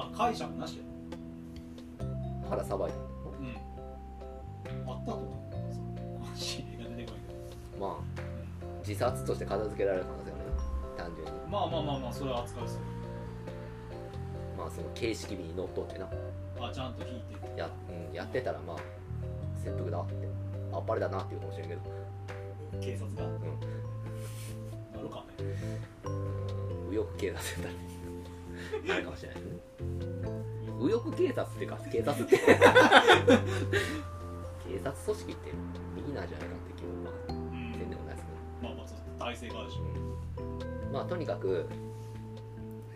B: あ解釈なしや
A: 腹さばいたの
B: うんあったと思う詳しい映画出てこない
A: まあ
B: けど、う
A: 自殺として片付けられる可能性はね単純に
B: ん、まあまあまあまあそれは扱うそう
A: まあその形式美にのっとってな
B: あちゃんと引いて
A: や,、うん、やってたらまあ切腹だってあっぱれだなっていうかもしれんけど
B: 警察が、うんなるかね
A: うん右翼警察やったら [laughs] あれかもしれないですね右翼警察っていうか警察って警察組織っていいなんじゃないかって気分は
B: うん
A: 全然もないですけど
B: まあまあそう体制があるし
A: まあとにかく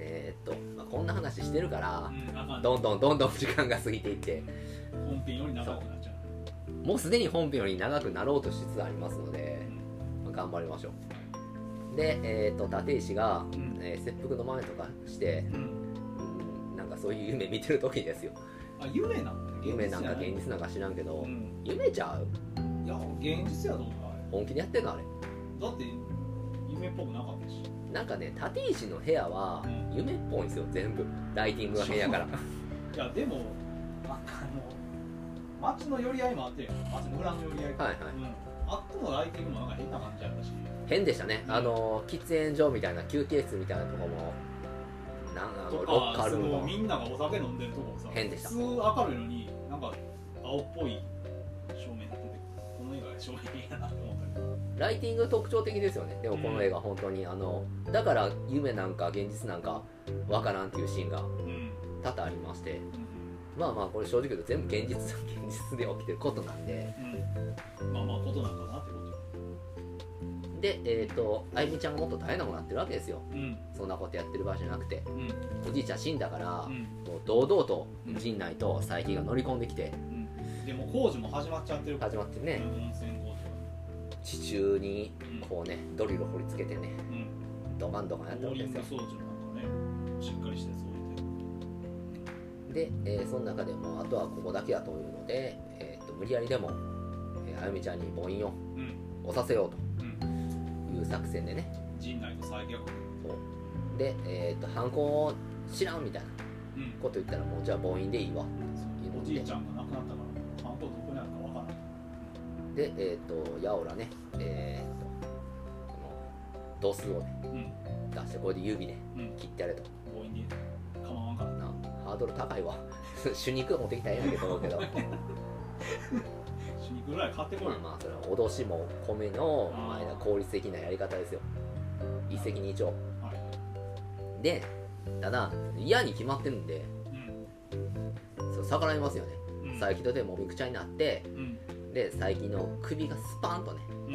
A: えーっと、まあ、こんな話してるから
B: うんあかん
A: どんどんどんどん時間が過ぎていって
B: 本編より長くなっちゃう
A: もうすでに本編より長くなろうとしつつありますので
B: うん
A: 頑張りましょうで、えー、と立石が、
B: うん
A: えー切腹の前とかして、
B: うん
A: うんなんかそういう夢見てる時ですよ
B: あ夢なんだね現実
A: 夢なんか
B: じゃい
A: 現実なんか知らんけど、
B: うん
A: 夢ちゃう
B: いや現実やと思うあれ
A: 本気でやってんのあれ
B: だって夢っぽくなかったし
A: なんかね立石の部屋は
B: うん
A: 夢っぽいんですよ全部ライティングが部屋から
B: いやでもああの街の寄り合いもあって街の裏の寄り合いか
A: はいはい
B: うん、あっこもライティングもなんか変な感じやったし
A: 変でしたねあの喫煙所みたいな休憩室みたいなとこもなんあ
B: と
A: のロッカ
B: か
A: ー
B: そ
A: ルーム
B: の
A: も
B: みんながお酒飲んでるとこもさ
A: 変でした
B: 普通明るいのになんか青っぽい照明になっててこの映画が照明やなと思ったけど
A: ライティング特徴的ですよねでもこの映画本当にあのだから夢なんか現実なんかわからんっていうシーンが
B: うん、
A: 多々ありましてまあまあこれ正直言うと全部現実 [laughs] 現実で起きてることなんで
B: うん、まあまあことなんかなってことよ
A: でえっ、とあゆみちゃんがもっと大変なことになってるわけですよ
B: うん
A: そんなことやってる場合じゃなくて
B: うん
A: おじいちゃん死んだから、
B: うん
A: もう堂々と陣内と佐伯が乗り込んできて
B: うんでも工事も始まっちゃってるから、
A: 始まってね
B: 温泉工事
A: 地中に
B: うん
A: こうねドリルを掘り付けてね
B: うん
A: ドカンドカンやった
B: ボ
A: わ
B: ー
A: け
B: リ
A: で
B: ン
A: す
B: グ
A: よ
B: 装置なんかねしっかりしてそうい
A: で、えーその中でもうあとはここだけだというので、えーっと無理やりでも、えーあゆみちゃんに母音を
B: てうん
A: 押させよう
B: うん
A: という作戦でね
B: 陣内と最悪
A: そうで、えーっと犯行を知らんみたいな
B: うん
A: こと言ったらもうじゃあ母音でいいわ
B: おじいちゃんが亡くなったから、犯行どこにあるかわからない。
A: でえーっとやおらねえーっとこの度数を、ね、
B: うん、
A: 出してこれで指で
B: うん、
A: 切ってやれと
B: 強引に構わんから。
A: なハードル高いわ [laughs] 主肉持ってきたらええんやけど思うけ
B: [laughs]
A: ど
B: 死にくぐらい買ってこい
A: まあ
B: よ。
A: まあそれは脅しも込めのまあ効率的なやり方ですよ一石二鳥
B: はい。
A: でただ嫌に決まってるんで
B: うん、
A: そう逆らいますよね
B: うん、
A: 佐伯とでもみくちゃになって
B: うん、
A: で佐伯の首がスパーンとね
B: う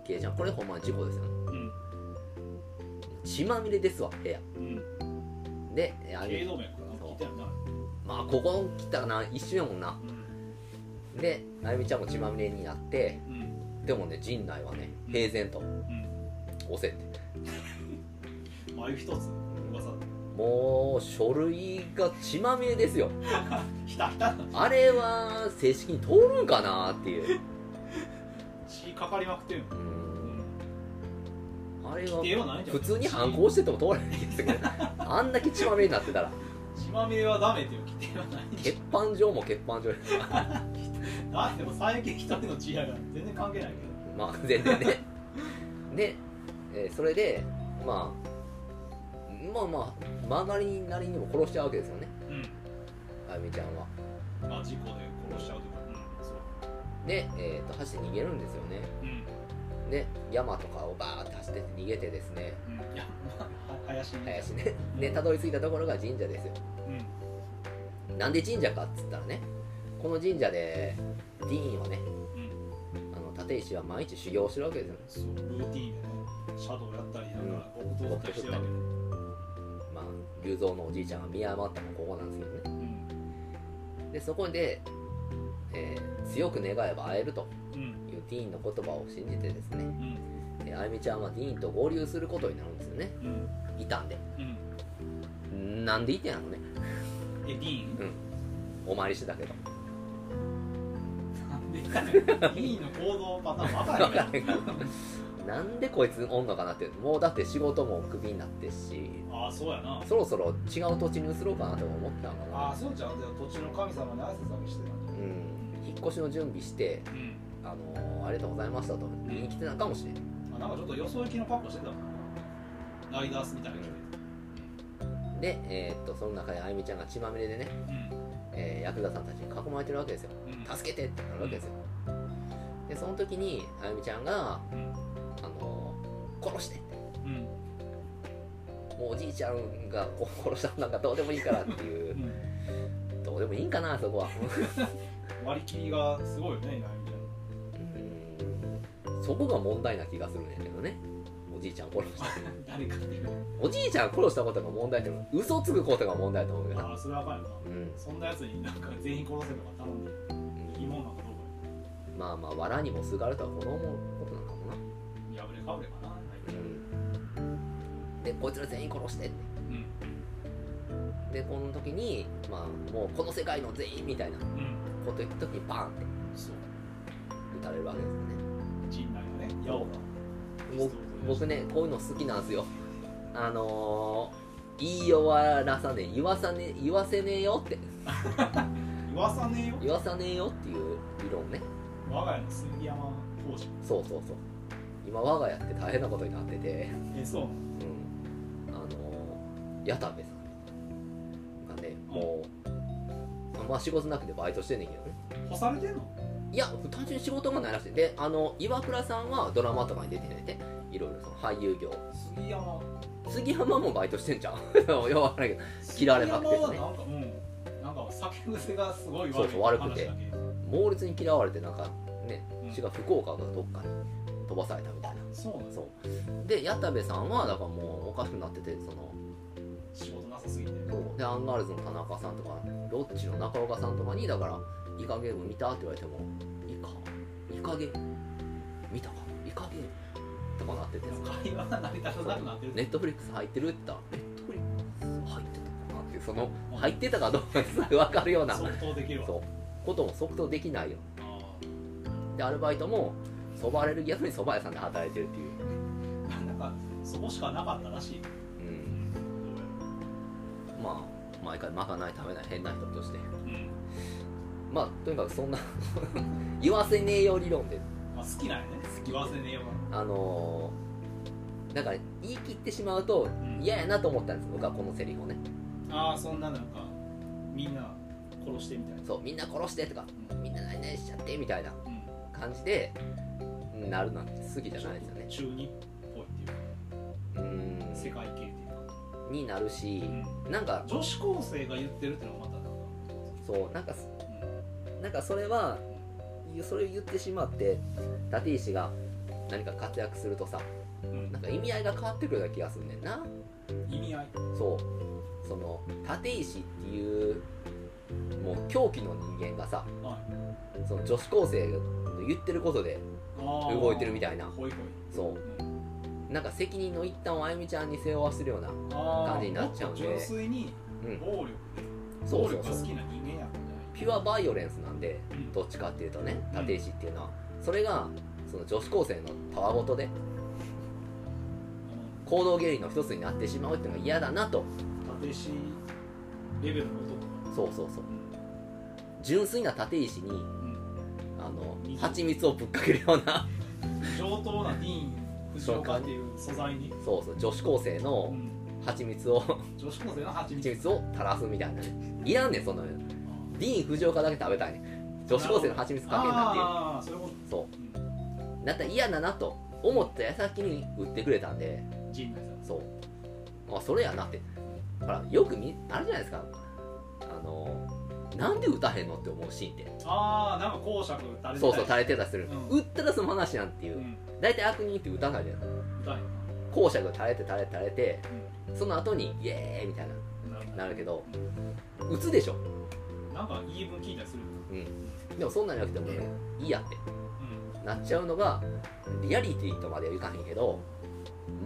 B: ん、
A: ケイちゃんこれほんまに事故ですよね
B: うん、
A: 血まみれですわ部屋
B: うん。
A: であ
B: 頸
A: れ
B: 動脈が聞いてるな。
A: まあここ来たらな一瞬やもんな
B: うん、
A: であゆみちゃんも血まみれになって
B: うん、
A: でもね陣内はね平然と押せって
B: うん。眉一つ、噂。
A: もう書類が血まみれですよ
B: ひたひた。
A: あれは正式に通るんかなっていう
B: 血かかりまくってる。
A: う
B: うんん。
A: あれ
B: 否
A: は
B: 定はないんじゃ
A: 普
B: ない。
A: 通に反抗してても通らないですけど [laughs] あんだけ血まみれになってたら
B: 血。血まみれはダメっていう否定はないんじ
A: 血板状も血板状
B: ゃない。だってもう最近一人の血やから全然関係ないけど。
A: まあ全然ねで、えーそれで、まあ、まあまあ曲がりなりにも殺しちゃうわけですよね
B: うん。
A: あゆみちゃんは
B: まあ事故で殺しちゃうとか。うん、そう。
A: で、えーと走って逃げるんですよね
B: うん。
A: で山とかをバーって走ってって逃げてですね
B: うんいや、林に。
A: 林ねでたどり着いたところが神社ですよ
B: うん。
A: なんで神社かっつったらねこの神社でディーンはね
B: うん。
A: あの立石は毎日修行をしてるわけですよ
B: そう、ルーティーンでね、シャドウやったり、なんか、僕とったりしてるわけで。
A: まあ龍造のおじいちゃんが見誤ったのもここなんですけどね
B: うん。
A: でそこで、えー強く願えば会えると
B: うん。
A: いうディーンの言葉を信じてですね、
B: うん。
A: えーあゆみちゃんはディーンと合流することになるんですよね
B: うん。
A: いたんで
B: うん。
A: なんでいてんやろね
B: え、ディーン
A: お参りしてたけど
B: なんでかね、ディーンの行動パターンばかりやね。
A: なんでこいつおんのかなってもうだって仕事もクビになってし
B: [laughs] ああ、そうやな。
A: そろそろ違う土地に移ろうかなとも思ったのか
B: ああ、
A: な
B: そうじゃん。じゃあ土地の神様に挨拶だけしてたんじ
A: うん引っ越しの準備して
B: ゃん。うん。
A: あのーありがとうございましたと言いに来てたかもしれん
B: あ、なんかちょっと予想行きのパックしてたもんライダースみたいな着て。
A: で、えーっとその中であゆみちゃんが血まみれでね、
B: うん。
A: えーヤクザさんたちに囲まれてるわけですよ
B: うん。
A: 助けてってなるわけですよでその時にあゆみちゃんが「
B: うん。
A: あのー殺して」って
B: うん。。
A: もうおじいちゃんがこう殺したのなんかどうでもいいからっていう [laughs] うんどうでもいいんかなそこは
B: 割り切りがすごいよね、今みたいな。
A: うんそこが問題な気がするんやけどねおじいちゃん殺した
B: 誰かっていう。
A: おじいちゃん殺したことが問題って嘘つくことが問題だと思うけど
B: ああ、それはあかんよな。
A: うん
B: そんなやつになんか全員殺せとか頼んで疑問なんかどうか
A: まあまあ藁にもすがるとはこの思うことなのかもな
B: 破れかファブレかな
A: うんでこいつら全員殺してって
B: うん
A: でこの時にまあもうこの世界の全員みたいなこ
B: うん
A: と言った時にバーンって
B: そう
A: 撃たれるわけですよね
B: 陣内のね八尾が
A: 僕僕ねこういうの好きなんですよあのー、言い終わらさねえ言わさねえ言わせねえよって
B: 言わさねえよ
A: 言わさねえよっていう理論ね
B: 我が家の杉山講師
A: そうそうそう今我が家って大変なことになってて
B: えそう
A: うんあのー、矢田部さんがねもうあんまあ仕事なくてバイトしてんねんけどね
B: 干されてんの
A: いや単純に仕事がないらしいであの岩倉さんはドラマとかに出てないでいろいろその俳優業
B: 杉山
A: 杉山もバイトしてんじゃん [laughs] よくわからんけど切られまくってたね
B: 杉山はなんかうんなんか酒癖がすごい悪い
A: そうそう悪くて
B: 話だけ
A: 猛烈に嫌われてなんかね
B: うん
A: 違う福岡がどっかに飛ばされたみたいな
B: そうなんです
A: そうで矢田部さんはだからもうおかしくなっててその
B: 仕事なさすぎて
A: そうでアンガールズの田中さんとかロッチの中岡さんとかにだから「イカゲーム見た?」って言われても「イカイカゲーム見たかイカゲーム?」とかなってて
B: 会話が成り立たなくなってる
A: ネットフリックス入ってるって言ったらネットフリックス入ってたかなっていうその入ってたかどうかすぐ分かるようなそう
B: 即答できるわ
A: ことも即答できないよ
B: あ
A: でアルバイトもそばアレルギーやのにそば屋さんで働いてるっていう、
B: ーなんかそこしかなかったらしいど
A: うん、
B: うや
A: まあ毎回まかない食べない変な人として
B: らうん
A: まあとにかくそんな [laughs] 言わせねえよ理論で
B: まあ好きなんやね言わせねえよ
A: あのー、なんか言い切ってしまうと
B: ん
A: 嫌やなと思ったんです僕はこのセリフをね
B: ああそんななんかみんな殺してみたいな
A: そうみんな殺してとか
B: うん
A: みんな何々しちゃってみたいな
B: うん
A: 感じでうんなるなんて好きじゃないですよね
B: 中二っぽいっていう
A: う
B: か世
A: ー
B: 界系っていうか
A: んになるし
B: うん
A: なんか
B: 女子高生が言ってるってのはまたなんか
A: そうなんかす
B: うん
A: なんかそれはそれを言ってしまって立石が何か活躍するとさなんか意味合いが変わってくるような気がするねんな
B: うん意味合い
A: そうその立石っていうもう狂気の人間がさ
B: はい
A: その女子高生の言ってることで
B: あー
A: 動いてるみたいな
B: ほいほい
A: そ
B: う
A: う
B: ん
A: なんか責任の一端をあゆみちゃんに背負わせてるような
B: あー
A: 感じになっちゃうんで
B: もと純粋に
A: うん
B: 暴力で
A: そう
B: 暴
A: そう
B: 力
A: そ
B: が好
A: う
B: きな人間やったんじ
A: ピュアバイオレンスなんで
B: ゃないうん
A: どっちかっていうとね
B: うん
A: 立石っていうのはそれがその女子高生のたわごとで行動原因の一つになってしまうっていうのが嫌だなと
B: あの立石レベルの男
A: そうそうそう
B: う
A: 純粋な立石に
B: んうん
A: あの蜂蜜をぶっかけるような
B: 上等なディーン藤岡っていう素材に、
A: そうそう女子高生
B: う
A: の
B: ん
A: 蜂蜜を
B: 女子高生の
A: 蜂
B: 蜂蜜
A: 蜜を垂らすみたいなねいらんねんそんなのディーン・藤岡だけ食べたいね女子高生の蜂蜜かけんなっていう
B: ああそういうこ
A: そ
B: と、
A: うだったら嫌だなと思った矢先に売ってくれたんで
B: うん、陣内さん
A: そうあそれやなってほらよくみあれじゃないですかあのなんで打たへんのって思うシーンって
B: ああなんか講釈垂れてたり
A: そうそう垂れてたりする、
B: うん
A: 打ったらその話なんていううん大体悪人って打たないじゃないですか
B: 歌い
A: 講釈が垂れて垂れて垂れてその後にイエーイみたい
B: な
A: ななるけど打つでしょ
B: なんか言い分聞いたりする、
A: でもそんなんじゃなくてもねいいやって
B: う
A: なっちゃうのがリアリティとまではいかへんけど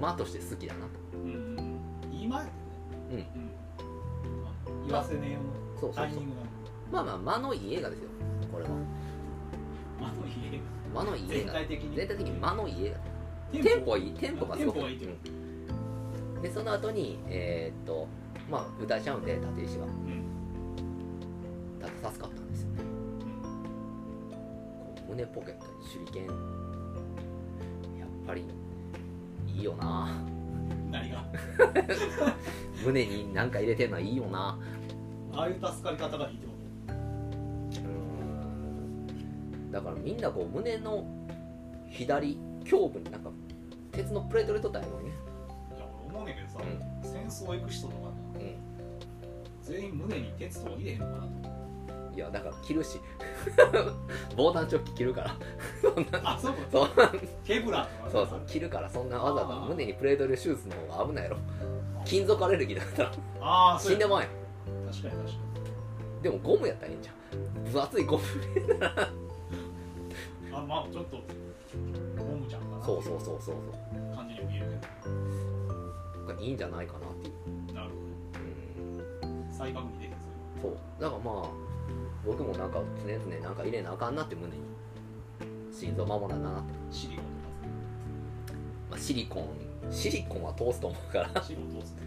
A: 間として好きだなと
B: んうん、今やね
A: うん
B: うんあ言わせねえよ
A: そう
B: の
A: そ
B: タ
A: う
B: イ
A: そう
B: ミングが
A: まあまあ間のいい映画ですよこれは
B: あの家
A: 間のいい映
B: 全
A: 画
B: 体的に
A: 全体的に間のいい映画テ
B: テ
A: ンポはいいテンポがすごく
B: テンポがいいってこ
A: うんでその後にえーっとまあ歌えちゃうんで立石は
B: うん
A: ただ助かったんですよね
B: うん
A: こう胸ポケットに手裏剣やっぱりいいよな
B: 何が
A: 胸に何か入れてんのはいいよな
B: ああいう助かり方がいいってこと
A: うんだからみんなこう胸の左胸部になんか鉄のプレートで取ったらいいのにね、
B: いや俺思うねんけどさ、
A: う
B: 戦争行く人とかな全員胸に鉄とか入れへんのかなと
A: いやだから着るし [laughs] 防弾チョッキ着るから
B: あそうか
A: そう
B: ケブラーとか
A: そうそう着るからそんなわざわざ胸にプレートで手術の方が危ないやろ金属アレルギーだったら
B: ああそう
A: 死んで
B: や
A: もあんや
B: 確かに確か
A: でもゴムやったらええんじゃん分厚いゴム
B: にあまあちょっとゴムちゃんがな
A: そうそうそうそうそ
B: 感じに見える
A: うがいいんじゃないかなっていう、
B: けどなる
A: う
B: ほ
A: ん、
B: ど再確認できるんですよ
A: そうだからまあ僕もなんか常々なんか入れなあかんなって胸に心臓守らなあって、
B: シリコンとか
A: [laughs] まあ、シリコンシリコンは通すと思うから
B: シリコン通すね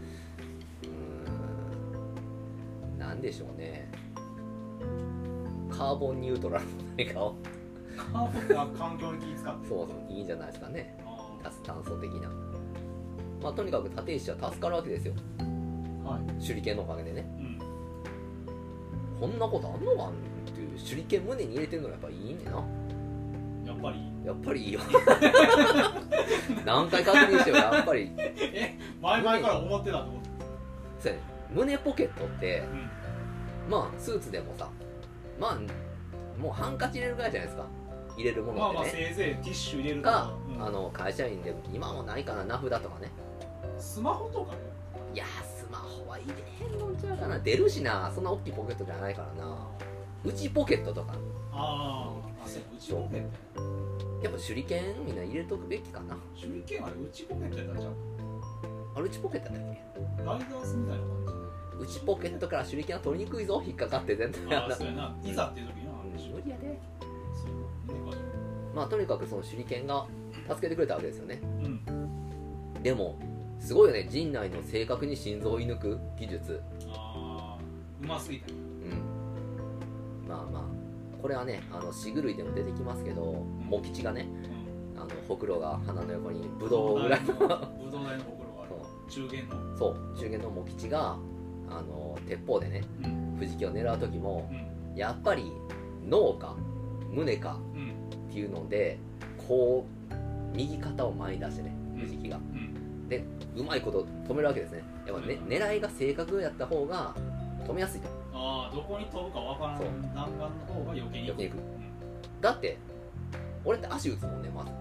A: うーんなんでしょうねカーボンニュートラルの何かを
B: カー
A: [laughs]
B: ボンは環境に気使って
A: そうそういいんじゃないですかね
B: あ
A: 脱炭素的なまあとにかく立石は助かるわけですよ
B: ーはい
A: 手裏剣のおかげでね
B: うん
A: こんなことあんのかっていう手裏剣胸に入れてるのがやっぱいいねんな
B: やっぱり
A: やっぱ
B: [laughs]
A: りいいよ何回確認してもやっぱり
B: 前々から思ってたと思って
A: そうやね胸ポケットって
B: うん
A: まあスーツでもさまあもうハンカチ入れるぐらいじゃないですか入れるも
B: ま
A: のっ
B: あ
A: てね、
B: まあせいぜいティッシュ入れると
A: が
B: か、、うん
A: あの会社員で今はもうないかな名札とかね
B: スマホとかね
A: いやースマホは入れへんのんちゃうかな出るしなそんな大きいポケットじゃないからな内ポケットとか
B: あーあそうや内ポケット
A: やっぱ手裏剣みんな入れとくべきかな
B: 手裏剣はね内ポケットやったんちゃう
A: あれ内ポケットだっ
B: ライダースみたいな感
A: け内ポケットから手裏剣は取りにくいぞ引っかかって全
B: じ
A: 体
B: で
A: が
B: ああそうやないざっていう時にはあ
A: うん
B: れでしょ
A: 無理やで
B: そういうのね
A: まあとにかくその手裏剣が助けてくれたわけですよね
B: うん
A: でもすごいよね陣内の正確に心臓を射抜く技術
B: ああうますぎたね
A: うんまあまあこれはねあのシグ類でも出てきますけど茂吉がね
B: うん
A: あのほくろが鼻の横にブドウぐらいの
B: ぶどう大のぶどう大の心がある
A: そ
B: 中元の
A: うそう中間の茂吉があの鉄砲でね
B: うん
A: 藤木を狙う時も
B: うん
A: やっぱり脳か胸か
B: うん
A: っていうのでこう右肩を前に出してね藤木が
B: うん
A: うまいこと止めるわけですねやっぱね
B: うん
A: 狙いが正確やった方が止めやすいと
B: ああどこに飛ぶかわからん
A: そう
B: 弾丸の方が余計
A: 余
B: に
A: 計に行く
B: うん
A: だって俺って足打つもんねまず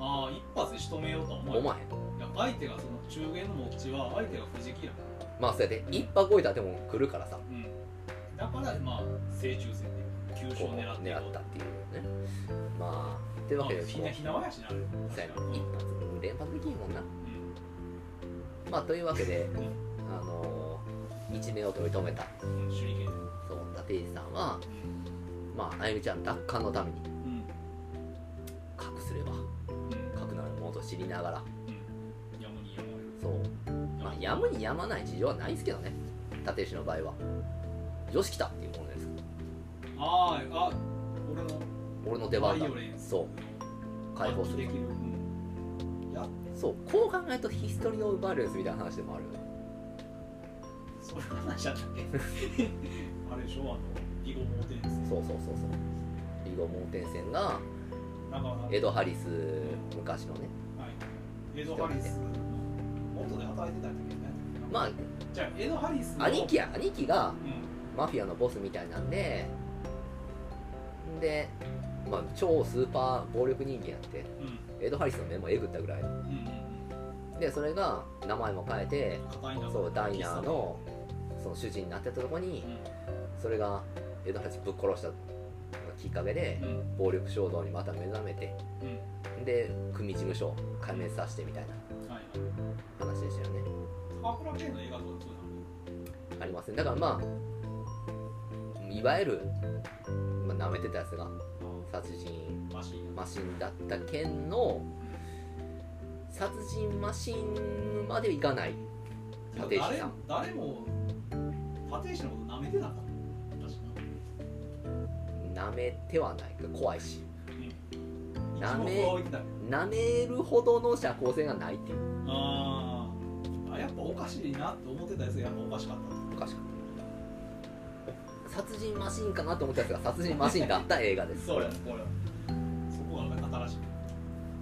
B: ああ一発で仕留めようとは思え
A: 思わへん
B: いや相手がその中元の持ちは相手が藤木やか
A: まあそうやって一発動いたでも来るからさ
B: ら、うん、だからまあ正中戦で急所
A: こ
B: を
A: う
B: 狙っていこ
A: 狙
B: う
A: ったっていうねまあという
B: ま
A: わ
B: あ
A: けで
B: ひなひなわやしなあれ
A: そうやな
B: うん
A: 一発連発できんもんなまあというわけであのー一命を取り留めた
B: うんうん手裏剣
A: そう立石さんはまああゆみちゃん奪還のために
B: うん
A: 核すれば
B: うん
A: 核なるものと知りながら
B: うんやむにやむ
A: そうまあやむにやまない事情はないですけどね立石の場合は女子来たっていうものです
B: あーあ俺の
A: 俺の出番
B: バ
A: だ
B: イオレンス
A: そう解放す
B: で
A: る
B: きる、うん、
A: そうこう考えるとヒストリー・オブ・バイオレンスみたいな話でもあるよね
B: そういう話だったっけあれでしょあの囲碁盲点ですね
A: そうそうそうそうリゴ盲点線が
B: なんかはい
A: エド・ハリス昔のね
B: エド・ハリスの元で働いてたんだけどね
A: まあ
B: じゃあエド・ハリスの
A: 兄貴や兄貴が
B: う
A: マフィアのボスみたいなんでで、まあ、超スーパー暴力人間やって
B: んうん
A: エド・ハリスの目もえぐったぐらい
B: うんうん
A: でそれが名前も変えて
B: うん硬いな
A: そうダイナーのその主人になってたとこにそれがエド・ハリスぶっ殺したきっかけで
B: うんうん
A: 暴力衝動にまた目覚めてで組事務所を壊滅させてみたいな
B: うんはい
A: 話でしたよね
B: 高倉健の映画とかそう
A: ありませんだからまあいわゆる、まあ、舐めてたやつが
B: なの
A: 殺人
B: マシン
A: マシンだった件の殺人マシンまでいかない立石
B: 誰
A: さん
B: 誰も立石のこと舐めてなかった確か
A: なめてはない怖いし
B: に
A: 舐め
B: 一目置いてたけど
A: なめるほどの社交性がないっていう
B: あーあやっぱおかしいなって思ってたやつがやっぱおかしかった
A: おかしかった殺人マシンかなと思ったやつが殺人マシンだった映画です
B: [laughs] そうやこれそこがなんか新し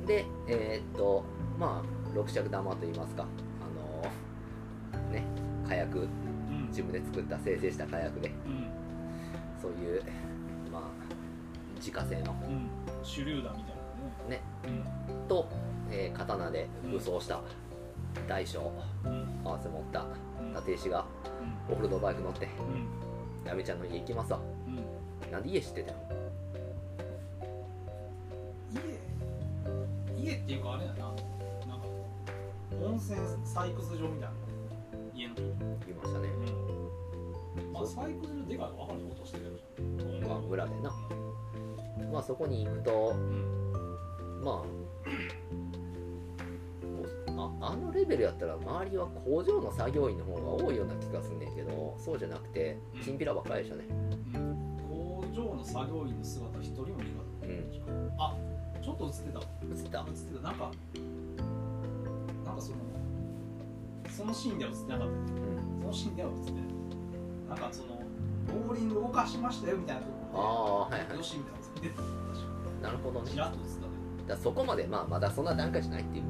B: い
A: でえーっとまあ六尺玉といいますかあのーね火薬
B: うん
A: 自分で作った生成した火薬で
B: うん
A: そういうまあ自家製の
B: うん手榴弾みたいなね
A: ねと、えー刀で武装した大将
B: うんうん
A: 合わせ持った
B: うん
A: 立石がオフロードバイク乗って
B: うん
A: なめちゃんの家行きますわ
B: うんうん
A: なんで家知ってたの
B: 家家っていうかあれやななんか温泉採掘場みたいな家の家、
A: 言いましたね
B: うん、まあ採掘場でかいの分かることしてるじゃん
A: まあ村でなまあそこに行くと
B: うん
A: まあもうああのレベルやったら周りは工場の作業員の方が多いような気がすんねんけどそうじゃなくて
B: うん
A: チンピラばっかりでしたね
B: うん工場の作業員の姿一人も見なかった
A: うん
B: あちょっと映ってた
A: 映った
B: 映ってたなんかなんかそのそのシーンでは映ってなかった
A: うん
B: そのシーンでは映ってないなんかそのボーリング動かしましたよみたいなと
A: あ
B: こ
A: あはい
B: ろで
A: は
B: よしみたいなの出てた
A: いなるほどね
B: ち
A: だから
B: っと映ってたけ
A: らそこまでまあまだそんな段階じゃないっていう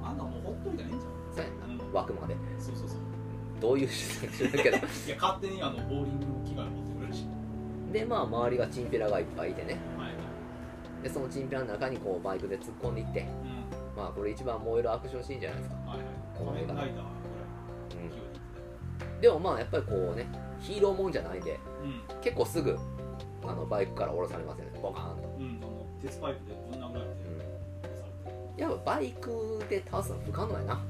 B: どあんなもうほっといたらいいんじゃ
A: そうやんな
B: うん
A: 枠まで
B: んそうそうそう
A: どういう手段か知らんけど [laughs]
B: いや勝手にあのボーリングの機械を持ってくれるし
A: でまあ周りがチンピラがいっぱいいてね
B: はいはい
A: でそのチンピラの中にこうバイクで突っ込んでいって
B: うん
A: まあこれ一番燃えるアクションシーンじゃないですか、
B: はいはい仮面ライダーぐらい勢いで
A: うん、でもまあやっぱりこうねヒーローもんじゃないんで
B: うん
A: 結構すぐあのバイクから降ろされますよねボカーンと、
B: うんあの鉄パイプでぶん殴られて殺されて
A: やっぱバイクで倒すの不可能やな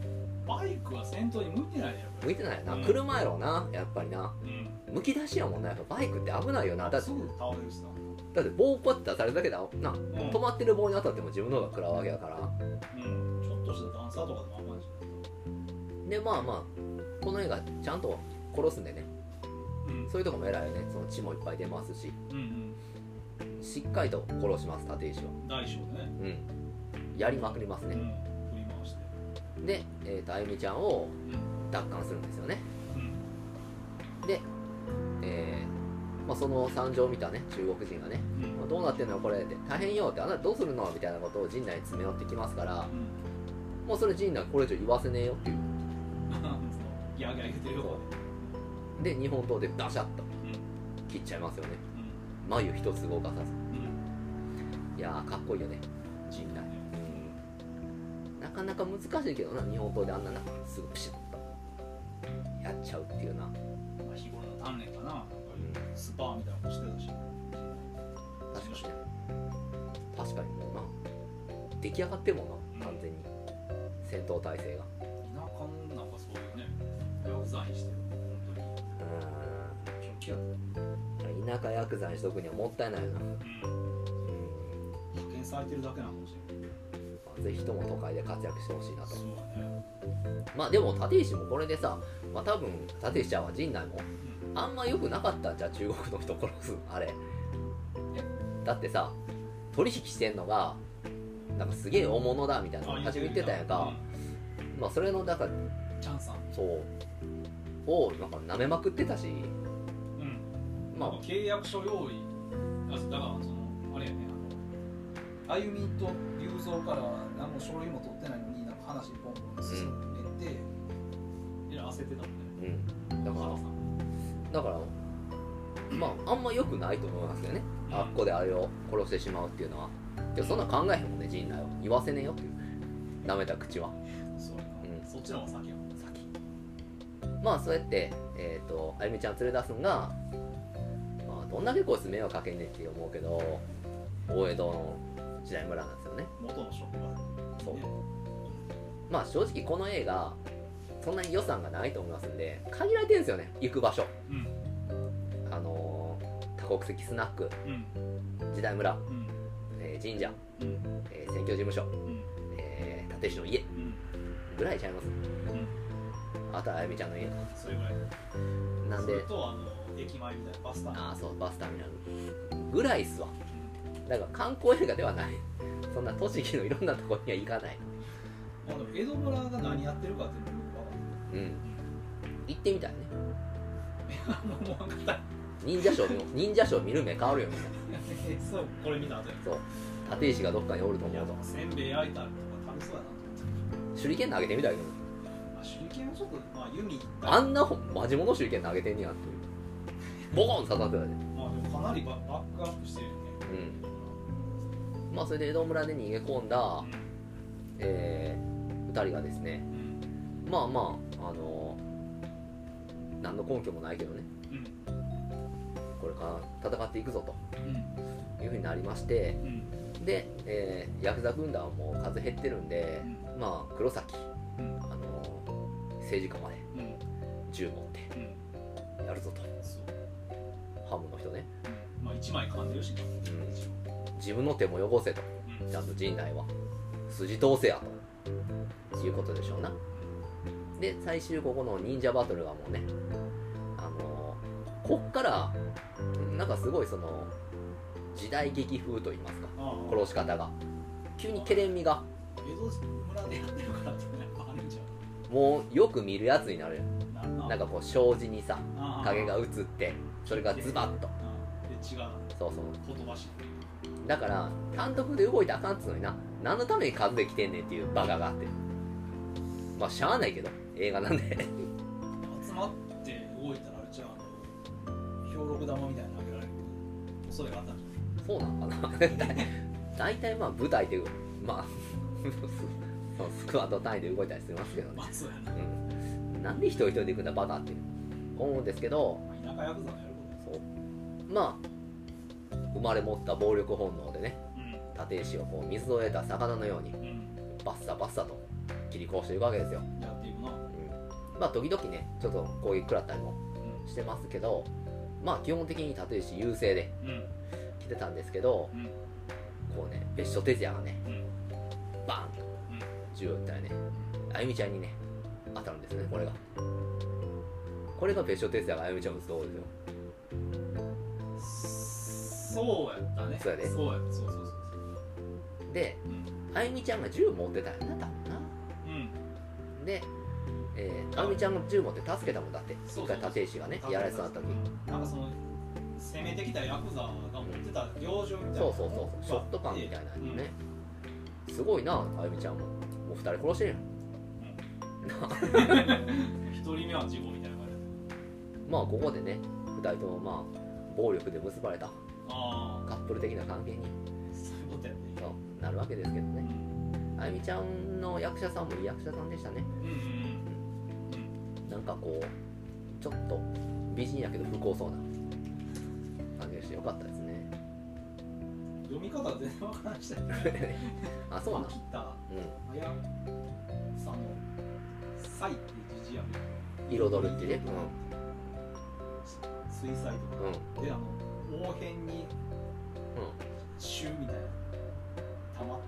B: バイクは先頭に向いてないねやっぱ
A: 向
B: り
A: いてないよな、
B: うん
A: 車やろうなやっぱりな
B: うん
A: むき出しやもんなやっぱバイクって危ないよなだって
B: すぐ倒れるしさ、
A: だって棒パッて出されるだけだな
B: うん
A: 止まってる棒に当たっても自分の方が食らうわけだから
B: うん、ちょっとした段差とかでもあんまりしない
A: でまあまあこの映画ちゃんと殺すんでね
B: うん
A: そういうとこも偉いよねその血もいっぱい出ますし
B: うん
A: しっかりと殺します立石は
B: うん大小ね
A: うんやりまくります
B: うん
A: ね、
B: 振り回して
A: で、えー、とあゆみちゃんを
B: うん
A: 奪還するんですよね
B: うん
A: えーまあ、その惨状を見たね中国人がね、
B: うん
A: まあどうなってんのこれって大変よってあなたどうするのみたいなことを陣内に詰め寄ってきますからもうそれ陣内これ以上言わせねえよっていう
B: うんそのギャーギャー言ってるよこ
A: で日本刀でダシャッと
B: で
A: 切っちゃいますよね
B: うん
A: 眉一つ動かさず
B: うんうん
A: いやーかっこいいよね陣内なかなか難しいけどな日本刀であんななすぐピシッとやっちゃうっていうな
B: まあ日頃の鍛錬かななんかスパーみたいなのもしてたし
A: 確かに確かにもうな出来上がってるもんな完全に戦闘態勢が
B: 田舎のなんかそういうね薬剤にしてる
A: うん
B: 本当に初期やった
A: 田舎薬剤にしとくにはもったいないよな、うん
B: うん派遣されてるだけなのかもしれない
A: まあぜひとも都会で活躍してほしいなと
B: そうだね
A: まあでも立石もこれでさ、まあ、多分立石ちゃんは陣内も
B: う
A: あんま良くなかったんじゃう中国の人 [laughs] 殺すあれだってさ取引してんのがなんかすげえ大物だみたいなの
B: あ
A: 初め言ってたやんか、まあそれのだから
B: うんチャンさん
A: そうをなんか舐めまくってたし
B: うん
A: まあ
B: 契約書用意あだからそのあれやねあの歩みと雄三から何の書類も取ってないのになんか話ポンポン進めて、えらい焦ってたもんね
A: うんだから
B: 原さん
A: だからまああんま良くないと思いますよねあっこであれを殺してしまうっていうのはでもそんな考えへんもんね陣内は言わせねえよっていう舐めた口は
B: そうやな
A: うん
B: そっちの方が先やもん
A: 先まあそうやって、えー、とあゆみちゃん連れ出すんが、まあ、どんだけこいつ迷惑かけんねんって思うけど大江戸の時代村なんですよね
B: 元の職場
A: そう
B: ね
A: まあ正直この映画そんなに予算がないと思いますんで限られてるんですよね行く場所
B: うん
A: あのー多国籍スナック
B: うん
A: 時代村、
B: うん
A: えー神社、
B: うん
A: えー選挙事務所
B: うん
A: えー、立石の家
B: うん
A: ぐらいちゃいます
B: うん
A: あとはあやみちゃんの家
B: それぐらい
A: なん
B: それ
A: で
B: とあの駅前みたいなバスターミナ
A: ああそうバスターミナルぐらいっすわ
B: ル
A: だから観光映画ではない [laughs] そんな栃木のいろんなとこには行かない
B: うんあの江戸村が何やってるかっていうのがよ
A: うん行ってみたいね
B: く分かんないもう分かっ
A: 忍者ショーでも [laughs] 忍者ショー見る目変わるよみん
B: たそうこれ見た後や
A: なそう立石がどっかにおると
B: い
A: 思
B: や
A: うと
B: せんべい焼いたりとか食べそうやなと思って
A: 手裏剣投げてみたいけど
B: まあ、手裏剣はちょっと、まあ、弓
A: あ
B: あ
A: んなほんマジモの手裏剣投げてんねやっていうボコン刺さってたで
B: まあでもかなりババックアップしてるよね
A: うんまあそれで江戸村で逃げ込んだえー、2人がですね
B: うんうん
A: まあまああのー何の根拠もないけどね
B: うん
A: これから戦っていくぞ
B: うん
A: というふうになりまして
B: うん
A: で、えーヤクザ軍団はもう数減ってるんで、まあ、黒崎、
B: うん
A: あの政治家まで
B: うんうん
A: 銃持って
B: うん
A: やるぞと
B: そう
A: ハムの人ね、
B: うんまあ一枚噛んでるしな
A: うん、
B: 一応
A: 自分の手も汚せと
B: うん
A: ちゃんと陣内は筋通せやということでしょうなで最終ここの忍者バトルはもうねあのーこっからなんかすごいその時代劇風と言いますか
B: ああ
A: 殺し方が急にけれんみが
B: 江戸村でやってるからってなんかあるんじゃ
A: もうよく見るやつになる
B: んなんな
A: なんかこう障子にさ
B: ああ
A: 影が映ってそれがズバッと
B: うんで違う
A: そうそう
B: 言葉しって
A: だから単独で動いたらあかんっつうのにな何のために数で来てんねんっていうバカがあってまあしゃあないけど映画なんで [laughs]
B: 集まって動いたらあれじゃあの兵六玉みたいに投げられる恐れがあったんじゃ
A: そうなんかな [laughs] 大体まあ舞台でまあ [laughs] そうスクワット単位で動いたりしますけどね
B: ないまあそうやな
A: うんなんで一人一人で行くんだバカって思うんですけど
B: 田舎ヤクザのやること
A: そ
B: です
A: うまあ生まれ持った暴力本能でね
B: う
A: 立石をこう水を得た魚のように
B: んうん
A: バッサバッサと切り殺していくわけですよ、
B: やっていくな
A: うん、まあ時々ねちょっと攻撃食らったりも
B: う
A: してますけどまあ基本的に立石優勢で
B: んうん
A: 来てたんですけど
B: うん
A: こうね別所哲也がね
B: うん
A: バーンと銃を撃ったらねあゆみちゃんにね当たるんですねこれがこれが別所哲也があゆみちゃんを撃つところですよ
B: そうやったね
A: そうやで
B: そうやったそうそうそうそう
A: で
B: うん
A: あゆみちゃんが銃持ってたんやな多分な
B: うん
A: で、えーあゆみちゃんが銃持って助けたもんだって
B: そ
A: 一
B: うそう
A: 回立石がねやられそうなった時
B: なんかその攻めてきたヤクザが持ってた猟銃みたいな
A: そうそうそうそうショットガンみたいなのね、すごいなあゆみちゃんももう2人殺してるやん
B: うん一人目は事故みたいな感じ
A: まあここでね2人ともまあ暴力で結ばれた
B: ああ
A: カップル的な関係に
B: そういうことやって
A: そうなるわけですけど
B: う
A: ね
B: ん
A: あゆみちゃんの役者さんもいい役者さんでしたね
B: うんうん
A: なんかこうちょっと美人やけど不幸そうな感じがしてよかったですね [laughs]
B: うん読み方全然わからんしたよ
A: あそうな
B: 切った
A: う
B: あやさんの「サイ」っていう字字やね
A: ん彩るってね
B: 水彩と
A: うんうん
B: かであの応変に
A: うん
B: 「シュ」みたいな玉ま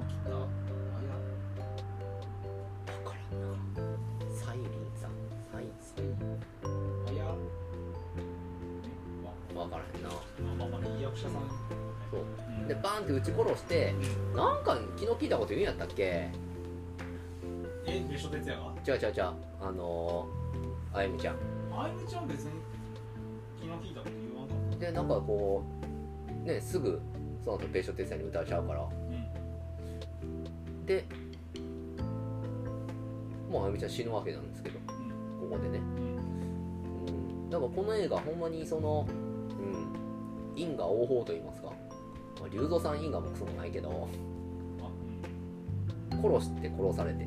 B: あ切ったあや
A: 分からんなサイリンさんサイ
B: サイあやま
A: 分からへんな
B: あまあまあいい役者さん
A: そう
B: うん
A: でバーンって撃ち殺してなんか気の利いたこと言うんやったっけ
B: え別所哲也が
A: 違う違う違うあのー、あゆみちゃん
B: あゆみちゃん別に気の利いたこと言わんかった
A: でなんかこうねすぐその後ペイショテに歌われちゃうから
B: うん
A: でもうあゆみちゃん死ぬわけなんですけどこ
B: うん
A: こでね
B: うん
A: うんだからこの映画ほんまにそのうん因果応報と言いますかまあ龍造さん因果もクソもないけど
B: あうん
A: 殺して殺されて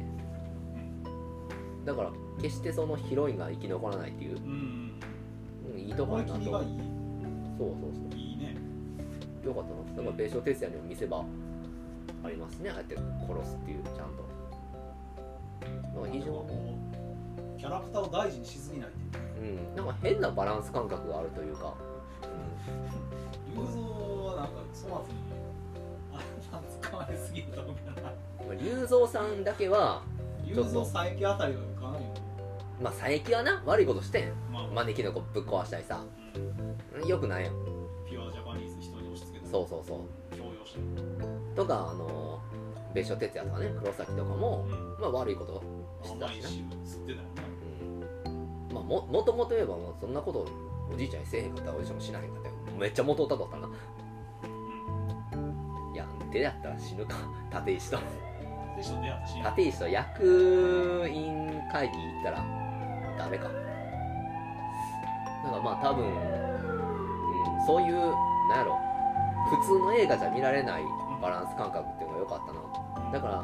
A: だから決してそのヒロインが生き残らないっていう、
B: うんうん
A: うん、いいと
B: うん
A: こ
B: 思
A: や
B: い
A: な
B: 切
A: と
B: り
A: そ
B: が
A: う
B: いい
A: そう
B: いいね
A: そうよかったなだから別所哲也にも見せ場ありますねああやって殺すっていうちゃんとなんか非常に
B: こうキャラクターを大事にしすぎないっていう
A: うんなんか変なバランス感覚があるというか、
B: 龍造はなんか粗末にあんま使われすぎると思うけどな
A: うん、龍造さんだけは
B: 龍造佐伯あたりは浮かないよね
A: まあ佐伯はな悪いことしてん
B: まあ、
A: 招き猫ぶっ壊したりさ
B: うん
A: よくないやん
B: ピュアジャパニーズ人に押し付けて
A: そうそうそう
B: 強要してる
A: とかあのー別所哲也とかね黒崎とかも、
B: うん
A: まあ、悪いことしてた
B: 甘
A: し
B: い
A: な
B: 汁吸ってたよな
A: うんまあ、ももともと言えばもうそんなことをおじいちゃんにせえへんかったらおじいちゃんもしなへんかったよめっちゃ元をたどったな
B: うん
A: いや出会ったら死ぬか [laughs] 立石と
B: でしょ出会ったし
A: 立石と役員会議行ったらダメかなんかまあ多分、うん、そういうなんやろ普通の映画じゃ見られないバランス感覚っていうのが良かったなだから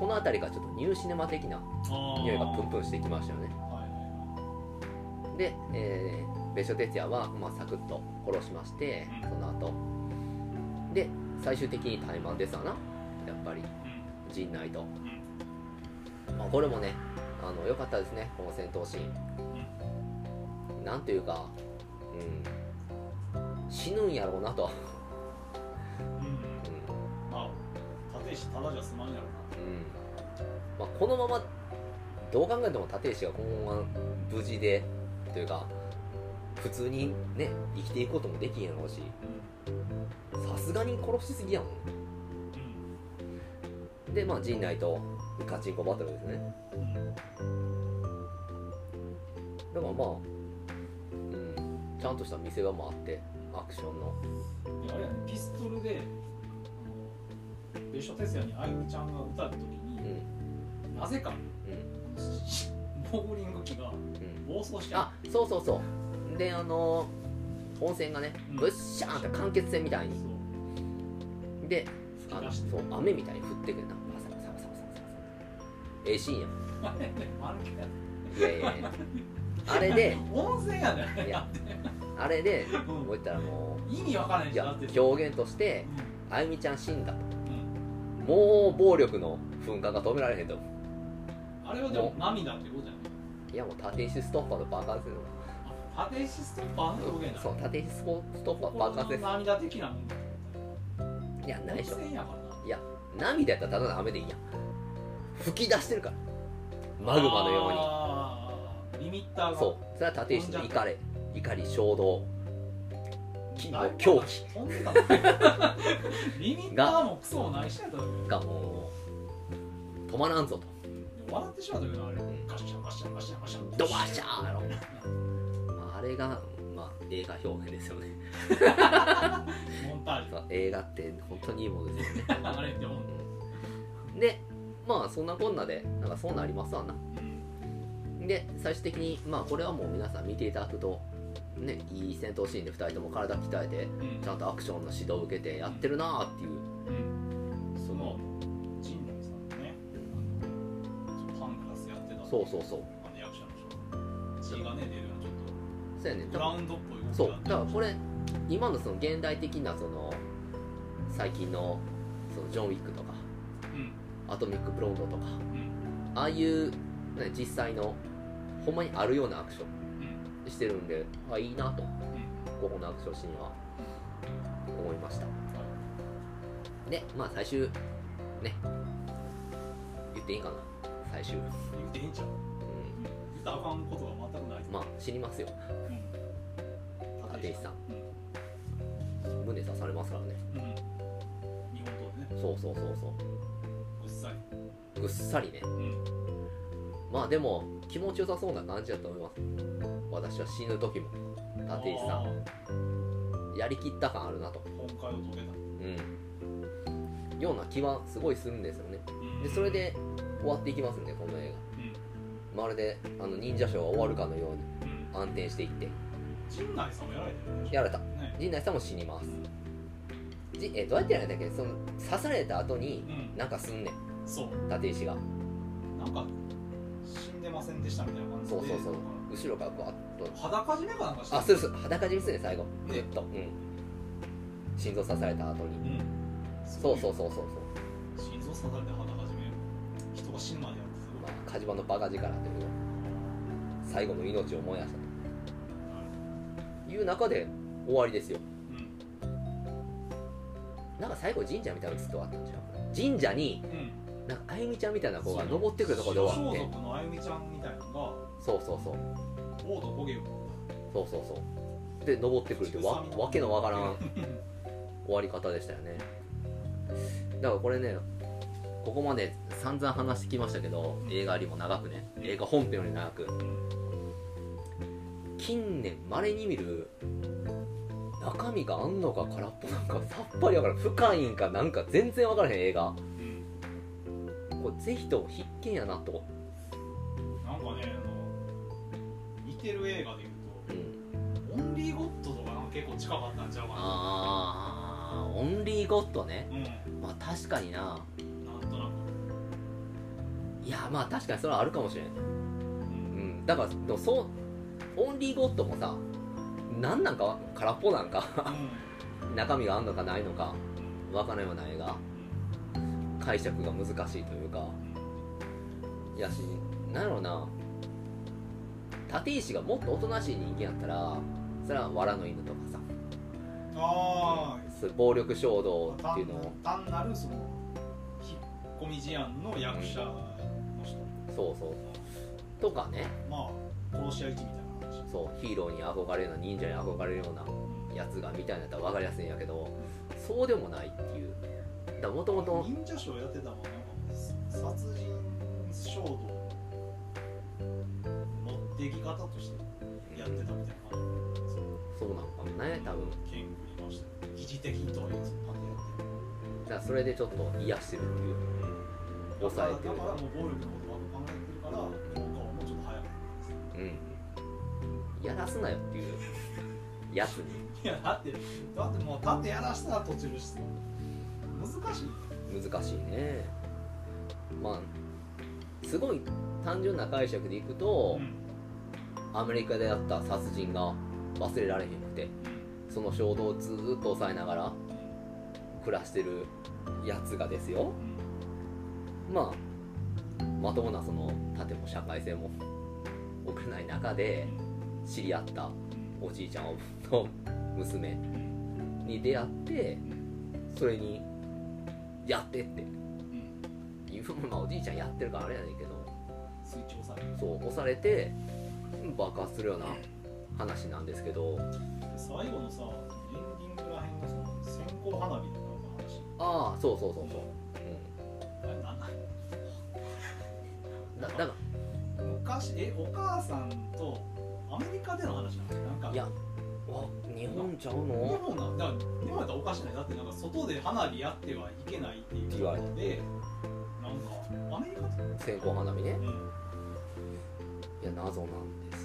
A: この辺りがちょっとニューシネマ的な匂いがプンプンしてきましたよね
B: あーはいは
A: で、えー別所哲也は、まあ、サクッと殺しまして
B: うん
A: その後で最終的に対マンですわなやっぱり陣内と、まあ、これもねあの良かったですねこの戦闘シーン、なんというか、うん、死ぬんやろうなと、う
B: まあ立石ただじゃ済まんや
A: んう
B: ろ
A: んまあ、このままどう考えても立石がこのまま無事でというか普通にね生きていくこともできんやろうしさすがに殺しすぎやもんでまあ陣内とガチンコバトルですね
B: なうんうん
A: だからまあ、うん、ちゃんとした見せ場もあってアクションの
B: であれやねピストルであの別所哲也にあゆみちゃんが歌う時
A: うん
B: に、なぜか
A: うん
B: ボーリング機が
A: うん
B: 暴走して
A: あそうそうそうであの温泉がね
B: うん
A: ブッシャーンって間欠泉みたい
B: そう
A: にであ
B: 吹き
A: の
B: 出し
A: そ
B: て
A: う雨みたいに降ってくるなパサパサパサパサパサええシーンやん
B: あれねあの
A: いやいやいやあれで
B: 温泉やね
A: いやあれで
B: う
A: も
B: ん
A: う言ったらも
B: 意味わから
A: う
B: へん
A: い
B: しだ
A: や
B: って
A: 表現としてあゆみちゃん死んだともう暴力の噴火が止められへんと
B: あれはでも涙ってことじゃない
A: いやもう立石ストッパーの爆発ですよ
B: あ立石ストッパーの表現な
A: そう、縦スポストッパー爆発で
B: 涙的なもん
A: す。いや、ない
B: 温
A: でしょ。
B: 泉やからな
A: 涙やったらただの雨でいいやん。吹き出してるから。マグマのよ
B: ようにリミッター
A: うに。
B: が
A: そう、それは立石の怒れ、怒り、衝動、金の
B: 大根
A: 狂気
B: 飛んでたもんリミッターもクソもないしやったけど
A: がもう、止まらんぞ
B: 笑ってしまったけどあれ
A: ん
B: ガシャンガシャンガシャンガシャン
A: と。ドバシャーやろ。まあ、あれが、まあ、映画表現ですよね。 [laughs]
B: モンタージ
A: まあ映画って本当にいいものですよね。
B: ュあれって思う
A: うんで、まあ、そんなこんなで、なんかそうなりますわな。で最終的にまあこれはもう皆さん見ていただくとねいい戦闘シーンで2人とも体鍛えて
B: うん
A: ちゃんとアクションの指導を受けてやってるなーっていう
B: うんその陣内さんのねあのちょっとファンクラスやってた
A: そうそうそう
B: あの役者の人血がね出るようなちょっ
A: そうやねだか
B: とグラ
A: ら
B: ウンドっぽい動き
A: そう
B: があって
A: だからこれ今のその現代的なその最近のそのジョン・ウィックとか
B: うん
A: アトミック・ブロンドとか
B: うん
A: ああいう、ね、実際のほんまにあるようなアクショ
B: うん
A: ンしてるんであいいなと
B: うん
A: ここのアクションシーンは思いましたでまあ最終ね言っていいかな最終
B: 言っていいんちゃう
A: うん
B: 言ったらあかんことが全くない
A: まあ知りますよ
B: うん
A: 立石さん
B: うん
A: 胸刺されますからね
B: うん日本刀でね
A: そうそうそうそ
B: ごっさり
A: うぐっさりね
B: うん
A: まあでも気持ちよさそうな感じだと思います私は死ぬ時も立石さ
B: あ
A: んやりきった感あるなと
B: ー本会を遂げた
A: うんような気はすごいするんですよね
B: うん
A: でそれで終わっていきますんでこの映
B: うん
A: 画まるであの忍者ショーが終わるかのように
B: うん
A: 暗転していって
B: 陣内さんもやられてるでし
A: やられた
B: ょね
A: 陣内さんも死にますじえどうやってやられたっけその刺された後に
B: うん
A: なんかすんねん
B: そう
A: 立石が
B: なんか死んでませんでしたみたいな感じで
A: そうそうそう
B: なんか
A: 後ろからこうあっと
B: 裸締めかなんかして
A: あそうです裸締めするね最後
B: ね
A: ずっと、うん、心臓刺された後に
B: うん
A: そうそううそうそうそう、
B: 心臓刺されて裸締め人が死ぬまでやるってすごい
A: まあ、火事場のバカ力というの最後の命を燃やしたという中で終わりですよ
B: うん
A: なんか最後神社みたいなのずっとあったんじゃん神社に
B: うん
A: なんかあゆみちゃんみたいな子が登ってくるところで終わって
B: 白装束のあゆみちゃんみたいなのが
A: そうそうそう
B: 王と焦げを
A: そうそうそうで登ってくるってわわけのわ [laughs] からん終わり方でしたよねだからこれねここまで散々話してきましたけど映画よりも長くね映画本編より長く近年まれに見る中身があんのか空っぽなんかさっぱりわからん深いんかなんか全然わからへん映画
B: うん
A: これぜひとも必見やなと、
B: なんかねあの似てる映画でいう
A: うん、
B: とオンリーゴッドとかなんか結構近かったんちゃうかな
A: あーオンリーゴッドね
B: うん
A: まあ確かにな
B: なんとなく
A: いやまあ確かにそれはあるかもしれん
B: うん
A: うん、だからでもそうオンリーゴッドもさ何なんか空っぽなんか中身があんのかないのか
B: うん
A: わからんような絵が解釈が難しいというかやしなんやろうな立石がもっとおとなしい人間やったらそれは藁の犬とかさ
B: あ
A: そういう暴力衝動
B: あ
A: っていうのを
B: 単単なるその引っ込み思案の役者の人、
A: そうそうとかね
B: まあ殺し合い地みたいな話
A: そうヒーローに憧れるような忍者に憧れるようなやつがみたいなやったら分かりやすいんやけどそうでもないっていうだからもともと
B: 忍者ショーやってたのはなんか殺人衝動の持っていき方としてやってたみたいな感じそう
A: そうなのかもね多分
B: 剣振りましたよ疑似的とは言うんですよパンでやってる
A: じゃあそれでちょっと癒してるっていう抑えて
B: だ
A: る
B: からだからもう暴力のことばっか考えてるから効果はもうちょっと早く
A: うんやらすなよっていうやつに
B: いやだってだってもう立ってやらしたら途中ですよ難しい
A: 難しいねまあすごい単純な解釈でいくと、アメリカであった殺人が忘れられへんくてその衝動をずーっと抑えながら暮らしてるやつがですよまあまともなその盾も社会性も送れない中で知り合ったおじいちゃんの娘に出会ってそれにやってっていうまあおじいちゃんやってるからあれやねんけど
B: スイッチ押さえる
A: そう押されて爆発するような話なんですけど
B: 最後のさエンディングらへんのその線香花火とかの話
A: ああそうそうそうそう、
B: あれなんなん
A: うん、だだか
B: 昔えお母さんとアメリカでの話なのなんから
A: いやあ日本ちゃう
B: 日
A: の
B: 本なんだから日本やったらおかしないだってなんか外で花火やってはいけないっていうことでなんかアメリカと
A: 線香花火ね
B: うん
A: いや謎なんで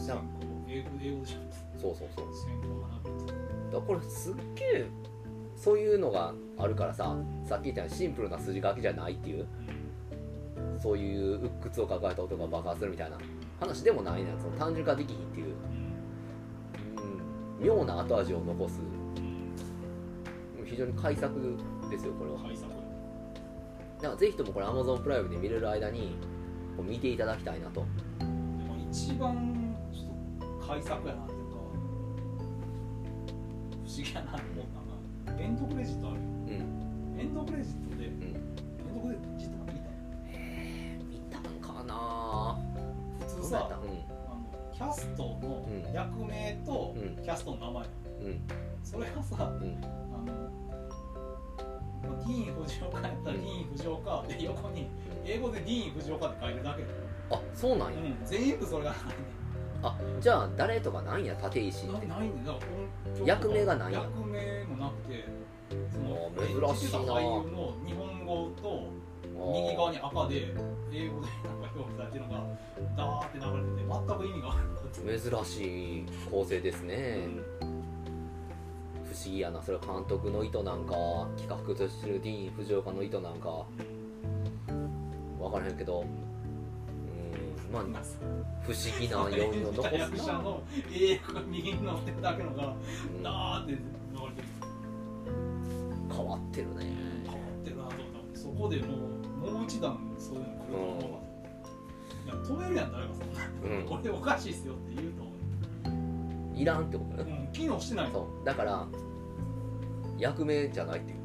A: すよ
B: 線香英語英語でしょ
A: そうそうそう
B: 線香花火って
A: だからこれすっげえそういうのがあるからささっき言ったようにシンプルな筋書きじゃないっていうそういう鬱屈を抱えた男が爆発するみたいな話でもないのよその単純化できひんっていう、うん、妙な後味を残す非常に改作ですよこれは
B: 改作
A: だからぜひともこれ Amazon プライムで見れる間にこう見ていただきたいなと
B: でも一番ちょっと改作やなっていうか不思議やなと思ったのがエンドクレジットある
A: うん
B: エンドクレジットでエン
A: うん
B: ドクレジットが見た
A: 見たんかな
B: 普
A: どう
B: 通
A: やっ
B: さ
A: た
B: あ
A: う
B: のキャストの役名と
A: うん
B: キャストの名前、
A: んうん
B: それが
A: うん
B: さあの、まあ、ディーン・フジオカやったら
A: うん
B: ディーン・フジオカで横に英語でディーン・フジオカって書いてるだけで、
A: あそうなんや
B: うん、全部それがないね
A: あじゃあ誰とかなんや立石って
B: なないねんだから音響
A: 役名がないんや
B: 役名もなくてその
A: あー珍しいな
B: 演じてた俳優の日本語と右側に赤で英語でなんか表記されてるのがダーって流れてて全く意味が分からなかった
A: 珍しい構成ですね、不思議やなそれは監督の意図なんか企画としてるディーン・藤岡の意図なんか分からへんけどうんまあ
B: うん
A: 不思議な要因を残す
B: 役者
A: な、
B: の英語が右に乗ってるだけのが
A: うん
B: ダーって流れてる
A: 変わってるね
B: 変わってるなと思ったそこでもうもう一段そういうの来ると思うわいや止めるやん誰かそんな
A: うん
B: これおかしいっすよって言うと思
A: いらんってこと
B: う
A: ね
B: うん機能してないの
A: そうだから役名じゃないっていう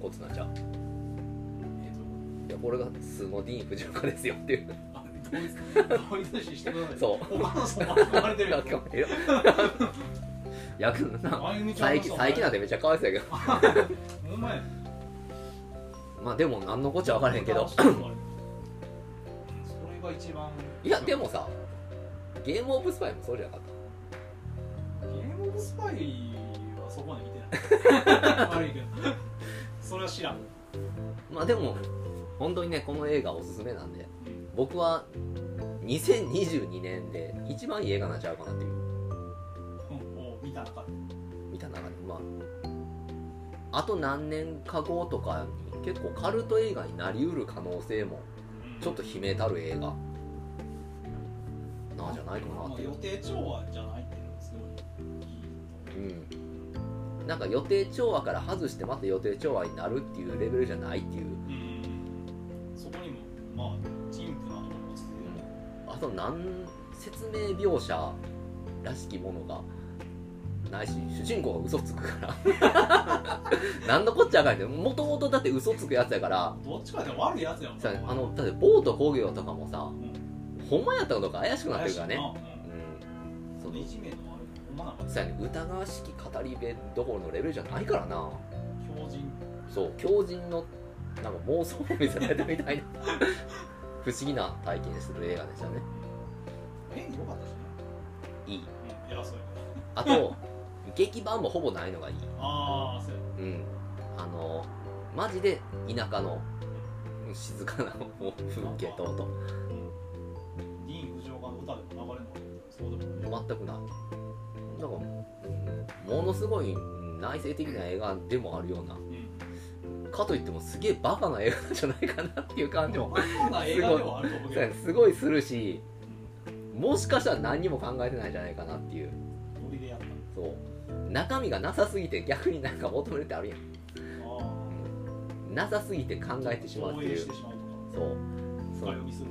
A: ことなんちゃう
B: えっと
A: いやこれが素のディーン・藤岡ですよっていう
B: あ同一同一視してください
A: そう
B: 他の人も含まれてるよ
A: 役
B: [laughs]
A: 名役のな
B: あゆみちゃん
A: 最
B: の
A: 近最近なんてめっちゃ可愛そうやけど
B: お前
A: まあでも何のこっちゃ分からへんけど
B: それが一番
A: いやでもさゲームオブスパイもそうじゃなかっ
B: ゲームオブスパイはそこまで見てない悪いけど [laughs] それは知らん
A: たまあでも本当にねこの映画おすすめなんで僕は2022年で一番いい映画なんちゃうかなっていう
B: もう見たらかった
A: 見た中でまああと何年か後とかに結構カルト映画になりうる可能性もちょっと秘めたる映画なんじゃないかなっていう
B: 予定調和じゃないっていうのがすごいいいと思
A: うんなんか予定調和から外してまた予定調和になるっていうレベルじゃないっていう
B: うんそこにもまあ陳腐なところですね
A: あとなん説明描写らしきものがないし主人公が嘘つくから
B: [laughs]
A: なんのこっちゃあかんけどもともとだって嘘つくやつやから
B: どっちかって悪いやつやもん
A: さあのだってボート工業とかもさ
B: うん
A: ほんまやったのか怪しくなってるからね
B: 怪
A: うん
B: しいなう
A: そ
B: ん
A: の
B: いじめのあれほんまなんか
A: さやね疑わしき語り部どころのレベルじゃないからな
B: 強靭
A: そう狂人のなんか妄想を見せられたみたいな不思議な体験する映画でしたね
B: 演技良かったしね
A: いい
B: うん偉そうやけど
A: あと劇版もほぼないのがいい
B: ああそうや
A: うんあのマジで田舎の静かなもう風景等々
B: うんディーン・フジオカの歌でも流れんのかなそうでもない
A: 全くないだからものすごい内省的な映画でもあるような
B: うん
A: かといってもすげえバカな映画なんじゃないかなっていう感じも
B: そんな映画ではあると
A: そう
B: 思うけど
A: やねすごいするしもしかしたら何にも考えてないんじゃないかなっていう
B: ノリでやった
A: そう中身がなさすぎて逆になんか求めるってあるや
B: あ
A: んなさすぎて考えてしまうっ
B: 投
A: て
B: 影
A: い
B: し
A: う
B: てしまうと
A: そ
B: か
A: うそう
B: 深読みする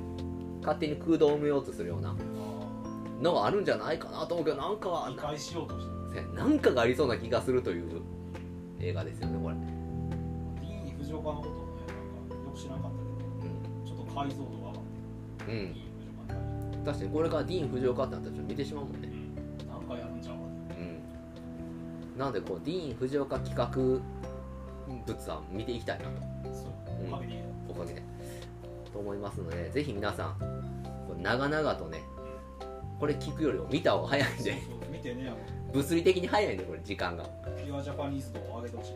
A: 勝手に空洞を埋めようとするような
B: あ
A: のがあるんじゃないかなと思うけどなん
B: あ
A: か
B: 理解しようとしてる
A: ななんかがありそうな気がするという映画ですよねこれ、
B: ディーン・フジオカのことをねなんかよく知らなかったけどちょっと解像度が上がって
A: うんう
B: ディ
A: ん、
B: ーン・フジオカに
A: 確かにこれからディーン・フジオカってなったらちょっと見てしまうもんね
B: うんなんかやるんちゃうかって
A: うんなのでこうディーン・フジオカ企画物は見ていきたいなと
B: そう
A: うん
B: おかげで
A: おかげでと思いますのでぜひ皆さんこう長々とねこれ聞くよりも見た方が早いんで
B: そうそう見てねあ
A: 物理的に早いんでこれ時間が
B: のピュアジャパニーズ度を上げてほしい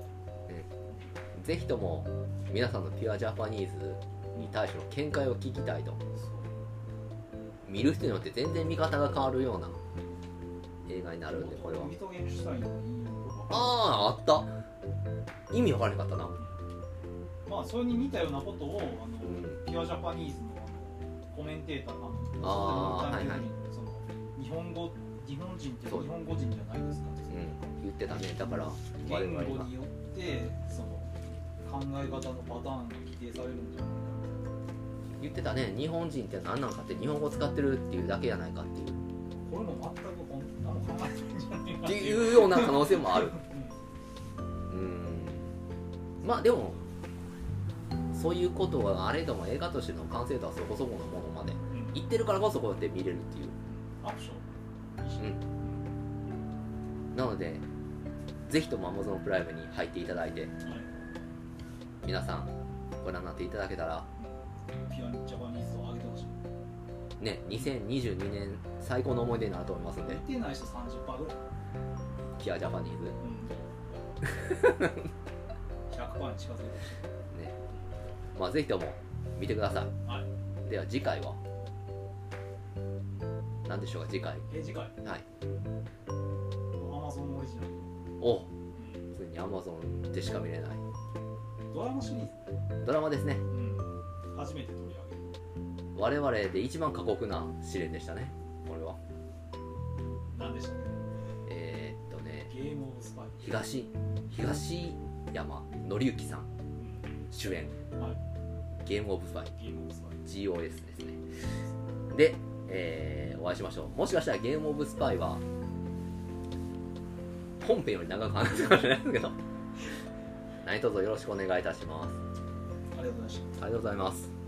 A: ぜひとも皆さんのピュアジャパニーズに対しての見解を聞きたいと見る人によって全然見方が変わるような映画になるんでこれは
B: ミトゲンシュタインの引用とか
A: あああった意味わからなかったな
B: まあそれに似たようなことをあの、
A: ん
B: ピュアジャパニーズのあのコメンテーター
A: あ
B: が
A: ー
B: その
A: はいはい
B: その日本語日本人って日
A: そう
B: 本語人じゃないですか
A: うん言ってたねだから我
B: 言
A: 々
B: 語
A: が
B: によってその考え方のパターンが規定されるんじゃない
A: 言ってたね日本人って何なんかって日本語使ってるっていうだけじゃないかっていう
B: かこれも全く本当に何も考えてないんじゃないか
A: っ
B: ってていう
A: いうような可能性もある
B: うん
A: うんまあでもそういうことはあれども映画としての完成度はそこそこのものまで
B: うん
A: 言ってるからこそこうやって見れるっていう
B: アクションいいし
A: うんなのでぜひとも Amazon プライムに入っていただいて
B: はい
A: 皆さんご覧になっていただけたら
B: ピュアジャパニーズを上げてほしい
A: ね2022年最高の思い出になると思いますんで
B: 見てない人30%ぐらい
A: キアジャパニーズ
B: 100%に近づいてほしい
A: ねまあぜひとも見てくださ
B: はい
A: いでは次回は何でしょうか次回
B: え次回
A: はい
B: アマゾンオリジナル、
A: お普通に Amazon でしか見れない
B: ドラマシリーズ、
A: ドラマですね
B: 初めて取り上げる
A: 我々で一番過酷な試練でしたねこれは
B: 何でしたっ
A: えー、っとね
B: けゲームオブスパイ、
A: 東東山紀之さん主演
B: はい
A: ゲームオブスパイ
B: ゲームオブスパイ
A: GOS ですねで、えーお会いしましょうもしかしたらゲームオブスパイは本編より長く話すかもしれないですけ [laughs] ど何卒よろしくお願いいたします
B: ありがとうございました
A: ありがとうございます